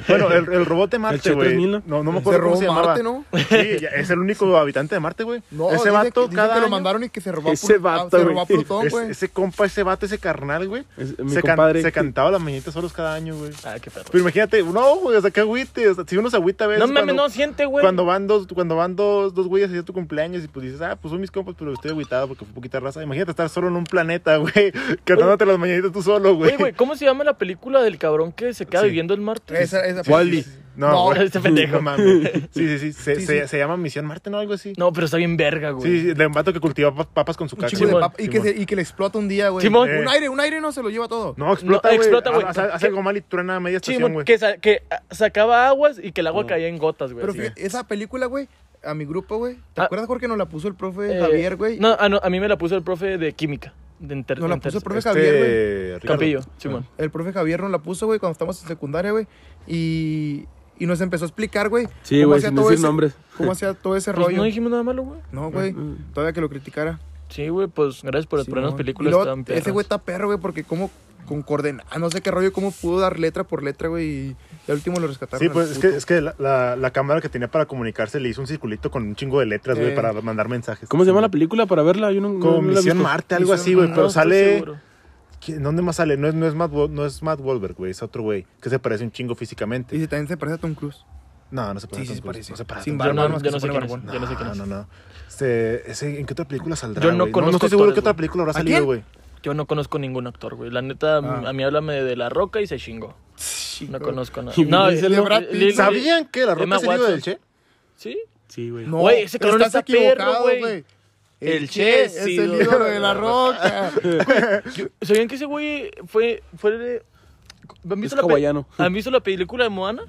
[SPEAKER 1] bueno, el, el robot de Marte,
[SPEAKER 3] Che
[SPEAKER 1] güey.
[SPEAKER 3] 3000,
[SPEAKER 1] No,
[SPEAKER 3] ¿no?
[SPEAKER 1] no me
[SPEAKER 4] Se
[SPEAKER 1] acuerdo cómo
[SPEAKER 4] robó
[SPEAKER 1] se llamaba.
[SPEAKER 4] Marte, ¿no?
[SPEAKER 1] Sí, ya- es el único habitante de Marte, güey.
[SPEAKER 4] No,
[SPEAKER 1] ese
[SPEAKER 4] ese
[SPEAKER 1] vato
[SPEAKER 4] que,
[SPEAKER 1] cada
[SPEAKER 4] que lo
[SPEAKER 1] año-
[SPEAKER 4] mandaron y que se robó,
[SPEAKER 3] Ese
[SPEAKER 4] Plutón-
[SPEAKER 3] vato,
[SPEAKER 4] se
[SPEAKER 3] güey.
[SPEAKER 4] robó Plutón,
[SPEAKER 1] es-
[SPEAKER 4] güey.
[SPEAKER 1] ese compa, ese vato, ese carnal, güey.
[SPEAKER 3] Es- mi
[SPEAKER 1] Se, can-
[SPEAKER 3] compadre-
[SPEAKER 1] se cantaba las mañanitas solos cada año, güey.
[SPEAKER 2] [LAUGHS] Ah, qué perro.
[SPEAKER 1] Pero imagínate, no, güey, o sea, qué agüite. o sea, si uno se agüita a veces.
[SPEAKER 2] No mames,
[SPEAKER 1] cuando-
[SPEAKER 2] no siente, güey.
[SPEAKER 1] Cuando van dos, cuando van dos, dos güeyes a tu cumpleaños y pues dices, ah, pues son mis compas, pero estoy agüitado porque fue poquita raza. Imagínate estar solo en un planeta, güey, [LAUGHS] cantándote las mañanitas tú solo, güey.
[SPEAKER 2] Oye, güey, ¿cómo se llama la película del cabrón que se queda
[SPEAKER 1] Sí.
[SPEAKER 2] viviendo en Marte?
[SPEAKER 4] Esa, esa,
[SPEAKER 1] Wall-E. No,
[SPEAKER 4] No,
[SPEAKER 1] güey.
[SPEAKER 2] este pendejo.
[SPEAKER 1] No mames. Sí, sí, sí. Se,
[SPEAKER 4] Sí,
[SPEAKER 1] se-
[SPEAKER 4] sí.
[SPEAKER 1] se llama Misión Marte, ¿no? Algo así.
[SPEAKER 2] No, pero está bien verga, güey.
[SPEAKER 1] Sí, sí, de un vato que cultiva pa- papas con su caca.
[SPEAKER 4] chingo de
[SPEAKER 2] Simón,
[SPEAKER 4] papa- y, que se- y que le explota un día, güey.
[SPEAKER 2] Simón.
[SPEAKER 4] Un aire, un aire no se lo lleva todo.
[SPEAKER 1] No, explota, güey.
[SPEAKER 2] No, explota, güey.
[SPEAKER 1] Hace, hace algo mal y truena a media
[SPEAKER 2] Sí,
[SPEAKER 1] estación,
[SPEAKER 2] mon,
[SPEAKER 1] güey. Ah.
[SPEAKER 2] que, sa- que ah, sacaba aguas y que el agua caía en gotas, güey.
[SPEAKER 4] Pero
[SPEAKER 2] así.
[SPEAKER 4] fíjate, esa película, güey, a mi grupo, güey. ¿Te
[SPEAKER 2] Ah.
[SPEAKER 4] acuerdas, Jorge, nos la puso el profe
[SPEAKER 2] Eh,
[SPEAKER 4] Javier, güey?
[SPEAKER 2] No, ah, no, a mí me la puso el profe de química. De inter-
[SPEAKER 4] Nos la
[SPEAKER 2] en
[SPEAKER 4] puso el
[SPEAKER 2] tercer-
[SPEAKER 4] profe
[SPEAKER 1] Este,
[SPEAKER 4] Javier, güey.
[SPEAKER 1] Ricardo.
[SPEAKER 2] Campillo, Simón.
[SPEAKER 4] El profe Javier nos la puso, güey, cuando estábamos en secundaria, güey. Y, y nos empezó a explicar, güey.
[SPEAKER 3] Sí,
[SPEAKER 4] cómo
[SPEAKER 3] güey,
[SPEAKER 4] hacía
[SPEAKER 3] sin
[SPEAKER 4] todo
[SPEAKER 3] decir
[SPEAKER 4] ese-
[SPEAKER 3] nombres.
[SPEAKER 4] Cómo hacía todo ese
[SPEAKER 2] [LAUGHS] Pues no
[SPEAKER 4] rollo.
[SPEAKER 2] dijimos nada malo, güey.
[SPEAKER 4] No, güey. Todavía que lo criticara.
[SPEAKER 2] Sí, güey, pues gracias por las
[SPEAKER 4] Sí,
[SPEAKER 2] primeras
[SPEAKER 4] no.
[SPEAKER 2] películas
[SPEAKER 4] Y luego,
[SPEAKER 2] tan
[SPEAKER 4] Ese güey está perro, güey, porque cómo con coordenar, no sé qué rollo, cómo pudo dar letra por letra, güey. Y al último lo rescataron.
[SPEAKER 1] Sí,
[SPEAKER 4] al
[SPEAKER 1] pues es que,
[SPEAKER 4] puto.
[SPEAKER 1] es que la, la- la cámara que tenía para comunicarse le hizo un circulito con un chingo de letras, güey,
[SPEAKER 4] Eh.
[SPEAKER 1] para mandar mensajes.
[SPEAKER 3] ¿Cómo se llama la película para verla? Yo no, no-
[SPEAKER 1] Como
[SPEAKER 3] no la he
[SPEAKER 1] Misión
[SPEAKER 3] visto.
[SPEAKER 1] Marte, algo
[SPEAKER 4] Misión
[SPEAKER 1] así, güey.
[SPEAKER 4] Marte.
[SPEAKER 1] Pero sale.
[SPEAKER 2] seguro.
[SPEAKER 1] ¿Quién- ¿Dónde más sale? No es, no es, Matt, Wa- no es Matt Wahlberg, güey. Es otro güey que se parece un chingo físicamente.
[SPEAKER 4] Y si también se parece a Tom Cruise.
[SPEAKER 1] No, no se parece.
[SPEAKER 4] Sí, sí, se
[SPEAKER 1] tanto,
[SPEAKER 4] parece.
[SPEAKER 1] No se parece.
[SPEAKER 4] Sin
[SPEAKER 1] tanto.
[SPEAKER 2] Yo no,
[SPEAKER 4] barbón, más
[SPEAKER 2] yo
[SPEAKER 4] que
[SPEAKER 2] no
[SPEAKER 4] se
[SPEAKER 2] sé quién
[SPEAKER 4] pone
[SPEAKER 2] es.
[SPEAKER 4] barbón.
[SPEAKER 2] Yo no sé quién
[SPEAKER 1] no,
[SPEAKER 2] es.
[SPEAKER 1] no, no. Este, ese- ¿En qué otra película saldrá?
[SPEAKER 2] Yo no
[SPEAKER 1] güey? no
[SPEAKER 2] conozco
[SPEAKER 1] estoy seguro
[SPEAKER 2] actores,
[SPEAKER 1] qué otra
[SPEAKER 2] güey.
[SPEAKER 1] película habrá
[SPEAKER 4] ¿A
[SPEAKER 1] salido,
[SPEAKER 4] quién?
[SPEAKER 1] güey.
[SPEAKER 2] Yo no conozco ningún actor, güey. La neta,
[SPEAKER 4] Ah.
[SPEAKER 2] a mí háblame de La Roca y se chingó. No conozco nada.
[SPEAKER 3] Y
[SPEAKER 2] No,
[SPEAKER 3] dice
[SPEAKER 2] eh,
[SPEAKER 4] el Brad
[SPEAKER 2] eh,
[SPEAKER 4] Pitt.
[SPEAKER 2] Lil-
[SPEAKER 1] ¿Sabían que la roca
[SPEAKER 2] Emma
[SPEAKER 1] salió
[SPEAKER 2] Watson.
[SPEAKER 1] del Che?
[SPEAKER 2] Sí.
[SPEAKER 3] Sí, güey.
[SPEAKER 4] No,
[SPEAKER 2] Güey, ese cabrón
[SPEAKER 4] estás
[SPEAKER 2] está perro,
[SPEAKER 4] equivocado,
[SPEAKER 2] güey. El Che
[SPEAKER 4] es
[SPEAKER 2] sí,
[SPEAKER 4] el
[SPEAKER 2] güey.
[SPEAKER 4] ídolo de la roca.
[SPEAKER 2] Yo- ¿Sabían que ese güey fue, fue de... ¿Han visto,
[SPEAKER 3] Es
[SPEAKER 2] la pe-
[SPEAKER 3] hawaiano.
[SPEAKER 2] ¿Han visto la película de Moana?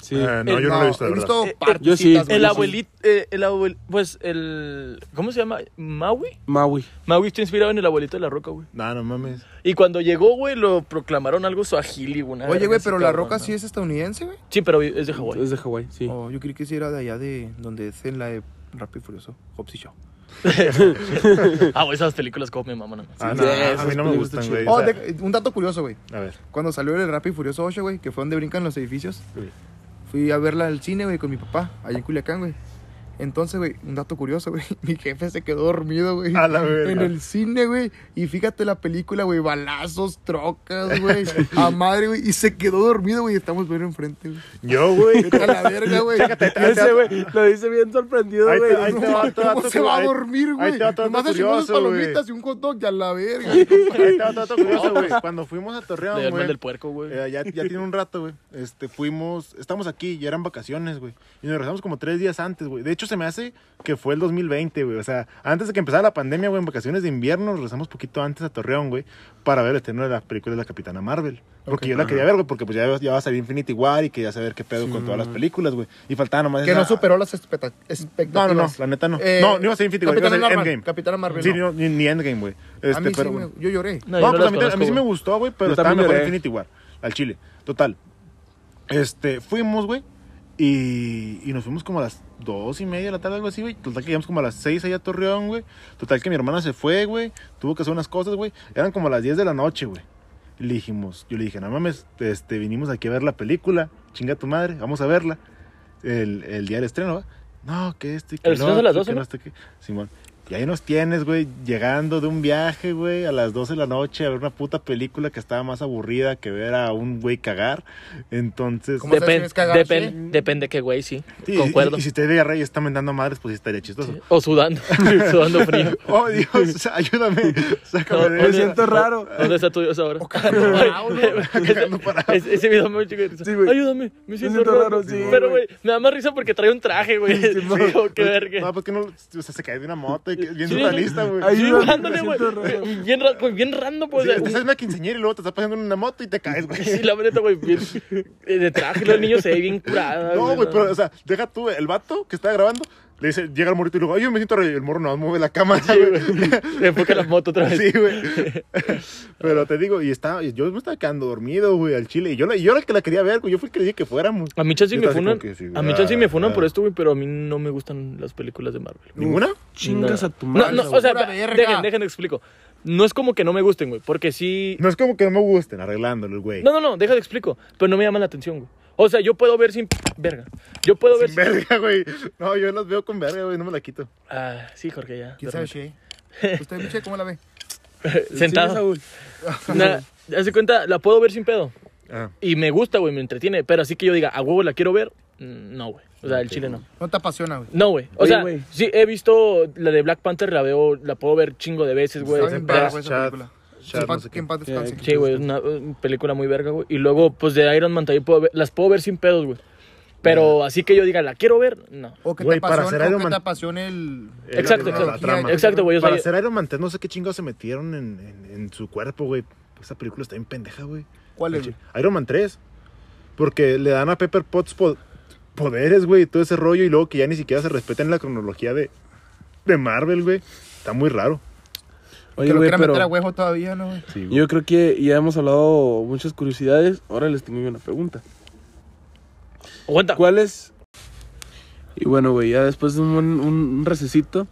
[SPEAKER 3] Sí.
[SPEAKER 1] Eh, no, yo no, lo he visto, de verdad.
[SPEAKER 4] Ah, visto
[SPEAKER 2] Eh,
[SPEAKER 4] partecitas,
[SPEAKER 3] yo sí.
[SPEAKER 4] güey,
[SPEAKER 2] El
[SPEAKER 4] yo
[SPEAKER 2] abuelito, eh, el abuel, pues el, ¿cómo se llama? Maui.
[SPEAKER 3] Maui.
[SPEAKER 2] Maui está inspirado en el abuelito de la roca, güey.
[SPEAKER 1] No, no mames.
[SPEAKER 2] Y cuando llegó, güey, lo proclamaron algo suajili, güey. una
[SPEAKER 4] Oye,
[SPEAKER 2] verga
[SPEAKER 4] güey,
[SPEAKER 2] así,
[SPEAKER 4] pero La
[SPEAKER 2] cabrón,
[SPEAKER 4] Roca
[SPEAKER 2] ¿no?
[SPEAKER 4] sí es estadounidense, güey.
[SPEAKER 2] Sí, pero es de Hawái.
[SPEAKER 3] Es de Hawái, sí.
[SPEAKER 4] Oh, yo creí que sí era de allá de donde es en la de Rápido y Furioso, Hobbs y Shaw.
[SPEAKER 2] Ah, güey, esas películas como mi mamá, no.
[SPEAKER 1] Ah,
[SPEAKER 3] Sí,
[SPEAKER 1] no,
[SPEAKER 3] esas
[SPEAKER 1] a mí no me
[SPEAKER 3] películas
[SPEAKER 1] gustan,
[SPEAKER 3] están
[SPEAKER 1] güey.
[SPEAKER 4] Oh,
[SPEAKER 1] O sea,
[SPEAKER 4] de- un dato curioso, güey.
[SPEAKER 1] A ver.
[SPEAKER 4] Cuando salió el Rápido y Furioso 8, güey, que fue donde brincan los edificios,
[SPEAKER 1] Sí.
[SPEAKER 4] fui a verla al cine, güey, con mi papá, allá en Culiacán, güey. Entonces, güey, un dato curioso, güey, [LAUGHS] mi jefe se quedó dormido, güey.
[SPEAKER 1] A la verga.
[SPEAKER 4] En el cine, güey. Y fíjate la película, güey, balazos, trocas, güey. A madre, güey. Y se quedó dormido, güey. Estamos viendo enfrente, [LAUGHS] güey.
[SPEAKER 1] Yo, güey.
[SPEAKER 4] Vete a la verga, güey.
[SPEAKER 3] Ese güey lo dice bien sorprendido,
[SPEAKER 1] Ahí te-
[SPEAKER 3] güey.
[SPEAKER 1] ahí te va otro
[SPEAKER 4] ¿Cómo
[SPEAKER 1] dato
[SPEAKER 4] se
[SPEAKER 1] cu-
[SPEAKER 4] va a
[SPEAKER 1] ahí-
[SPEAKER 4] dormir, güey?
[SPEAKER 1] Ahí te va otro
[SPEAKER 4] Nomás
[SPEAKER 1] dato
[SPEAKER 4] se llevó unas
[SPEAKER 1] curioso, güey.
[SPEAKER 4] palomitas y un hot dog y a la verga.
[SPEAKER 1] Ahí te va otro dato curioso, güey. Cuando fuimos a
[SPEAKER 2] De
[SPEAKER 1] Torreón,
[SPEAKER 2] Herman
[SPEAKER 1] Ah, güey.
[SPEAKER 2] del Puerco, güey.
[SPEAKER 1] eh, ya, ya tiene un rato, güey. Este, fuimos, estamos aquí, ya eran vacaciones, güey. Y nos regresamos como tres días antes, güey. De hecho, se me hace que fue el 2020, güey. O sea, antes de que empezara la pandemia, güey, en vacaciones de invierno, nos regresamos poquito antes a Torreón, güey, para ver el estreno de la película de la Capitana Marvel. Porque yo la quería ver, güey, porque pues ya, ya va a salir Infinity War y quería saber qué pedo con todas las películas, güey. Y faltaba nomás
[SPEAKER 4] Que
[SPEAKER 1] esa-
[SPEAKER 4] no superó las expecta-
[SPEAKER 1] No,
[SPEAKER 4] expectativas.
[SPEAKER 1] no, no, la neta no.
[SPEAKER 4] Eh,
[SPEAKER 1] no, no iba a ser Infinity War, iba a
[SPEAKER 4] Capitana
[SPEAKER 1] ser
[SPEAKER 4] Marvel,
[SPEAKER 1] Endgame.
[SPEAKER 4] Capitana Marvel,
[SPEAKER 1] Sí,
[SPEAKER 4] no.
[SPEAKER 1] no,
[SPEAKER 4] Ah,
[SPEAKER 1] ni, ni Endgame, güey. Este,
[SPEAKER 4] a mí
[SPEAKER 1] pero
[SPEAKER 4] sí,
[SPEAKER 1] bueno.
[SPEAKER 4] me- yo lloré.
[SPEAKER 2] No,
[SPEAKER 1] No,
[SPEAKER 2] yo no
[SPEAKER 1] pues a
[SPEAKER 2] las
[SPEAKER 1] mí, te- a
[SPEAKER 2] conozco,
[SPEAKER 1] mí sí me
[SPEAKER 2] güey.
[SPEAKER 1] gustó, güey, pero
[SPEAKER 3] Yo
[SPEAKER 1] estaba
[SPEAKER 3] también
[SPEAKER 1] mejor
[SPEAKER 3] lloré.
[SPEAKER 1] Infinity War, al chile. Total. Este, fuimos, güey, y, y nos fuimos como a las dos y media de la tarde, algo así, güey. Total que llegamos como a las seis allá a Torreón, güey. Total que mi hermana se fue, güey. Tuvo que hacer unas cosas, güey. Eran como a las 10 de la noche, güey. Y le dijimos, yo le dije, no mames, este, vinimos aquí a ver la película. Chinga tu madre, vamos a verla. El, el día del estreno, ¿va? No, que este, que
[SPEAKER 2] El estreno es a las
[SPEAKER 1] otro,
[SPEAKER 2] 12,
[SPEAKER 1] que
[SPEAKER 2] ¿no?
[SPEAKER 1] no sé qué. Simón. Y ahí nos tienes, güey, llegando de un viaje, güey, a las 12 de la noche a ver una puta película que estaba más aburrida que ver a un güey cagar. Entonces,
[SPEAKER 4] ¿Cómo sabes si es cagar,
[SPEAKER 2] depende, depende qué güey, sí.
[SPEAKER 1] ¿eh? Sí, y-
[SPEAKER 2] Concuerdo.
[SPEAKER 1] Y, y si te diga rey está mentando madres, pues sí estaría chistoso. [LAUGHS]
[SPEAKER 2] O sudando, sudando frío.
[SPEAKER 1] Oh, Dios, [LAUGHS] ayúdame, sácame
[SPEAKER 2] No,
[SPEAKER 1] de
[SPEAKER 3] Me
[SPEAKER 2] no,
[SPEAKER 1] eso.
[SPEAKER 3] siento raro.
[SPEAKER 2] ¿Dónde está tu Dios ahora?
[SPEAKER 1] [LAUGHS]
[SPEAKER 2] Es- Ese video me dio mucho
[SPEAKER 3] Sí,
[SPEAKER 2] risa.
[SPEAKER 3] güey.
[SPEAKER 2] Ayúdame, me siento,
[SPEAKER 3] siento
[SPEAKER 2] raro.
[SPEAKER 3] raro, sí,
[SPEAKER 2] Pero,
[SPEAKER 3] güey.
[SPEAKER 2] güey, me da más risa porque trae un traje, güey. Digo, qué
[SPEAKER 1] No,
[SPEAKER 2] verga.
[SPEAKER 1] pues que no, o sea, se cae de una moto y que es bien
[SPEAKER 2] Sí.
[SPEAKER 1] surrealista, güey.
[SPEAKER 3] Ay,
[SPEAKER 1] Sí,
[SPEAKER 2] Sí,
[SPEAKER 3] ayúdame, me
[SPEAKER 2] ándale, güey.
[SPEAKER 3] siento raro.
[SPEAKER 2] Y Bien, ra- güey, bien random, pues. o sea,
[SPEAKER 1] estás en una quinceañera y luego te estás pasando en una moto y te caes, güey.
[SPEAKER 2] [LAUGHS] Sí, la neta, güey, bien. eh, De traje, los niños se ve bien curada.
[SPEAKER 1] No, güey, pero, o sea, deja tú, el vato que está grabando, le dice, llega el morrito y luego, ay, yo me siento raro, y el morro no mueve la cámara, güey. [LAUGHS]
[SPEAKER 2] Se enfoca la moto otra vez.
[SPEAKER 1] Sí, güey. Pero te digo, y estaba, y yo me estaba quedando dormido, güey, al chile. Y yo, la- y yo era el que la quería ver, güey. Yo fui el que le dije que fuéramos.
[SPEAKER 2] A mí chance
[SPEAKER 1] Yo
[SPEAKER 2] me
[SPEAKER 1] estaba así
[SPEAKER 2] funan.
[SPEAKER 1] como que sí,
[SPEAKER 2] a mí chance me
[SPEAKER 1] ah,
[SPEAKER 2] funan
[SPEAKER 1] ah.
[SPEAKER 2] por esto, güey, pero a mí no me gustan las películas de Marvel.
[SPEAKER 1] ¿Ninguna?
[SPEAKER 3] Chingas
[SPEAKER 2] No.
[SPEAKER 3] a tu madre.
[SPEAKER 2] No, no, o sea,
[SPEAKER 4] Pura
[SPEAKER 2] dejen,
[SPEAKER 4] verga.
[SPEAKER 2] dejen, explico. No es como que no me gusten, güey, porque sí.
[SPEAKER 1] No es como que no me gusten arreglándolo, güey.
[SPEAKER 2] No, no, no, deja de explico. Pero no me llaman la atención, güey. O sea, yo puedo ver sin. Verga. Yo puedo ver
[SPEAKER 1] Sin [LAUGHS] verga, güey. No, yo las veo con verga, güey. No me la quito.
[SPEAKER 2] Ah, sí, Jorge, ya.
[SPEAKER 4] ¿Quién
[SPEAKER 2] de
[SPEAKER 4] sabe,
[SPEAKER 2] repente.
[SPEAKER 4] Che? ¿Usted, Miche, cómo la ve?
[SPEAKER 3] Sí,
[SPEAKER 2] Sentado.
[SPEAKER 3] Saúl.
[SPEAKER 2] Na- Haz de cuenta, la puedo ver sin pedo.
[SPEAKER 1] Ah.
[SPEAKER 2] Y me gusta, güey, me entretiene. Pero así que yo diga, a huevo la quiero ver. mm, No, güey. O sea, el chile no.
[SPEAKER 4] No te apasiona, güey.
[SPEAKER 2] No, güey. O
[SPEAKER 3] Oye,
[SPEAKER 2] sea,
[SPEAKER 3] güey.
[SPEAKER 2] sí, he visto la de Black Panther, la veo, la puedo ver chingo de veces, güey.
[SPEAKER 4] Está bien
[SPEAKER 2] La-
[SPEAKER 4] verga, güey, esa
[SPEAKER 1] Chat,
[SPEAKER 4] película.
[SPEAKER 1] chat,
[SPEAKER 4] Que en
[SPEAKER 1] no
[SPEAKER 4] paz-
[SPEAKER 1] sé
[SPEAKER 4] Que en
[SPEAKER 1] qué.
[SPEAKER 4] paz descanse.
[SPEAKER 2] Sí, güey, es una eh, película muy verga, güey. Y luego, pues de Iron Man también puedo ver, las puedo ver sin pedos, güey. Pero así que yo diga, la quiero ver, no.
[SPEAKER 4] O que
[SPEAKER 1] Güey,
[SPEAKER 4] te
[SPEAKER 1] para
[SPEAKER 4] apasione,
[SPEAKER 1] hacer Iron
[SPEAKER 4] o que
[SPEAKER 1] Man-
[SPEAKER 4] te apasione el...
[SPEAKER 1] El-
[SPEAKER 2] Exacto,
[SPEAKER 1] la-
[SPEAKER 2] exacto.
[SPEAKER 1] la trama.
[SPEAKER 2] Exacto, güey. o sea,
[SPEAKER 1] Para hacer Iron Man 3, no sé qué chingados se metieron en, en- en su cuerpo, güey. Esa película está bien pendeja, güey.
[SPEAKER 4] ¿Cuál es,
[SPEAKER 1] Oye, Iron Man 3. Porque le dan a Pepper Potts po- poderes, güey, y todo ese rollo. Y luego que ya ni siquiera se respeten la cronología de, de Marvel, güey. Está muy raro.
[SPEAKER 3] Oye,
[SPEAKER 4] que lo
[SPEAKER 3] güey,
[SPEAKER 4] quieran
[SPEAKER 3] pero
[SPEAKER 4] meter a huevo todavía, ¿no, güey?
[SPEAKER 1] Sí,
[SPEAKER 3] yo creo que ya hemos hablado muchas curiosidades. Ahora les tengo yo una pregunta.
[SPEAKER 2] aguanta.
[SPEAKER 3] ¿Cuál es? Y bueno, güey, ya después de un, un, un recesito,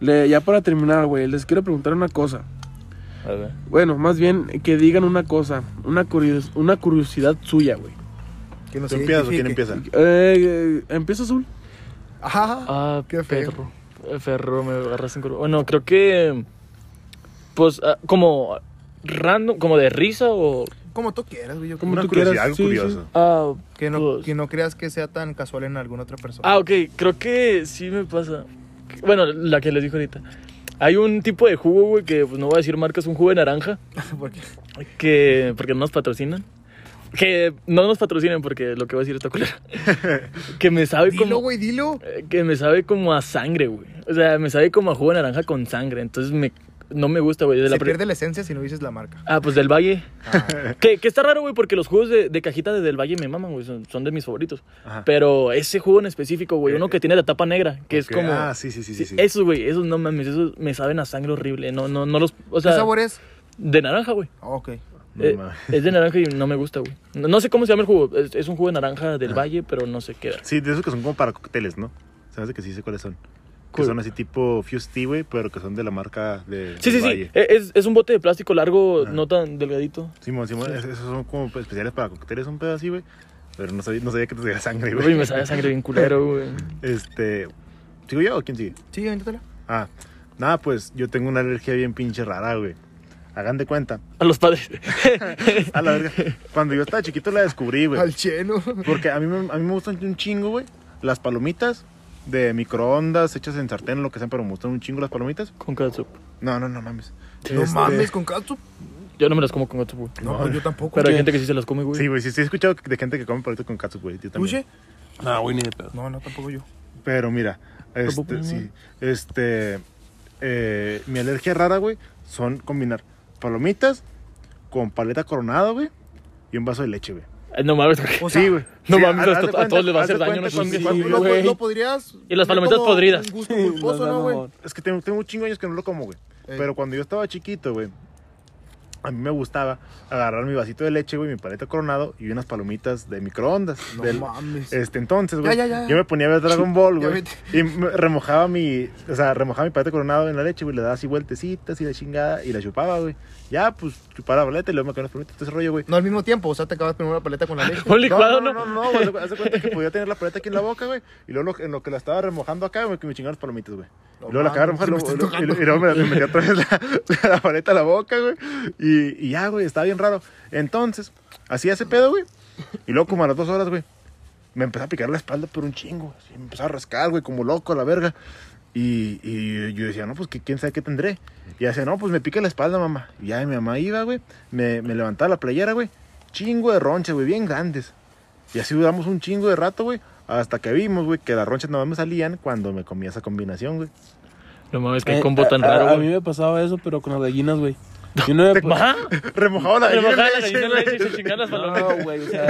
[SPEAKER 3] le- ya para terminar, güey, les quiero preguntar una cosa.
[SPEAKER 2] A ver.
[SPEAKER 3] Bueno, más bien que digan una cosa, una, curios- una curiosidad suya, güey.
[SPEAKER 4] Que nos
[SPEAKER 1] ¿Tú empiezas o quién
[SPEAKER 4] identifique.
[SPEAKER 1] empieza?
[SPEAKER 3] Eh, eh, ¿Empieza azul?
[SPEAKER 4] Ajá.
[SPEAKER 2] Ah,
[SPEAKER 4] Qué feo.
[SPEAKER 2] Ferro. Eh, Ferro, me agarras en curva. Bueno, creo que. Pues, ah, como. Random, como de risa o.
[SPEAKER 4] Como tú quieras, güey. yo
[SPEAKER 3] Como
[SPEAKER 1] Una
[SPEAKER 3] tú
[SPEAKER 1] curiosidad,
[SPEAKER 3] quieras,
[SPEAKER 1] algo
[SPEAKER 3] sí,
[SPEAKER 1] curioso.
[SPEAKER 2] Ah,
[SPEAKER 4] Que no,
[SPEAKER 2] pues-
[SPEAKER 4] que no creas que sea tan casual en alguna otra persona.
[SPEAKER 2] Ah, ok, creo que sí me pasa. Bueno, la que les dije ahorita. Hay un tipo de jugo, güey, que pues, no voy a decir marca, es un jugo de naranja,
[SPEAKER 4] [LAUGHS] Porque
[SPEAKER 2] que, porque no nos patrocinan. Que no nos patrocinen porque lo que voy a decir está culero. que me sabe
[SPEAKER 4] Dilo,
[SPEAKER 2] como...
[SPEAKER 4] güey, dilo.
[SPEAKER 2] eh, Que me sabe como a sangre, güey. O sea, me sabe como a jugo de naranja con sangre. Entonces me, no me gusta, güey. De la
[SPEAKER 4] Se
[SPEAKER 2] pri-
[SPEAKER 4] pierde la esencia si no dices la marca.
[SPEAKER 2] Ah, pues del Valle.
[SPEAKER 4] Ah.
[SPEAKER 2] Que, que está raro, güey, porque los jugos de, de cajita de Del Valle me maman, güey. Son, son de mis favoritos.
[SPEAKER 1] Ajá.
[SPEAKER 2] Pero ese jugo en específico, güey, uno que tiene la tapa negra, que es
[SPEAKER 1] Ok.
[SPEAKER 2] como.
[SPEAKER 1] Ah, sí, sí, sí, sí, sí.
[SPEAKER 2] Esos, güey, esos no mames, esos me saben a sangre horrible. No, no, no los. O
[SPEAKER 4] ¿Qué
[SPEAKER 2] sea,
[SPEAKER 4] sabor es?
[SPEAKER 2] de naranja, güey.
[SPEAKER 4] Ah, ok.
[SPEAKER 1] No
[SPEAKER 2] Eh,
[SPEAKER 1] mames.
[SPEAKER 2] es de naranja y no me gusta, güey. No, no sé cómo se llama el jugo. Es, es un jugo de naranja
[SPEAKER 1] Ah.
[SPEAKER 2] del Valle, pero no sé qué. era.
[SPEAKER 1] Sí, de esos que son como para cócteles, ¿no? Se me hace que sí sé cuáles son. Que
[SPEAKER 2] Cool.
[SPEAKER 1] son así tipo Fuse Tea, güey, pero que son de la marca de.
[SPEAKER 2] Sí, sí,
[SPEAKER 1] del
[SPEAKER 2] sí.
[SPEAKER 1] Valle. Ah.
[SPEAKER 2] Eh, Es, es un bote de plástico largo, no tan delgadito.
[SPEAKER 1] Simón, Simón, es- esos son como especiales para cócteles, son pedo así, güey. Pero no sabía, no sabía que te salía sangre,
[SPEAKER 2] Güey,
[SPEAKER 1] güey.
[SPEAKER 2] me sabe a sangre bien culero, güey.
[SPEAKER 1] Este. ¿Sigo yo o quién sigue?
[SPEAKER 4] Sí, avéntatela.
[SPEAKER 1] Ah, nada, pues yo tengo una alergia bien pinche rara, güey. Hagan de cuenta.
[SPEAKER 2] A los
[SPEAKER 1] [LAUGHS]
[SPEAKER 2] padres.
[SPEAKER 1] A la verga. Cuando yo estaba chiquito la descubrí,
[SPEAKER 2] [LAUGHS]
[SPEAKER 1] güey.
[SPEAKER 4] Al cheno.
[SPEAKER 1] Porque a mí, me- a mí me gustan un chingo, güey. Las palomitas de microondas hechas en sartén, lo que sea, pero me gustan un chingo las palomitas.
[SPEAKER 2] con catsup.
[SPEAKER 1] No, no, no mames.
[SPEAKER 4] No
[SPEAKER 1] Este,
[SPEAKER 4] mames, con catsup.
[SPEAKER 2] Yo no me las como con catsup, güey.
[SPEAKER 4] No, yo tampoco.
[SPEAKER 2] Pero hay
[SPEAKER 4] ¿Qué?
[SPEAKER 2] gente que sí se las come, güey.
[SPEAKER 1] Sí, güey, sí, sí he escuchado de gente que come palitos con catsup, güey. Yo
[SPEAKER 4] ¿Tú,
[SPEAKER 1] también.
[SPEAKER 4] Che?
[SPEAKER 3] No, güey, ni de pedo.
[SPEAKER 4] No, no, tampoco yo.
[SPEAKER 1] Pero mira, este,
[SPEAKER 2] Tampoco.
[SPEAKER 1] sí, este, eh, mi alergia rara, güey, son combinar palomitas con paleta coronada, güey, y un vaso de leche, güey.
[SPEAKER 2] Eh, No mames, güey.
[SPEAKER 4] O sea,
[SPEAKER 1] sí, güey.
[SPEAKER 2] no
[SPEAKER 1] Sí,
[SPEAKER 2] mames,
[SPEAKER 1] haz-
[SPEAKER 2] hasta-
[SPEAKER 1] haz de
[SPEAKER 2] a todos les va a
[SPEAKER 1] haz de
[SPEAKER 2] hacer daño,
[SPEAKER 1] cuenta
[SPEAKER 2] no
[SPEAKER 1] cuando-
[SPEAKER 2] Sí,
[SPEAKER 1] cuando-
[SPEAKER 2] güey.
[SPEAKER 4] lo, lo podrías.
[SPEAKER 2] Y las
[SPEAKER 4] tener
[SPEAKER 2] palomitas
[SPEAKER 4] como
[SPEAKER 2] podridas.
[SPEAKER 4] Un gusto culposo, ¿no, güey?
[SPEAKER 1] Es que tengo, tengo un chingo de años que no lo como, güey.
[SPEAKER 4] Ey.
[SPEAKER 1] Pero cuando yo estaba chiquito, güey, a mí me gustaba agarrar mi vasito de leche, güey, mi paleta coronado y unas palomitas de microondas.
[SPEAKER 4] No
[SPEAKER 1] del-
[SPEAKER 4] mames.
[SPEAKER 1] Este, entonces,
[SPEAKER 4] Ya,
[SPEAKER 1] güey,
[SPEAKER 4] ya, ya.
[SPEAKER 1] yo me ponía a ver Dragon Ball,
[SPEAKER 4] Ya
[SPEAKER 1] güey, y me- remojaba mi, o sea, remojaba mi paleta coronado en la leche, güey, le daba así vueltecitas y la chingada, y la chupaba, güey. Ya, pues, chupaba la paleta y luego me comía las palomitas, todo ese rollo, güey.
[SPEAKER 4] No al mismo tiempo, o sea, te acabas primero la paleta con
[SPEAKER 1] [LAUGHS]
[SPEAKER 4] la leche.
[SPEAKER 2] Un licuado,
[SPEAKER 1] no, no, no, no, güey, haz de- haz de cuenta que podía tener la paleta aquí en la boca, güey, y luego lo- en lo que la estaba remojando acá, güey, que me chingaron las palomitas, güey.
[SPEAKER 4] No
[SPEAKER 1] y luego la acababa de
[SPEAKER 4] mames,
[SPEAKER 1] remojar,
[SPEAKER 4] me
[SPEAKER 1] luego-
[SPEAKER 4] estoy
[SPEAKER 1] luego- y,
[SPEAKER 4] tocando.
[SPEAKER 1] y luego
[SPEAKER 4] [LAUGHS]
[SPEAKER 1] me, me metí otra vez la, la paleta a la boca, güey, y, y ya, güey, estaba bien raro. Entonces, hacía ese pedo, güey, y luego como a las dos horas, güey, me empezó a picar la espalda por un chingo, así, me empezó a rascar, güey, como loco a la verga. Y, y yo decía, no, pues que quién sabe qué tendré. Y ella decía, no, pues me pica la espalda, mamá. Y ya mi mamá iba, güey. Me, me levantaba la playera, güey. Chingo de ronchas, güey, bien grandes. Y así duramos un chingo de rato, güey. Hasta que vimos, güey, que las ronchas nomás me salían cuando me comía esa combinación, güey.
[SPEAKER 2] No mames, qué
[SPEAKER 3] Eh,
[SPEAKER 2] combo tan
[SPEAKER 3] a- a-
[SPEAKER 2] raro,
[SPEAKER 3] A mí
[SPEAKER 2] güey.
[SPEAKER 3] me pasaba eso, pero con las
[SPEAKER 2] [LAUGHS]
[SPEAKER 3] gallinas, güey. Yo no me...
[SPEAKER 2] Ajá.
[SPEAKER 1] Remojaba la
[SPEAKER 2] Me remojaba la
[SPEAKER 1] leche,
[SPEAKER 2] gallina en
[SPEAKER 1] güey.
[SPEAKER 2] leche y se chingaban las palomitas. [LAUGHS]
[SPEAKER 3] No, güey, o sea,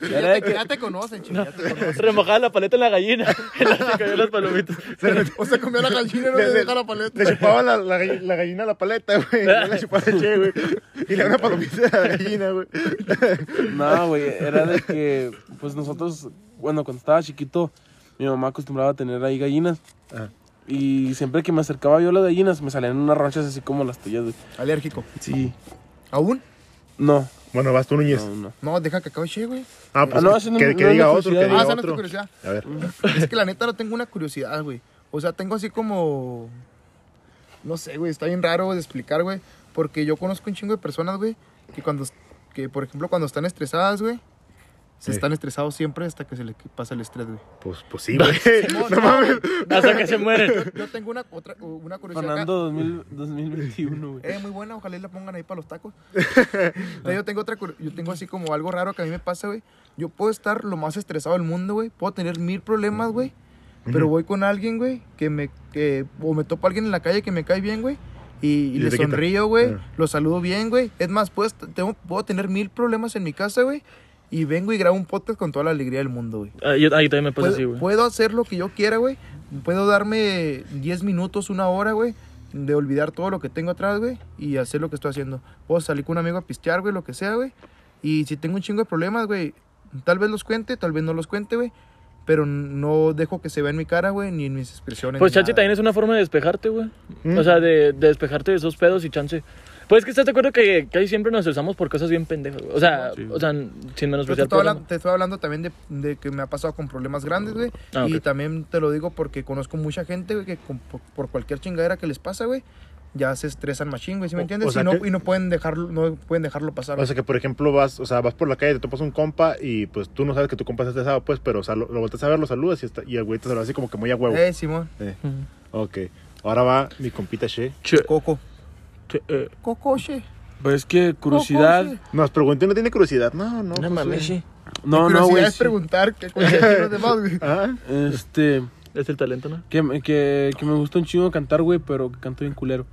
[SPEAKER 3] era de que...
[SPEAKER 4] Ya te conocen, chino, ya te conocen.
[SPEAKER 2] Remojaba la paleta en la gallina. [LAUGHS] y luego
[SPEAKER 1] [LAUGHS]
[SPEAKER 2] se cayó las palomitas.
[SPEAKER 4] O sea, comió la gallina y no le
[SPEAKER 1] Le- le-
[SPEAKER 4] deja la paleta.
[SPEAKER 1] Le chupaba la, la gall- la gallina a la paleta, güey. y luego Le chupaba leche, güey. Y le daba una palomita a la gallina, güey.
[SPEAKER 3] No, güey, era de que... Pues nosotros, bueno, cuando estaba chiquito, mi mamá acostumbraba a tener ahí gallinas.
[SPEAKER 1] Ajá.
[SPEAKER 3] Y siempre que me acercaba yo a las gallinas, me salían unas ronchas así como las tuyas, güey.
[SPEAKER 4] Alérgico.
[SPEAKER 3] Sí.
[SPEAKER 4] ¿Aún?
[SPEAKER 3] No,
[SPEAKER 1] Bueno, vas tú, Núñez.
[SPEAKER 3] no, no.
[SPEAKER 4] No, deja que acabe, che, güey.
[SPEAKER 1] Ah, pues
[SPEAKER 3] Ah, no,
[SPEAKER 1] que-
[SPEAKER 3] ese no-
[SPEAKER 1] que,
[SPEAKER 3] no
[SPEAKER 1] que
[SPEAKER 3] es
[SPEAKER 1] diga
[SPEAKER 3] la
[SPEAKER 1] otro, que
[SPEAKER 3] curiosidad.
[SPEAKER 1] diga
[SPEAKER 4] Ah, esa no es tu
[SPEAKER 1] otro.
[SPEAKER 4] curiosidad.
[SPEAKER 1] A ver.
[SPEAKER 4] Es que la neta no tengo una curiosidad, güey. O sea, tengo así como. No sé, güey. Está bien raro de explicar, güey. Porque yo conozco un chingo de personas, güey. Que cuando. Que por ejemplo, cuando están estresadas, güey. Se
[SPEAKER 1] Sí.
[SPEAKER 4] están estresados siempre hasta que se les pasa el estrés, güey.
[SPEAKER 1] Pues, pues [LAUGHS] sí, güey.
[SPEAKER 4] Simón,
[SPEAKER 1] no mames.
[SPEAKER 2] Hasta que se
[SPEAKER 4] Yo,
[SPEAKER 2] mueren.
[SPEAKER 4] yo tengo una, otra, una curiosidad. Pues acá.
[SPEAKER 3] Fernando 2000 2021, güey.
[SPEAKER 4] Eh, muy buena, ojalá y la pongan ahí para los tacos. No, yo tengo otra, cur- yo tengo así como algo raro que a mí me pasa, güey. Yo puedo estar lo más estresado del mundo, güey. Puedo tener mil problemas, güey. Pero voy con alguien, güey, que me, que, o me topo a alguien en la calle que me cae bien, güey. Y, y
[SPEAKER 1] Y
[SPEAKER 4] le
[SPEAKER 1] se quita.
[SPEAKER 4] sonrío, güey.
[SPEAKER 1] Ah.
[SPEAKER 4] Lo saludo bien, güey. Es más, puedo, est- tengo- puedo tener mil problemas en mi casa, güey. Y vengo y grabo un podcast con toda la alegría del mundo, güey.
[SPEAKER 2] Ah, yo- Ahí también me pasa
[SPEAKER 4] Puedo,
[SPEAKER 2] así, güey.
[SPEAKER 4] puedo hacer lo que yo quiera, güey. Puedo darme 10 minutos, una hora, güey, de olvidar todo lo que tengo atrás, güey, y hacer lo que estoy haciendo. Puedo salir con un amigo a pistear, güey, lo que sea, güey. Y si tengo un chingo de problemas, güey, tal vez los cuente, tal vez no los cuente, güey. Pero no dejo que se vea en mi cara, güey, ni en mis expresiones.
[SPEAKER 2] Pues
[SPEAKER 4] ni
[SPEAKER 2] chance
[SPEAKER 4] nada.
[SPEAKER 2] también es una forma de despejarte, güey.
[SPEAKER 1] Mm.
[SPEAKER 2] O sea, de, de despejarte de esos pedos y chance. Pues es que estás de acuerdo que casi siempre nos estresamos por cosas bien pendejas, güey. O sea, o sea, sin
[SPEAKER 4] Pero
[SPEAKER 2] menospreciar.
[SPEAKER 4] te, estoy
[SPEAKER 2] pero-
[SPEAKER 4] hablando, te estoy hablando también de, de que me ha pasado con problemas grandes, güey.
[SPEAKER 2] Ah, ok.
[SPEAKER 4] Y también te lo digo porque conozco mucha gente, güey, que con- por, por cualquier chingadera que les pasa, güey, ya se estresan machín, güey, ¿sí me
[SPEAKER 1] O-
[SPEAKER 4] entiendes?
[SPEAKER 1] o sea
[SPEAKER 4] y, no,
[SPEAKER 1] que-
[SPEAKER 4] y no pueden dejarlo, no pueden dejarlo pasar.
[SPEAKER 1] O sea que, por ejemplo, vas, o sea, vas por la calle, te topas un compa y pues tú no sabes que tu compa está estresado, pues, pero o sea, lo, lo volteas a ver, lo saludas y, está- y el güey te saluda así como que muy a huevo.
[SPEAKER 4] eh, Simón,
[SPEAKER 2] Ujú.
[SPEAKER 1] Ok. Ahora va mi compita She.
[SPEAKER 2] Che,
[SPEAKER 4] Coco.
[SPEAKER 2] che, eh,
[SPEAKER 4] Coco, che.
[SPEAKER 3] Pues es que curiosidad.
[SPEAKER 1] Nos preguntó y no tiene curiosidad. No, no.
[SPEAKER 2] No
[SPEAKER 1] pues,
[SPEAKER 2] mames,
[SPEAKER 1] eh.
[SPEAKER 2] sí.
[SPEAKER 3] No, no,
[SPEAKER 4] Curiosidad
[SPEAKER 3] güey.
[SPEAKER 4] es
[SPEAKER 3] sí.
[SPEAKER 4] preguntar qué cosas tienen los demás,
[SPEAKER 1] [LAUGHS]
[SPEAKER 4] güey.
[SPEAKER 1] Ah,
[SPEAKER 3] Este.
[SPEAKER 2] Es el talento, ¿no?
[SPEAKER 3] Que, me- que, que me gusta un chingo cantar, güey, pero que canto bien culero.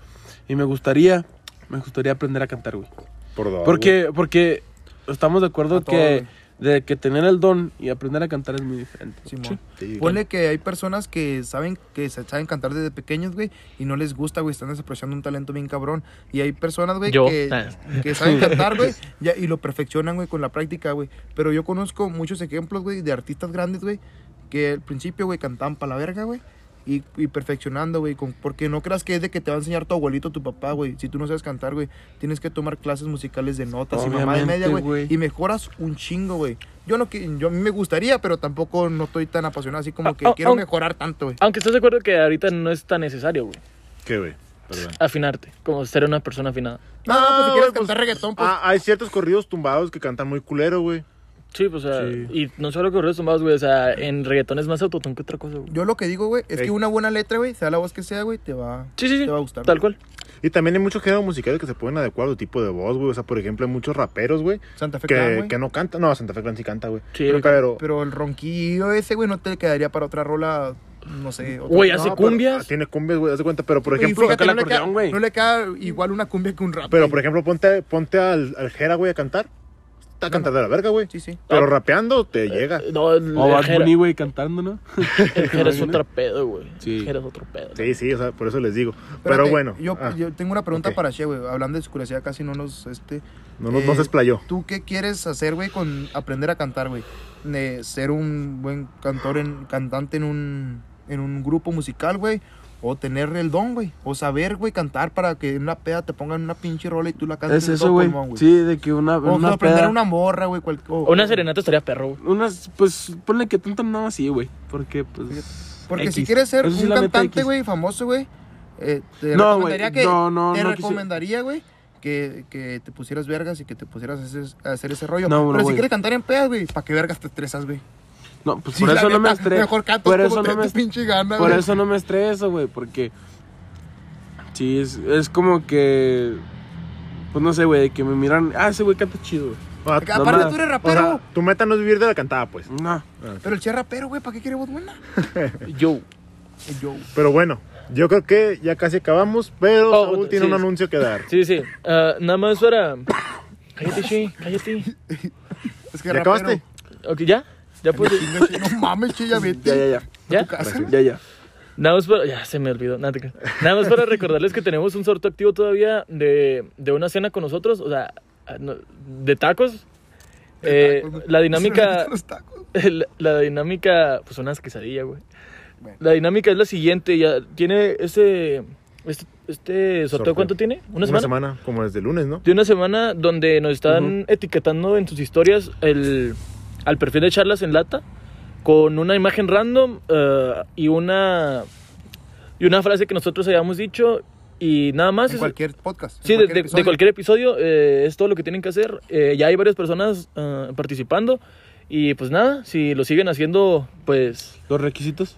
[SPEAKER 3] Y me gustaría, me gustaría aprender a cantar, güey.
[SPEAKER 1] por dos.
[SPEAKER 3] Porque, porque estamos de acuerdo
[SPEAKER 4] A todo,
[SPEAKER 3] que, de que tener el don y aprender a cantar es muy diferente.
[SPEAKER 4] Simón.
[SPEAKER 1] Sí,
[SPEAKER 4] Ponle que hay personas que saben que se saben cantar desde pequeños, güey, y no les gusta, güey, están despreciando un talento bien cabrón. Y hay personas, güey,
[SPEAKER 2] Yo.
[SPEAKER 4] que,
[SPEAKER 2] Ah.
[SPEAKER 4] que saben cantar, güey, ya- y lo perfeccionan, güey, con la práctica, güey. Pero yo conozco muchos ejemplos, güey, de artistas grandes, güey, que al principio, güey, cantaban para la verga, güey. Y, y perfeccionando, güey, con- porque no creas que es de que te va a enseñar tu abuelito, tu papá, güey. Si tú no sabes cantar, güey, tienes que tomar clases musicales de notas y mamá de
[SPEAKER 3] Obviamente,
[SPEAKER 4] media, güey.
[SPEAKER 3] güey.
[SPEAKER 4] Y mejoras un chingo, güey. Yo no que, yo a mí me gustaría, pero tampoco no estoy tan apasionado así como que
[SPEAKER 2] Ah, ah,
[SPEAKER 4] quiero
[SPEAKER 2] ah.
[SPEAKER 4] mejorar tanto, güey.
[SPEAKER 2] Aunque estás de acuerdo que ahorita no es tan necesario, güey.
[SPEAKER 1] ¿Qué, güey? Perdón.
[SPEAKER 2] Afinarte, como ser una persona afinada.
[SPEAKER 4] No, no, pues si
[SPEAKER 1] Ah,
[SPEAKER 4] quieres
[SPEAKER 1] güey, pues,
[SPEAKER 4] cantar reggaetón, pues.
[SPEAKER 1] Ah, hay ciertos corridos tumbados que cantan muy culero, güey.
[SPEAKER 2] Sí, pues, o sea,
[SPEAKER 3] Sí.
[SPEAKER 2] y no solo correos tomados, güey, o sea, en reggaetón es más autotón que otra cosa, güey.
[SPEAKER 4] Yo lo que digo, güey, es
[SPEAKER 1] Ey.
[SPEAKER 4] que una buena letra, güey, sea la voz que sea, güey, te va,
[SPEAKER 2] Sí, sí, sí.
[SPEAKER 4] te va a gustar.
[SPEAKER 2] Tal
[SPEAKER 4] güey.
[SPEAKER 2] cual.
[SPEAKER 1] Y también hay muchos géneros musicales que se pueden adecuar a tu tipo de voz, güey. O sea, por ejemplo, hay muchos raperos, güey,
[SPEAKER 4] Santa Fe Clan,
[SPEAKER 1] que,
[SPEAKER 4] güey.
[SPEAKER 1] que no cantan. No, Santa Fe Clan sí canta, güey.
[SPEAKER 2] Sí,
[SPEAKER 1] pero,
[SPEAKER 2] güey.
[SPEAKER 1] pero-
[SPEAKER 4] Pero el ronquillo ese, güey, no te quedaría para otra rola, no sé. otra-
[SPEAKER 2] Güey,
[SPEAKER 4] no,
[SPEAKER 2] hace
[SPEAKER 1] no, pero-
[SPEAKER 2] cumbias.
[SPEAKER 1] ah, tiene cumbias, güey, haz de cuenta. Pero, por
[SPEAKER 4] y
[SPEAKER 1] ejemplo,
[SPEAKER 4] fíjate,
[SPEAKER 3] toca
[SPEAKER 4] no
[SPEAKER 3] el
[SPEAKER 4] le queda-
[SPEAKER 3] acordeón, güey.
[SPEAKER 4] No le queda igual una cumbia que un rap.
[SPEAKER 1] pero,
[SPEAKER 4] güey.
[SPEAKER 1] por ejemplo, ponte, ponte al, al Jera, güey, a cantar. Está cantando a la verga, güey.
[SPEAKER 4] Sí, sí.
[SPEAKER 1] Pero rapeando te llega.
[SPEAKER 2] No, el,
[SPEAKER 3] O
[SPEAKER 2] el
[SPEAKER 3] Bad
[SPEAKER 2] Jera,
[SPEAKER 3] Bunny, güey, cantando, ¿no?
[SPEAKER 2] el Jera [LAUGHS] es otro pedo, güey.
[SPEAKER 3] Sí.
[SPEAKER 2] El Jera es otro pedo.
[SPEAKER 1] Sí, sí, o sea, por eso les digo. pero
[SPEAKER 4] Espérate,
[SPEAKER 1] bueno,
[SPEAKER 4] Yo,
[SPEAKER 1] ah,
[SPEAKER 4] yo tengo una pregunta
[SPEAKER 1] ok.
[SPEAKER 4] para Che, güey. Hablando de su curiosidad, casi no nos, este...
[SPEAKER 1] no, nos- no
[SPEAKER 4] eh,
[SPEAKER 1] se explayó.
[SPEAKER 4] ¿Tú qué quieres hacer, güey, con aprender a cantar, güey? Ne- ¿Ser un buen cantor, en, cantante en un, en un grupo musical, güey? ¿O tener el don, güey? ¿O saber, güey, cantar para que en una peda te pongan una pinche rola y tú la cantes
[SPEAKER 3] Es
[SPEAKER 4] de
[SPEAKER 3] eso,
[SPEAKER 4] todo
[SPEAKER 3] güey.
[SPEAKER 4] pulmón, güey?
[SPEAKER 3] Sí, de que una,
[SPEAKER 4] O
[SPEAKER 3] una
[SPEAKER 4] aprender
[SPEAKER 3] peda-
[SPEAKER 4] una morra, güey. cual- o-
[SPEAKER 2] Una serenata estaría perro, güey.
[SPEAKER 3] Unas, pues, ponle que tanto no así, güey. Porque, pues...
[SPEAKER 4] Porque si
[SPEAKER 3] X.
[SPEAKER 4] quieres ser
[SPEAKER 3] Eso sí,
[SPEAKER 4] un
[SPEAKER 3] la neta,
[SPEAKER 4] cantante,
[SPEAKER 3] X.
[SPEAKER 4] güey, famoso, güey, eh, te
[SPEAKER 3] No, güey,
[SPEAKER 4] recomendaría que...
[SPEAKER 3] no, no,
[SPEAKER 4] te
[SPEAKER 3] no quisiera-
[SPEAKER 4] recomendaría, güey, que, que te pusieras vergas y que te pusieras a hacer, a hacer ese rollo.
[SPEAKER 3] No, bro,
[SPEAKER 4] Pero si
[SPEAKER 3] güey.
[SPEAKER 4] quieres cantar en pedas, güey, ¿para qué vergas te estresas, güey?
[SPEAKER 3] No, pues
[SPEAKER 4] Sí,
[SPEAKER 3] por
[SPEAKER 4] la
[SPEAKER 3] eso no me
[SPEAKER 4] neta,
[SPEAKER 3] estreso.
[SPEAKER 4] Mejor cantas
[SPEAKER 3] por
[SPEAKER 4] como
[SPEAKER 3] eso
[SPEAKER 4] te
[SPEAKER 3] no
[SPEAKER 4] dé
[SPEAKER 3] me
[SPEAKER 4] tu pinche gana,
[SPEAKER 3] Por
[SPEAKER 4] güey.
[SPEAKER 3] eso no me estreso, güey, porque... Sí, es, es como que... Pues no sé, güey, que me miran... Ah, ese güey canta chido, güey.
[SPEAKER 1] Ah,
[SPEAKER 4] Porque Aparte
[SPEAKER 3] no,
[SPEAKER 4] tú eres
[SPEAKER 1] o
[SPEAKER 4] rapero.
[SPEAKER 1] sea, tu meta no es vivir de la cantada, pues.
[SPEAKER 4] [LAUGHS]
[SPEAKER 3] No.
[SPEAKER 4] pero el che es rapero, güey, ¿para qué quiere voz buena?
[SPEAKER 2] Yo.
[SPEAKER 4] Yo.
[SPEAKER 1] Pero bueno, yo creo que ya casi acabamos, pero
[SPEAKER 2] Oh,
[SPEAKER 1] Saúl tiene
[SPEAKER 2] sí.
[SPEAKER 1] un anuncio que
[SPEAKER 4] [LAUGHS]
[SPEAKER 1] dar.
[SPEAKER 2] Sí, sí. Ah, nada más para. Cállate, Shi, cállate.
[SPEAKER 4] Es que
[SPEAKER 1] ¿Ya
[SPEAKER 4] rapero.
[SPEAKER 1] acabaste?
[SPEAKER 2] Ok, ya. Ya pues.
[SPEAKER 4] Chinga, che, No mames, che, ya vete.
[SPEAKER 3] Ya, ya, ya.
[SPEAKER 2] ¿Ya?
[SPEAKER 3] Ya, ya.
[SPEAKER 2] Nada más para. Ya se me olvidó. Nada, te creas. Nada más para recordarles que tenemos un sorteo activo todavía de, de una cena con nosotros. O sea, ah, no, de tacos. Eh,
[SPEAKER 4] Tacos, güey.
[SPEAKER 2] la
[SPEAKER 4] Se me [LAUGHS]
[SPEAKER 2] dinámica.
[SPEAKER 4] gustan los
[SPEAKER 2] [LAUGHS]
[SPEAKER 4] tacos.
[SPEAKER 2] La, la dinámica, pues unas quesadillas, güey.
[SPEAKER 4] Bueno.
[SPEAKER 2] La dinámica es la siguiente, ya tiene ese este, este sorteo,
[SPEAKER 1] Sorteo.
[SPEAKER 2] ¿cuánto tiene? ¿Una,
[SPEAKER 1] Una
[SPEAKER 2] semana?
[SPEAKER 1] semana, como desde el lunes, ¿no?
[SPEAKER 2] De una semana donde nos están etiquetando en sus historias el al perfil de charlas en lata con una imagen random eh, y una y una frase que nosotros hayamos dicho y nada más
[SPEAKER 4] En
[SPEAKER 2] es-
[SPEAKER 4] cualquier podcast. en
[SPEAKER 2] Sí, de- de- de,
[SPEAKER 4] episodio.
[SPEAKER 2] cualquier episodio eh, es todo lo que tienen que hacer. Eh, ya hay varias personas ah, participando. Y pues nada, si lo siguen haciendo, pues...
[SPEAKER 3] ¿Los requisitos?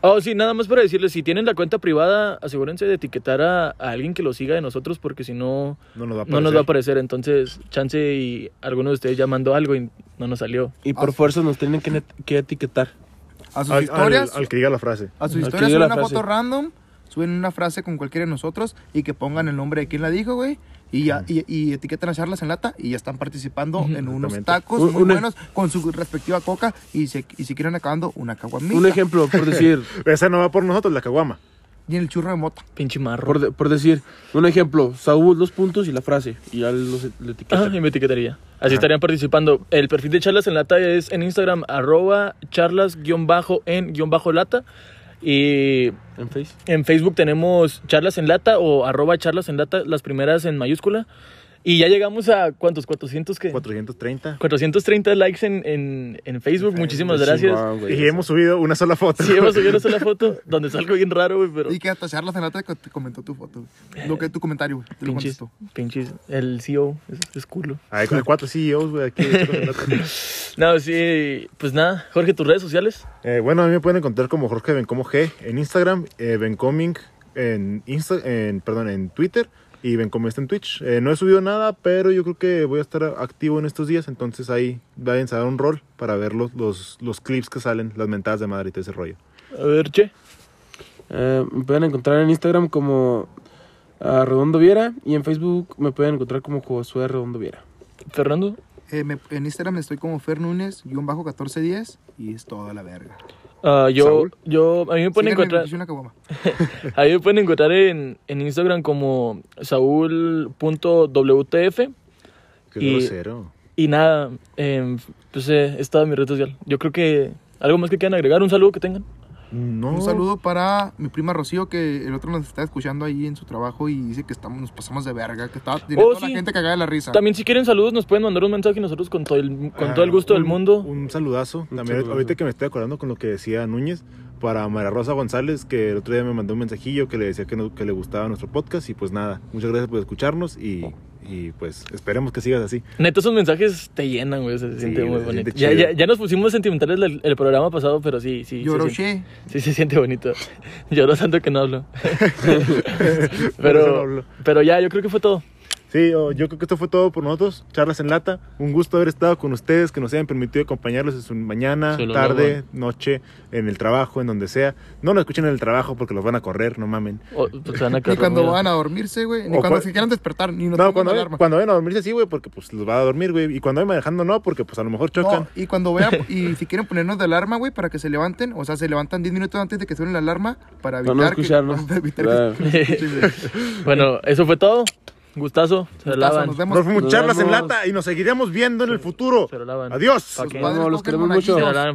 [SPEAKER 2] Oh, sí, nada más para decirles, si tienen la cuenta privada, asegúrense de etiquetar a, a alguien que lo siga de nosotros porque si no,
[SPEAKER 1] No nos va a
[SPEAKER 2] no nos va a
[SPEAKER 1] aparecer.
[SPEAKER 2] aparecer. Entonces, chance y alguno de ustedes ya mandó algo y no nos salió.
[SPEAKER 3] Y por fuerza nos tienen que, net- que etiquetar.
[SPEAKER 4] A sus
[SPEAKER 1] Al-
[SPEAKER 4] historias.
[SPEAKER 1] Al, al que diga la frase.
[SPEAKER 4] A sus
[SPEAKER 3] Al que diga
[SPEAKER 4] historias suben
[SPEAKER 3] la
[SPEAKER 4] una
[SPEAKER 3] frase.
[SPEAKER 4] foto random, suben una frase con cualquiera de nosotros y que pongan el nombre de quien la dijo, güey. Y, ya, y, y etiquetan las charlas en lata y ya están participando en unos
[SPEAKER 1] Exactamente.
[SPEAKER 4] tacos
[SPEAKER 3] Un-
[SPEAKER 4] muy
[SPEAKER 3] una-
[SPEAKER 4] buenos con su respectiva coca y, se, y si quieren acabando una caguamita
[SPEAKER 3] Un ejemplo, por decir...
[SPEAKER 1] Esa no va por nosotros, la caguama.
[SPEAKER 4] y el churro de mota.
[SPEAKER 2] Pinche
[SPEAKER 3] Por,
[SPEAKER 2] marro.
[SPEAKER 3] de- por decir, un ejemplo, Saúl, dos puntos y la frase. Y ya los e- le
[SPEAKER 2] Ah,
[SPEAKER 3] etiquetan.
[SPEAKER 2] y me etiquetaría. Así estarían participando. El perfil de Charlas en Lata es en Instagram, arroba charlas-en-lata. Y
[SPEAKER 3] en Face.
[SPEAKER 2] En Facebook tenemos charlas en lata o arroba charlas en lata, las primeras en mayúscula. Y ya llegamos a cuántos, 400 que...
[SPEAKER 1] 430.
[SPEAKER 2] 430 likes en, en, en Facebook,
[SPEAKER 4] Pues
[SPEAKER 2] muchísimas gracias.
[SPEAKER 3] Chingón, güey.
[SPEAKER 1] Y hemos subido una sola foto.
[SPEAKER 2] Sí,
[SPEAKER 1] [LAUGHS]
[SPEAKER 2] hemos subido una sola foto donde salgo bien raro, güey, pero...
[SPEAKER 4] Y que hasta charlas en lata co- te comentó tu foto, güey. Lo que tu comentario, güey. Te lo
[SPEAKER 2] Pinches,
[SPEAKER 4] contestó.
[SPEAKER 2] pinches, el CEO, es, es culo.
[SPEAKER 1] Hay como cuatro CEOs, güey, aquí.
[SPEAKER 2] [LAUGHS] No, sí, pues nada, Jorge, tus redes sociales.
[SPEAKER 1] Eh, bueno, a mí me pueden encontrar como Jorge Bencomo G en Instagram, eh, Bencoming en, Insta- en, perdón, en Twitter y ven cómo está en Twitch. Eh, no he subido nada, pero yo creo que voy a estar activo en estos días, entonces ahí vayan a dar un rol para ver los, los, los clips que salen, las mentadas de madre y todo ese rollo.
[SPEAKER 2] A ver, che.
[SPEAKER 3] Eh, me pueden encontrar en Instagram como ah, Redondo Viera y en Facebook me pueden encontrar como Josué Redondo Viera.
[SPEAKER 2] Fernando.
[SPEAKER 4] Eh, me- en Instagram estoy como Fer Núñez, guión bajo 1410, y es toda la verga.
[SPEAKER 2] Ah, yo,
[SPEAKER 4] Saúl.
[SPEAKER 2] yo, a mí me pueden
[SPEAKER 4] Síganme,
[SPEAKER 2] encontrar,
[SPEAKER 4] es una caguama.
[SPEAKER 2] a mí me pueden encontrar en, en Instagram como saúl.wtf
[SPEAKER 1] Qué
[SPEAKER 2] Y-
[SPEAKER 1] grosero.
[SPEAKER 2] y nada, em, pues eh, es toda mi red social. Yo creo que algo más que quieran agregar, un saludo que tengan.
[SPEAKER 1] No.
[SPEAKER 4] Un saludo para mi prima Rocío, que el otro nos está escuchando ahí en su trabajo y dice que estamos, nos pasamos de verga, que está tiene
[SPEAKER 2] Oh,
[SPEAKER 4] toda
[SPEAKER 2] sí.
[SPEAKER 4] la gente cagada de la risa.
[SPEAKER 2] También si quieren saludos nos pueden mandar un mensaje y nosotros con todo el, con
[SPEAKER 1] Ah,
[SPEAKER 2] todo el gusto del
[SPEAKER 1] un-
[SPEAKER 2] mundo.
[SPEAKER 1] Un saludazo.
[SPEAKER 3] Un
[SPEAKER 1] También
[SPEAKER 3] saludazo.
[SPEAKER 1] ahorita que me estoy acordando con lo que decía Núñez, para María Rosa González, que el otro día me mandó un mensajillo que le decía que, no- que le gustaba nuestro podcast. Y pues nada, muchas gracias por escucharnos y, y pues esperemos que sigas así.
[SPEAKER 2] Neta, esos mensajes te llenan, güey, se siente
[SPEAKER 1] güey,
[SPEAKER 2] muy
[SPEAKER 1] se
[SPEAKER 2] bonito.
[SPEAKER 1] siente
[SPEAKER 2] Ya,
[SPEAKER 1] chido.
[SPEAKER 2] ya, ya nos pusimos sentimentales el, el programa pasado, pero sí, sí. se siente-
[SPEAKER 4] Lloroché.
[SPEAKER 2] Sí, se siente bonito. [LAUGHS] Lloro tanto que no
[SPEAKER 4] [LAUGHS]
[SPEAKER 2] hablo.
[SPEAKER 1] Por eso no
[SPEAKER 2] [LAUGHS] pero,
[SPEAKER 1] hablo.
[SPEAKER 2] pero ya, yo creo que fue todo.
[SPEAKER 1] Sí, oh, yo creo que esto fue todo por nosotros. Charlas en lata. Un gusto haber estado con ustedes, que nos hayan permitido acompañarlos en su mañana,
[SPEAKER 2] Se los
[SPEAKER 1] tarde, noche, en el trabajo, en donde sea. No nos escuchen en el trabajo porque los van a correr, no mamen.
[SPEAKER 2] O- pues, se van a
[SPEAKER 4] Ni
[SPEAKER 2] quedar
[SPEAKER 4] cuando
[SPEAKER 2] dormidos.
[SPEAKER 4] van a dormirse, güey. Ni
[SPEAKER 1] O
[SPEAKER 4] cuando
[SPEAKER 1] cua-
[SPEAKER 4] se quieran despertar, ni nos
[SPEAKER 1] No,
[SPEAKER 4] pongan
[SPEAKER 1] cuando,
[SPEAKER 4] alarma.
[SPEAKER 1] cuando vayan a dormirse sí, güey, porque pues los va a dormir, güey. Y cuando vayan manejando no, porque pues a lo mejor chocan.
[SPEAKER 4] No, y cuando vean, y si quieren ponernos de alarma, güey, para que se levanten, o sea, se levantan 10 minutos antes de que suene la alarma para
[SPEAKER 3] Para
[SPEAKER 4] evitar
[SPEAKER 3] no
[SPEAKER 4] que
[SPEAKER 3] escucharnos.
[SPEAKER 4] [LAUGHS] para evitar
[SPEAKER 3] Claro.
[SPEAKER 2] [LAUGHS]
[SPEAKER 4] que escuchen, güey.
[SPEAKER 2] Bueno, eso fue todo. Gustazo. Se la
[SPEAKER 4] Gustazo,
[SPEAKER 2] lavan.
[SPEAKER 4] Nos
[SPEAKER 1] Nos
[SPEAKER 4] vemos.
[SPEAKER 1] fuimos
[SPEAKER 3] Nos
[SPEAKER 1] charlas en
[SPEAKER 3] vemos.
[SPEAKER 1] lata y nos seguiremos viendo en el futuro.
[SPEAKER 2] Se lo lavan.
[SPEAKER 1] Adiós.
[SPEAKER 2] Pa' que-
[SPEAKER 4] Padres
[SPEAKER 3] Vamos, los
[SPEAKER 4] cogen
[SPEAKER 3] queremos mucho.
[SPEAKER 2] Se
[SPEAKER 4] monaguillos.
[SPEAKER 2] la lavan.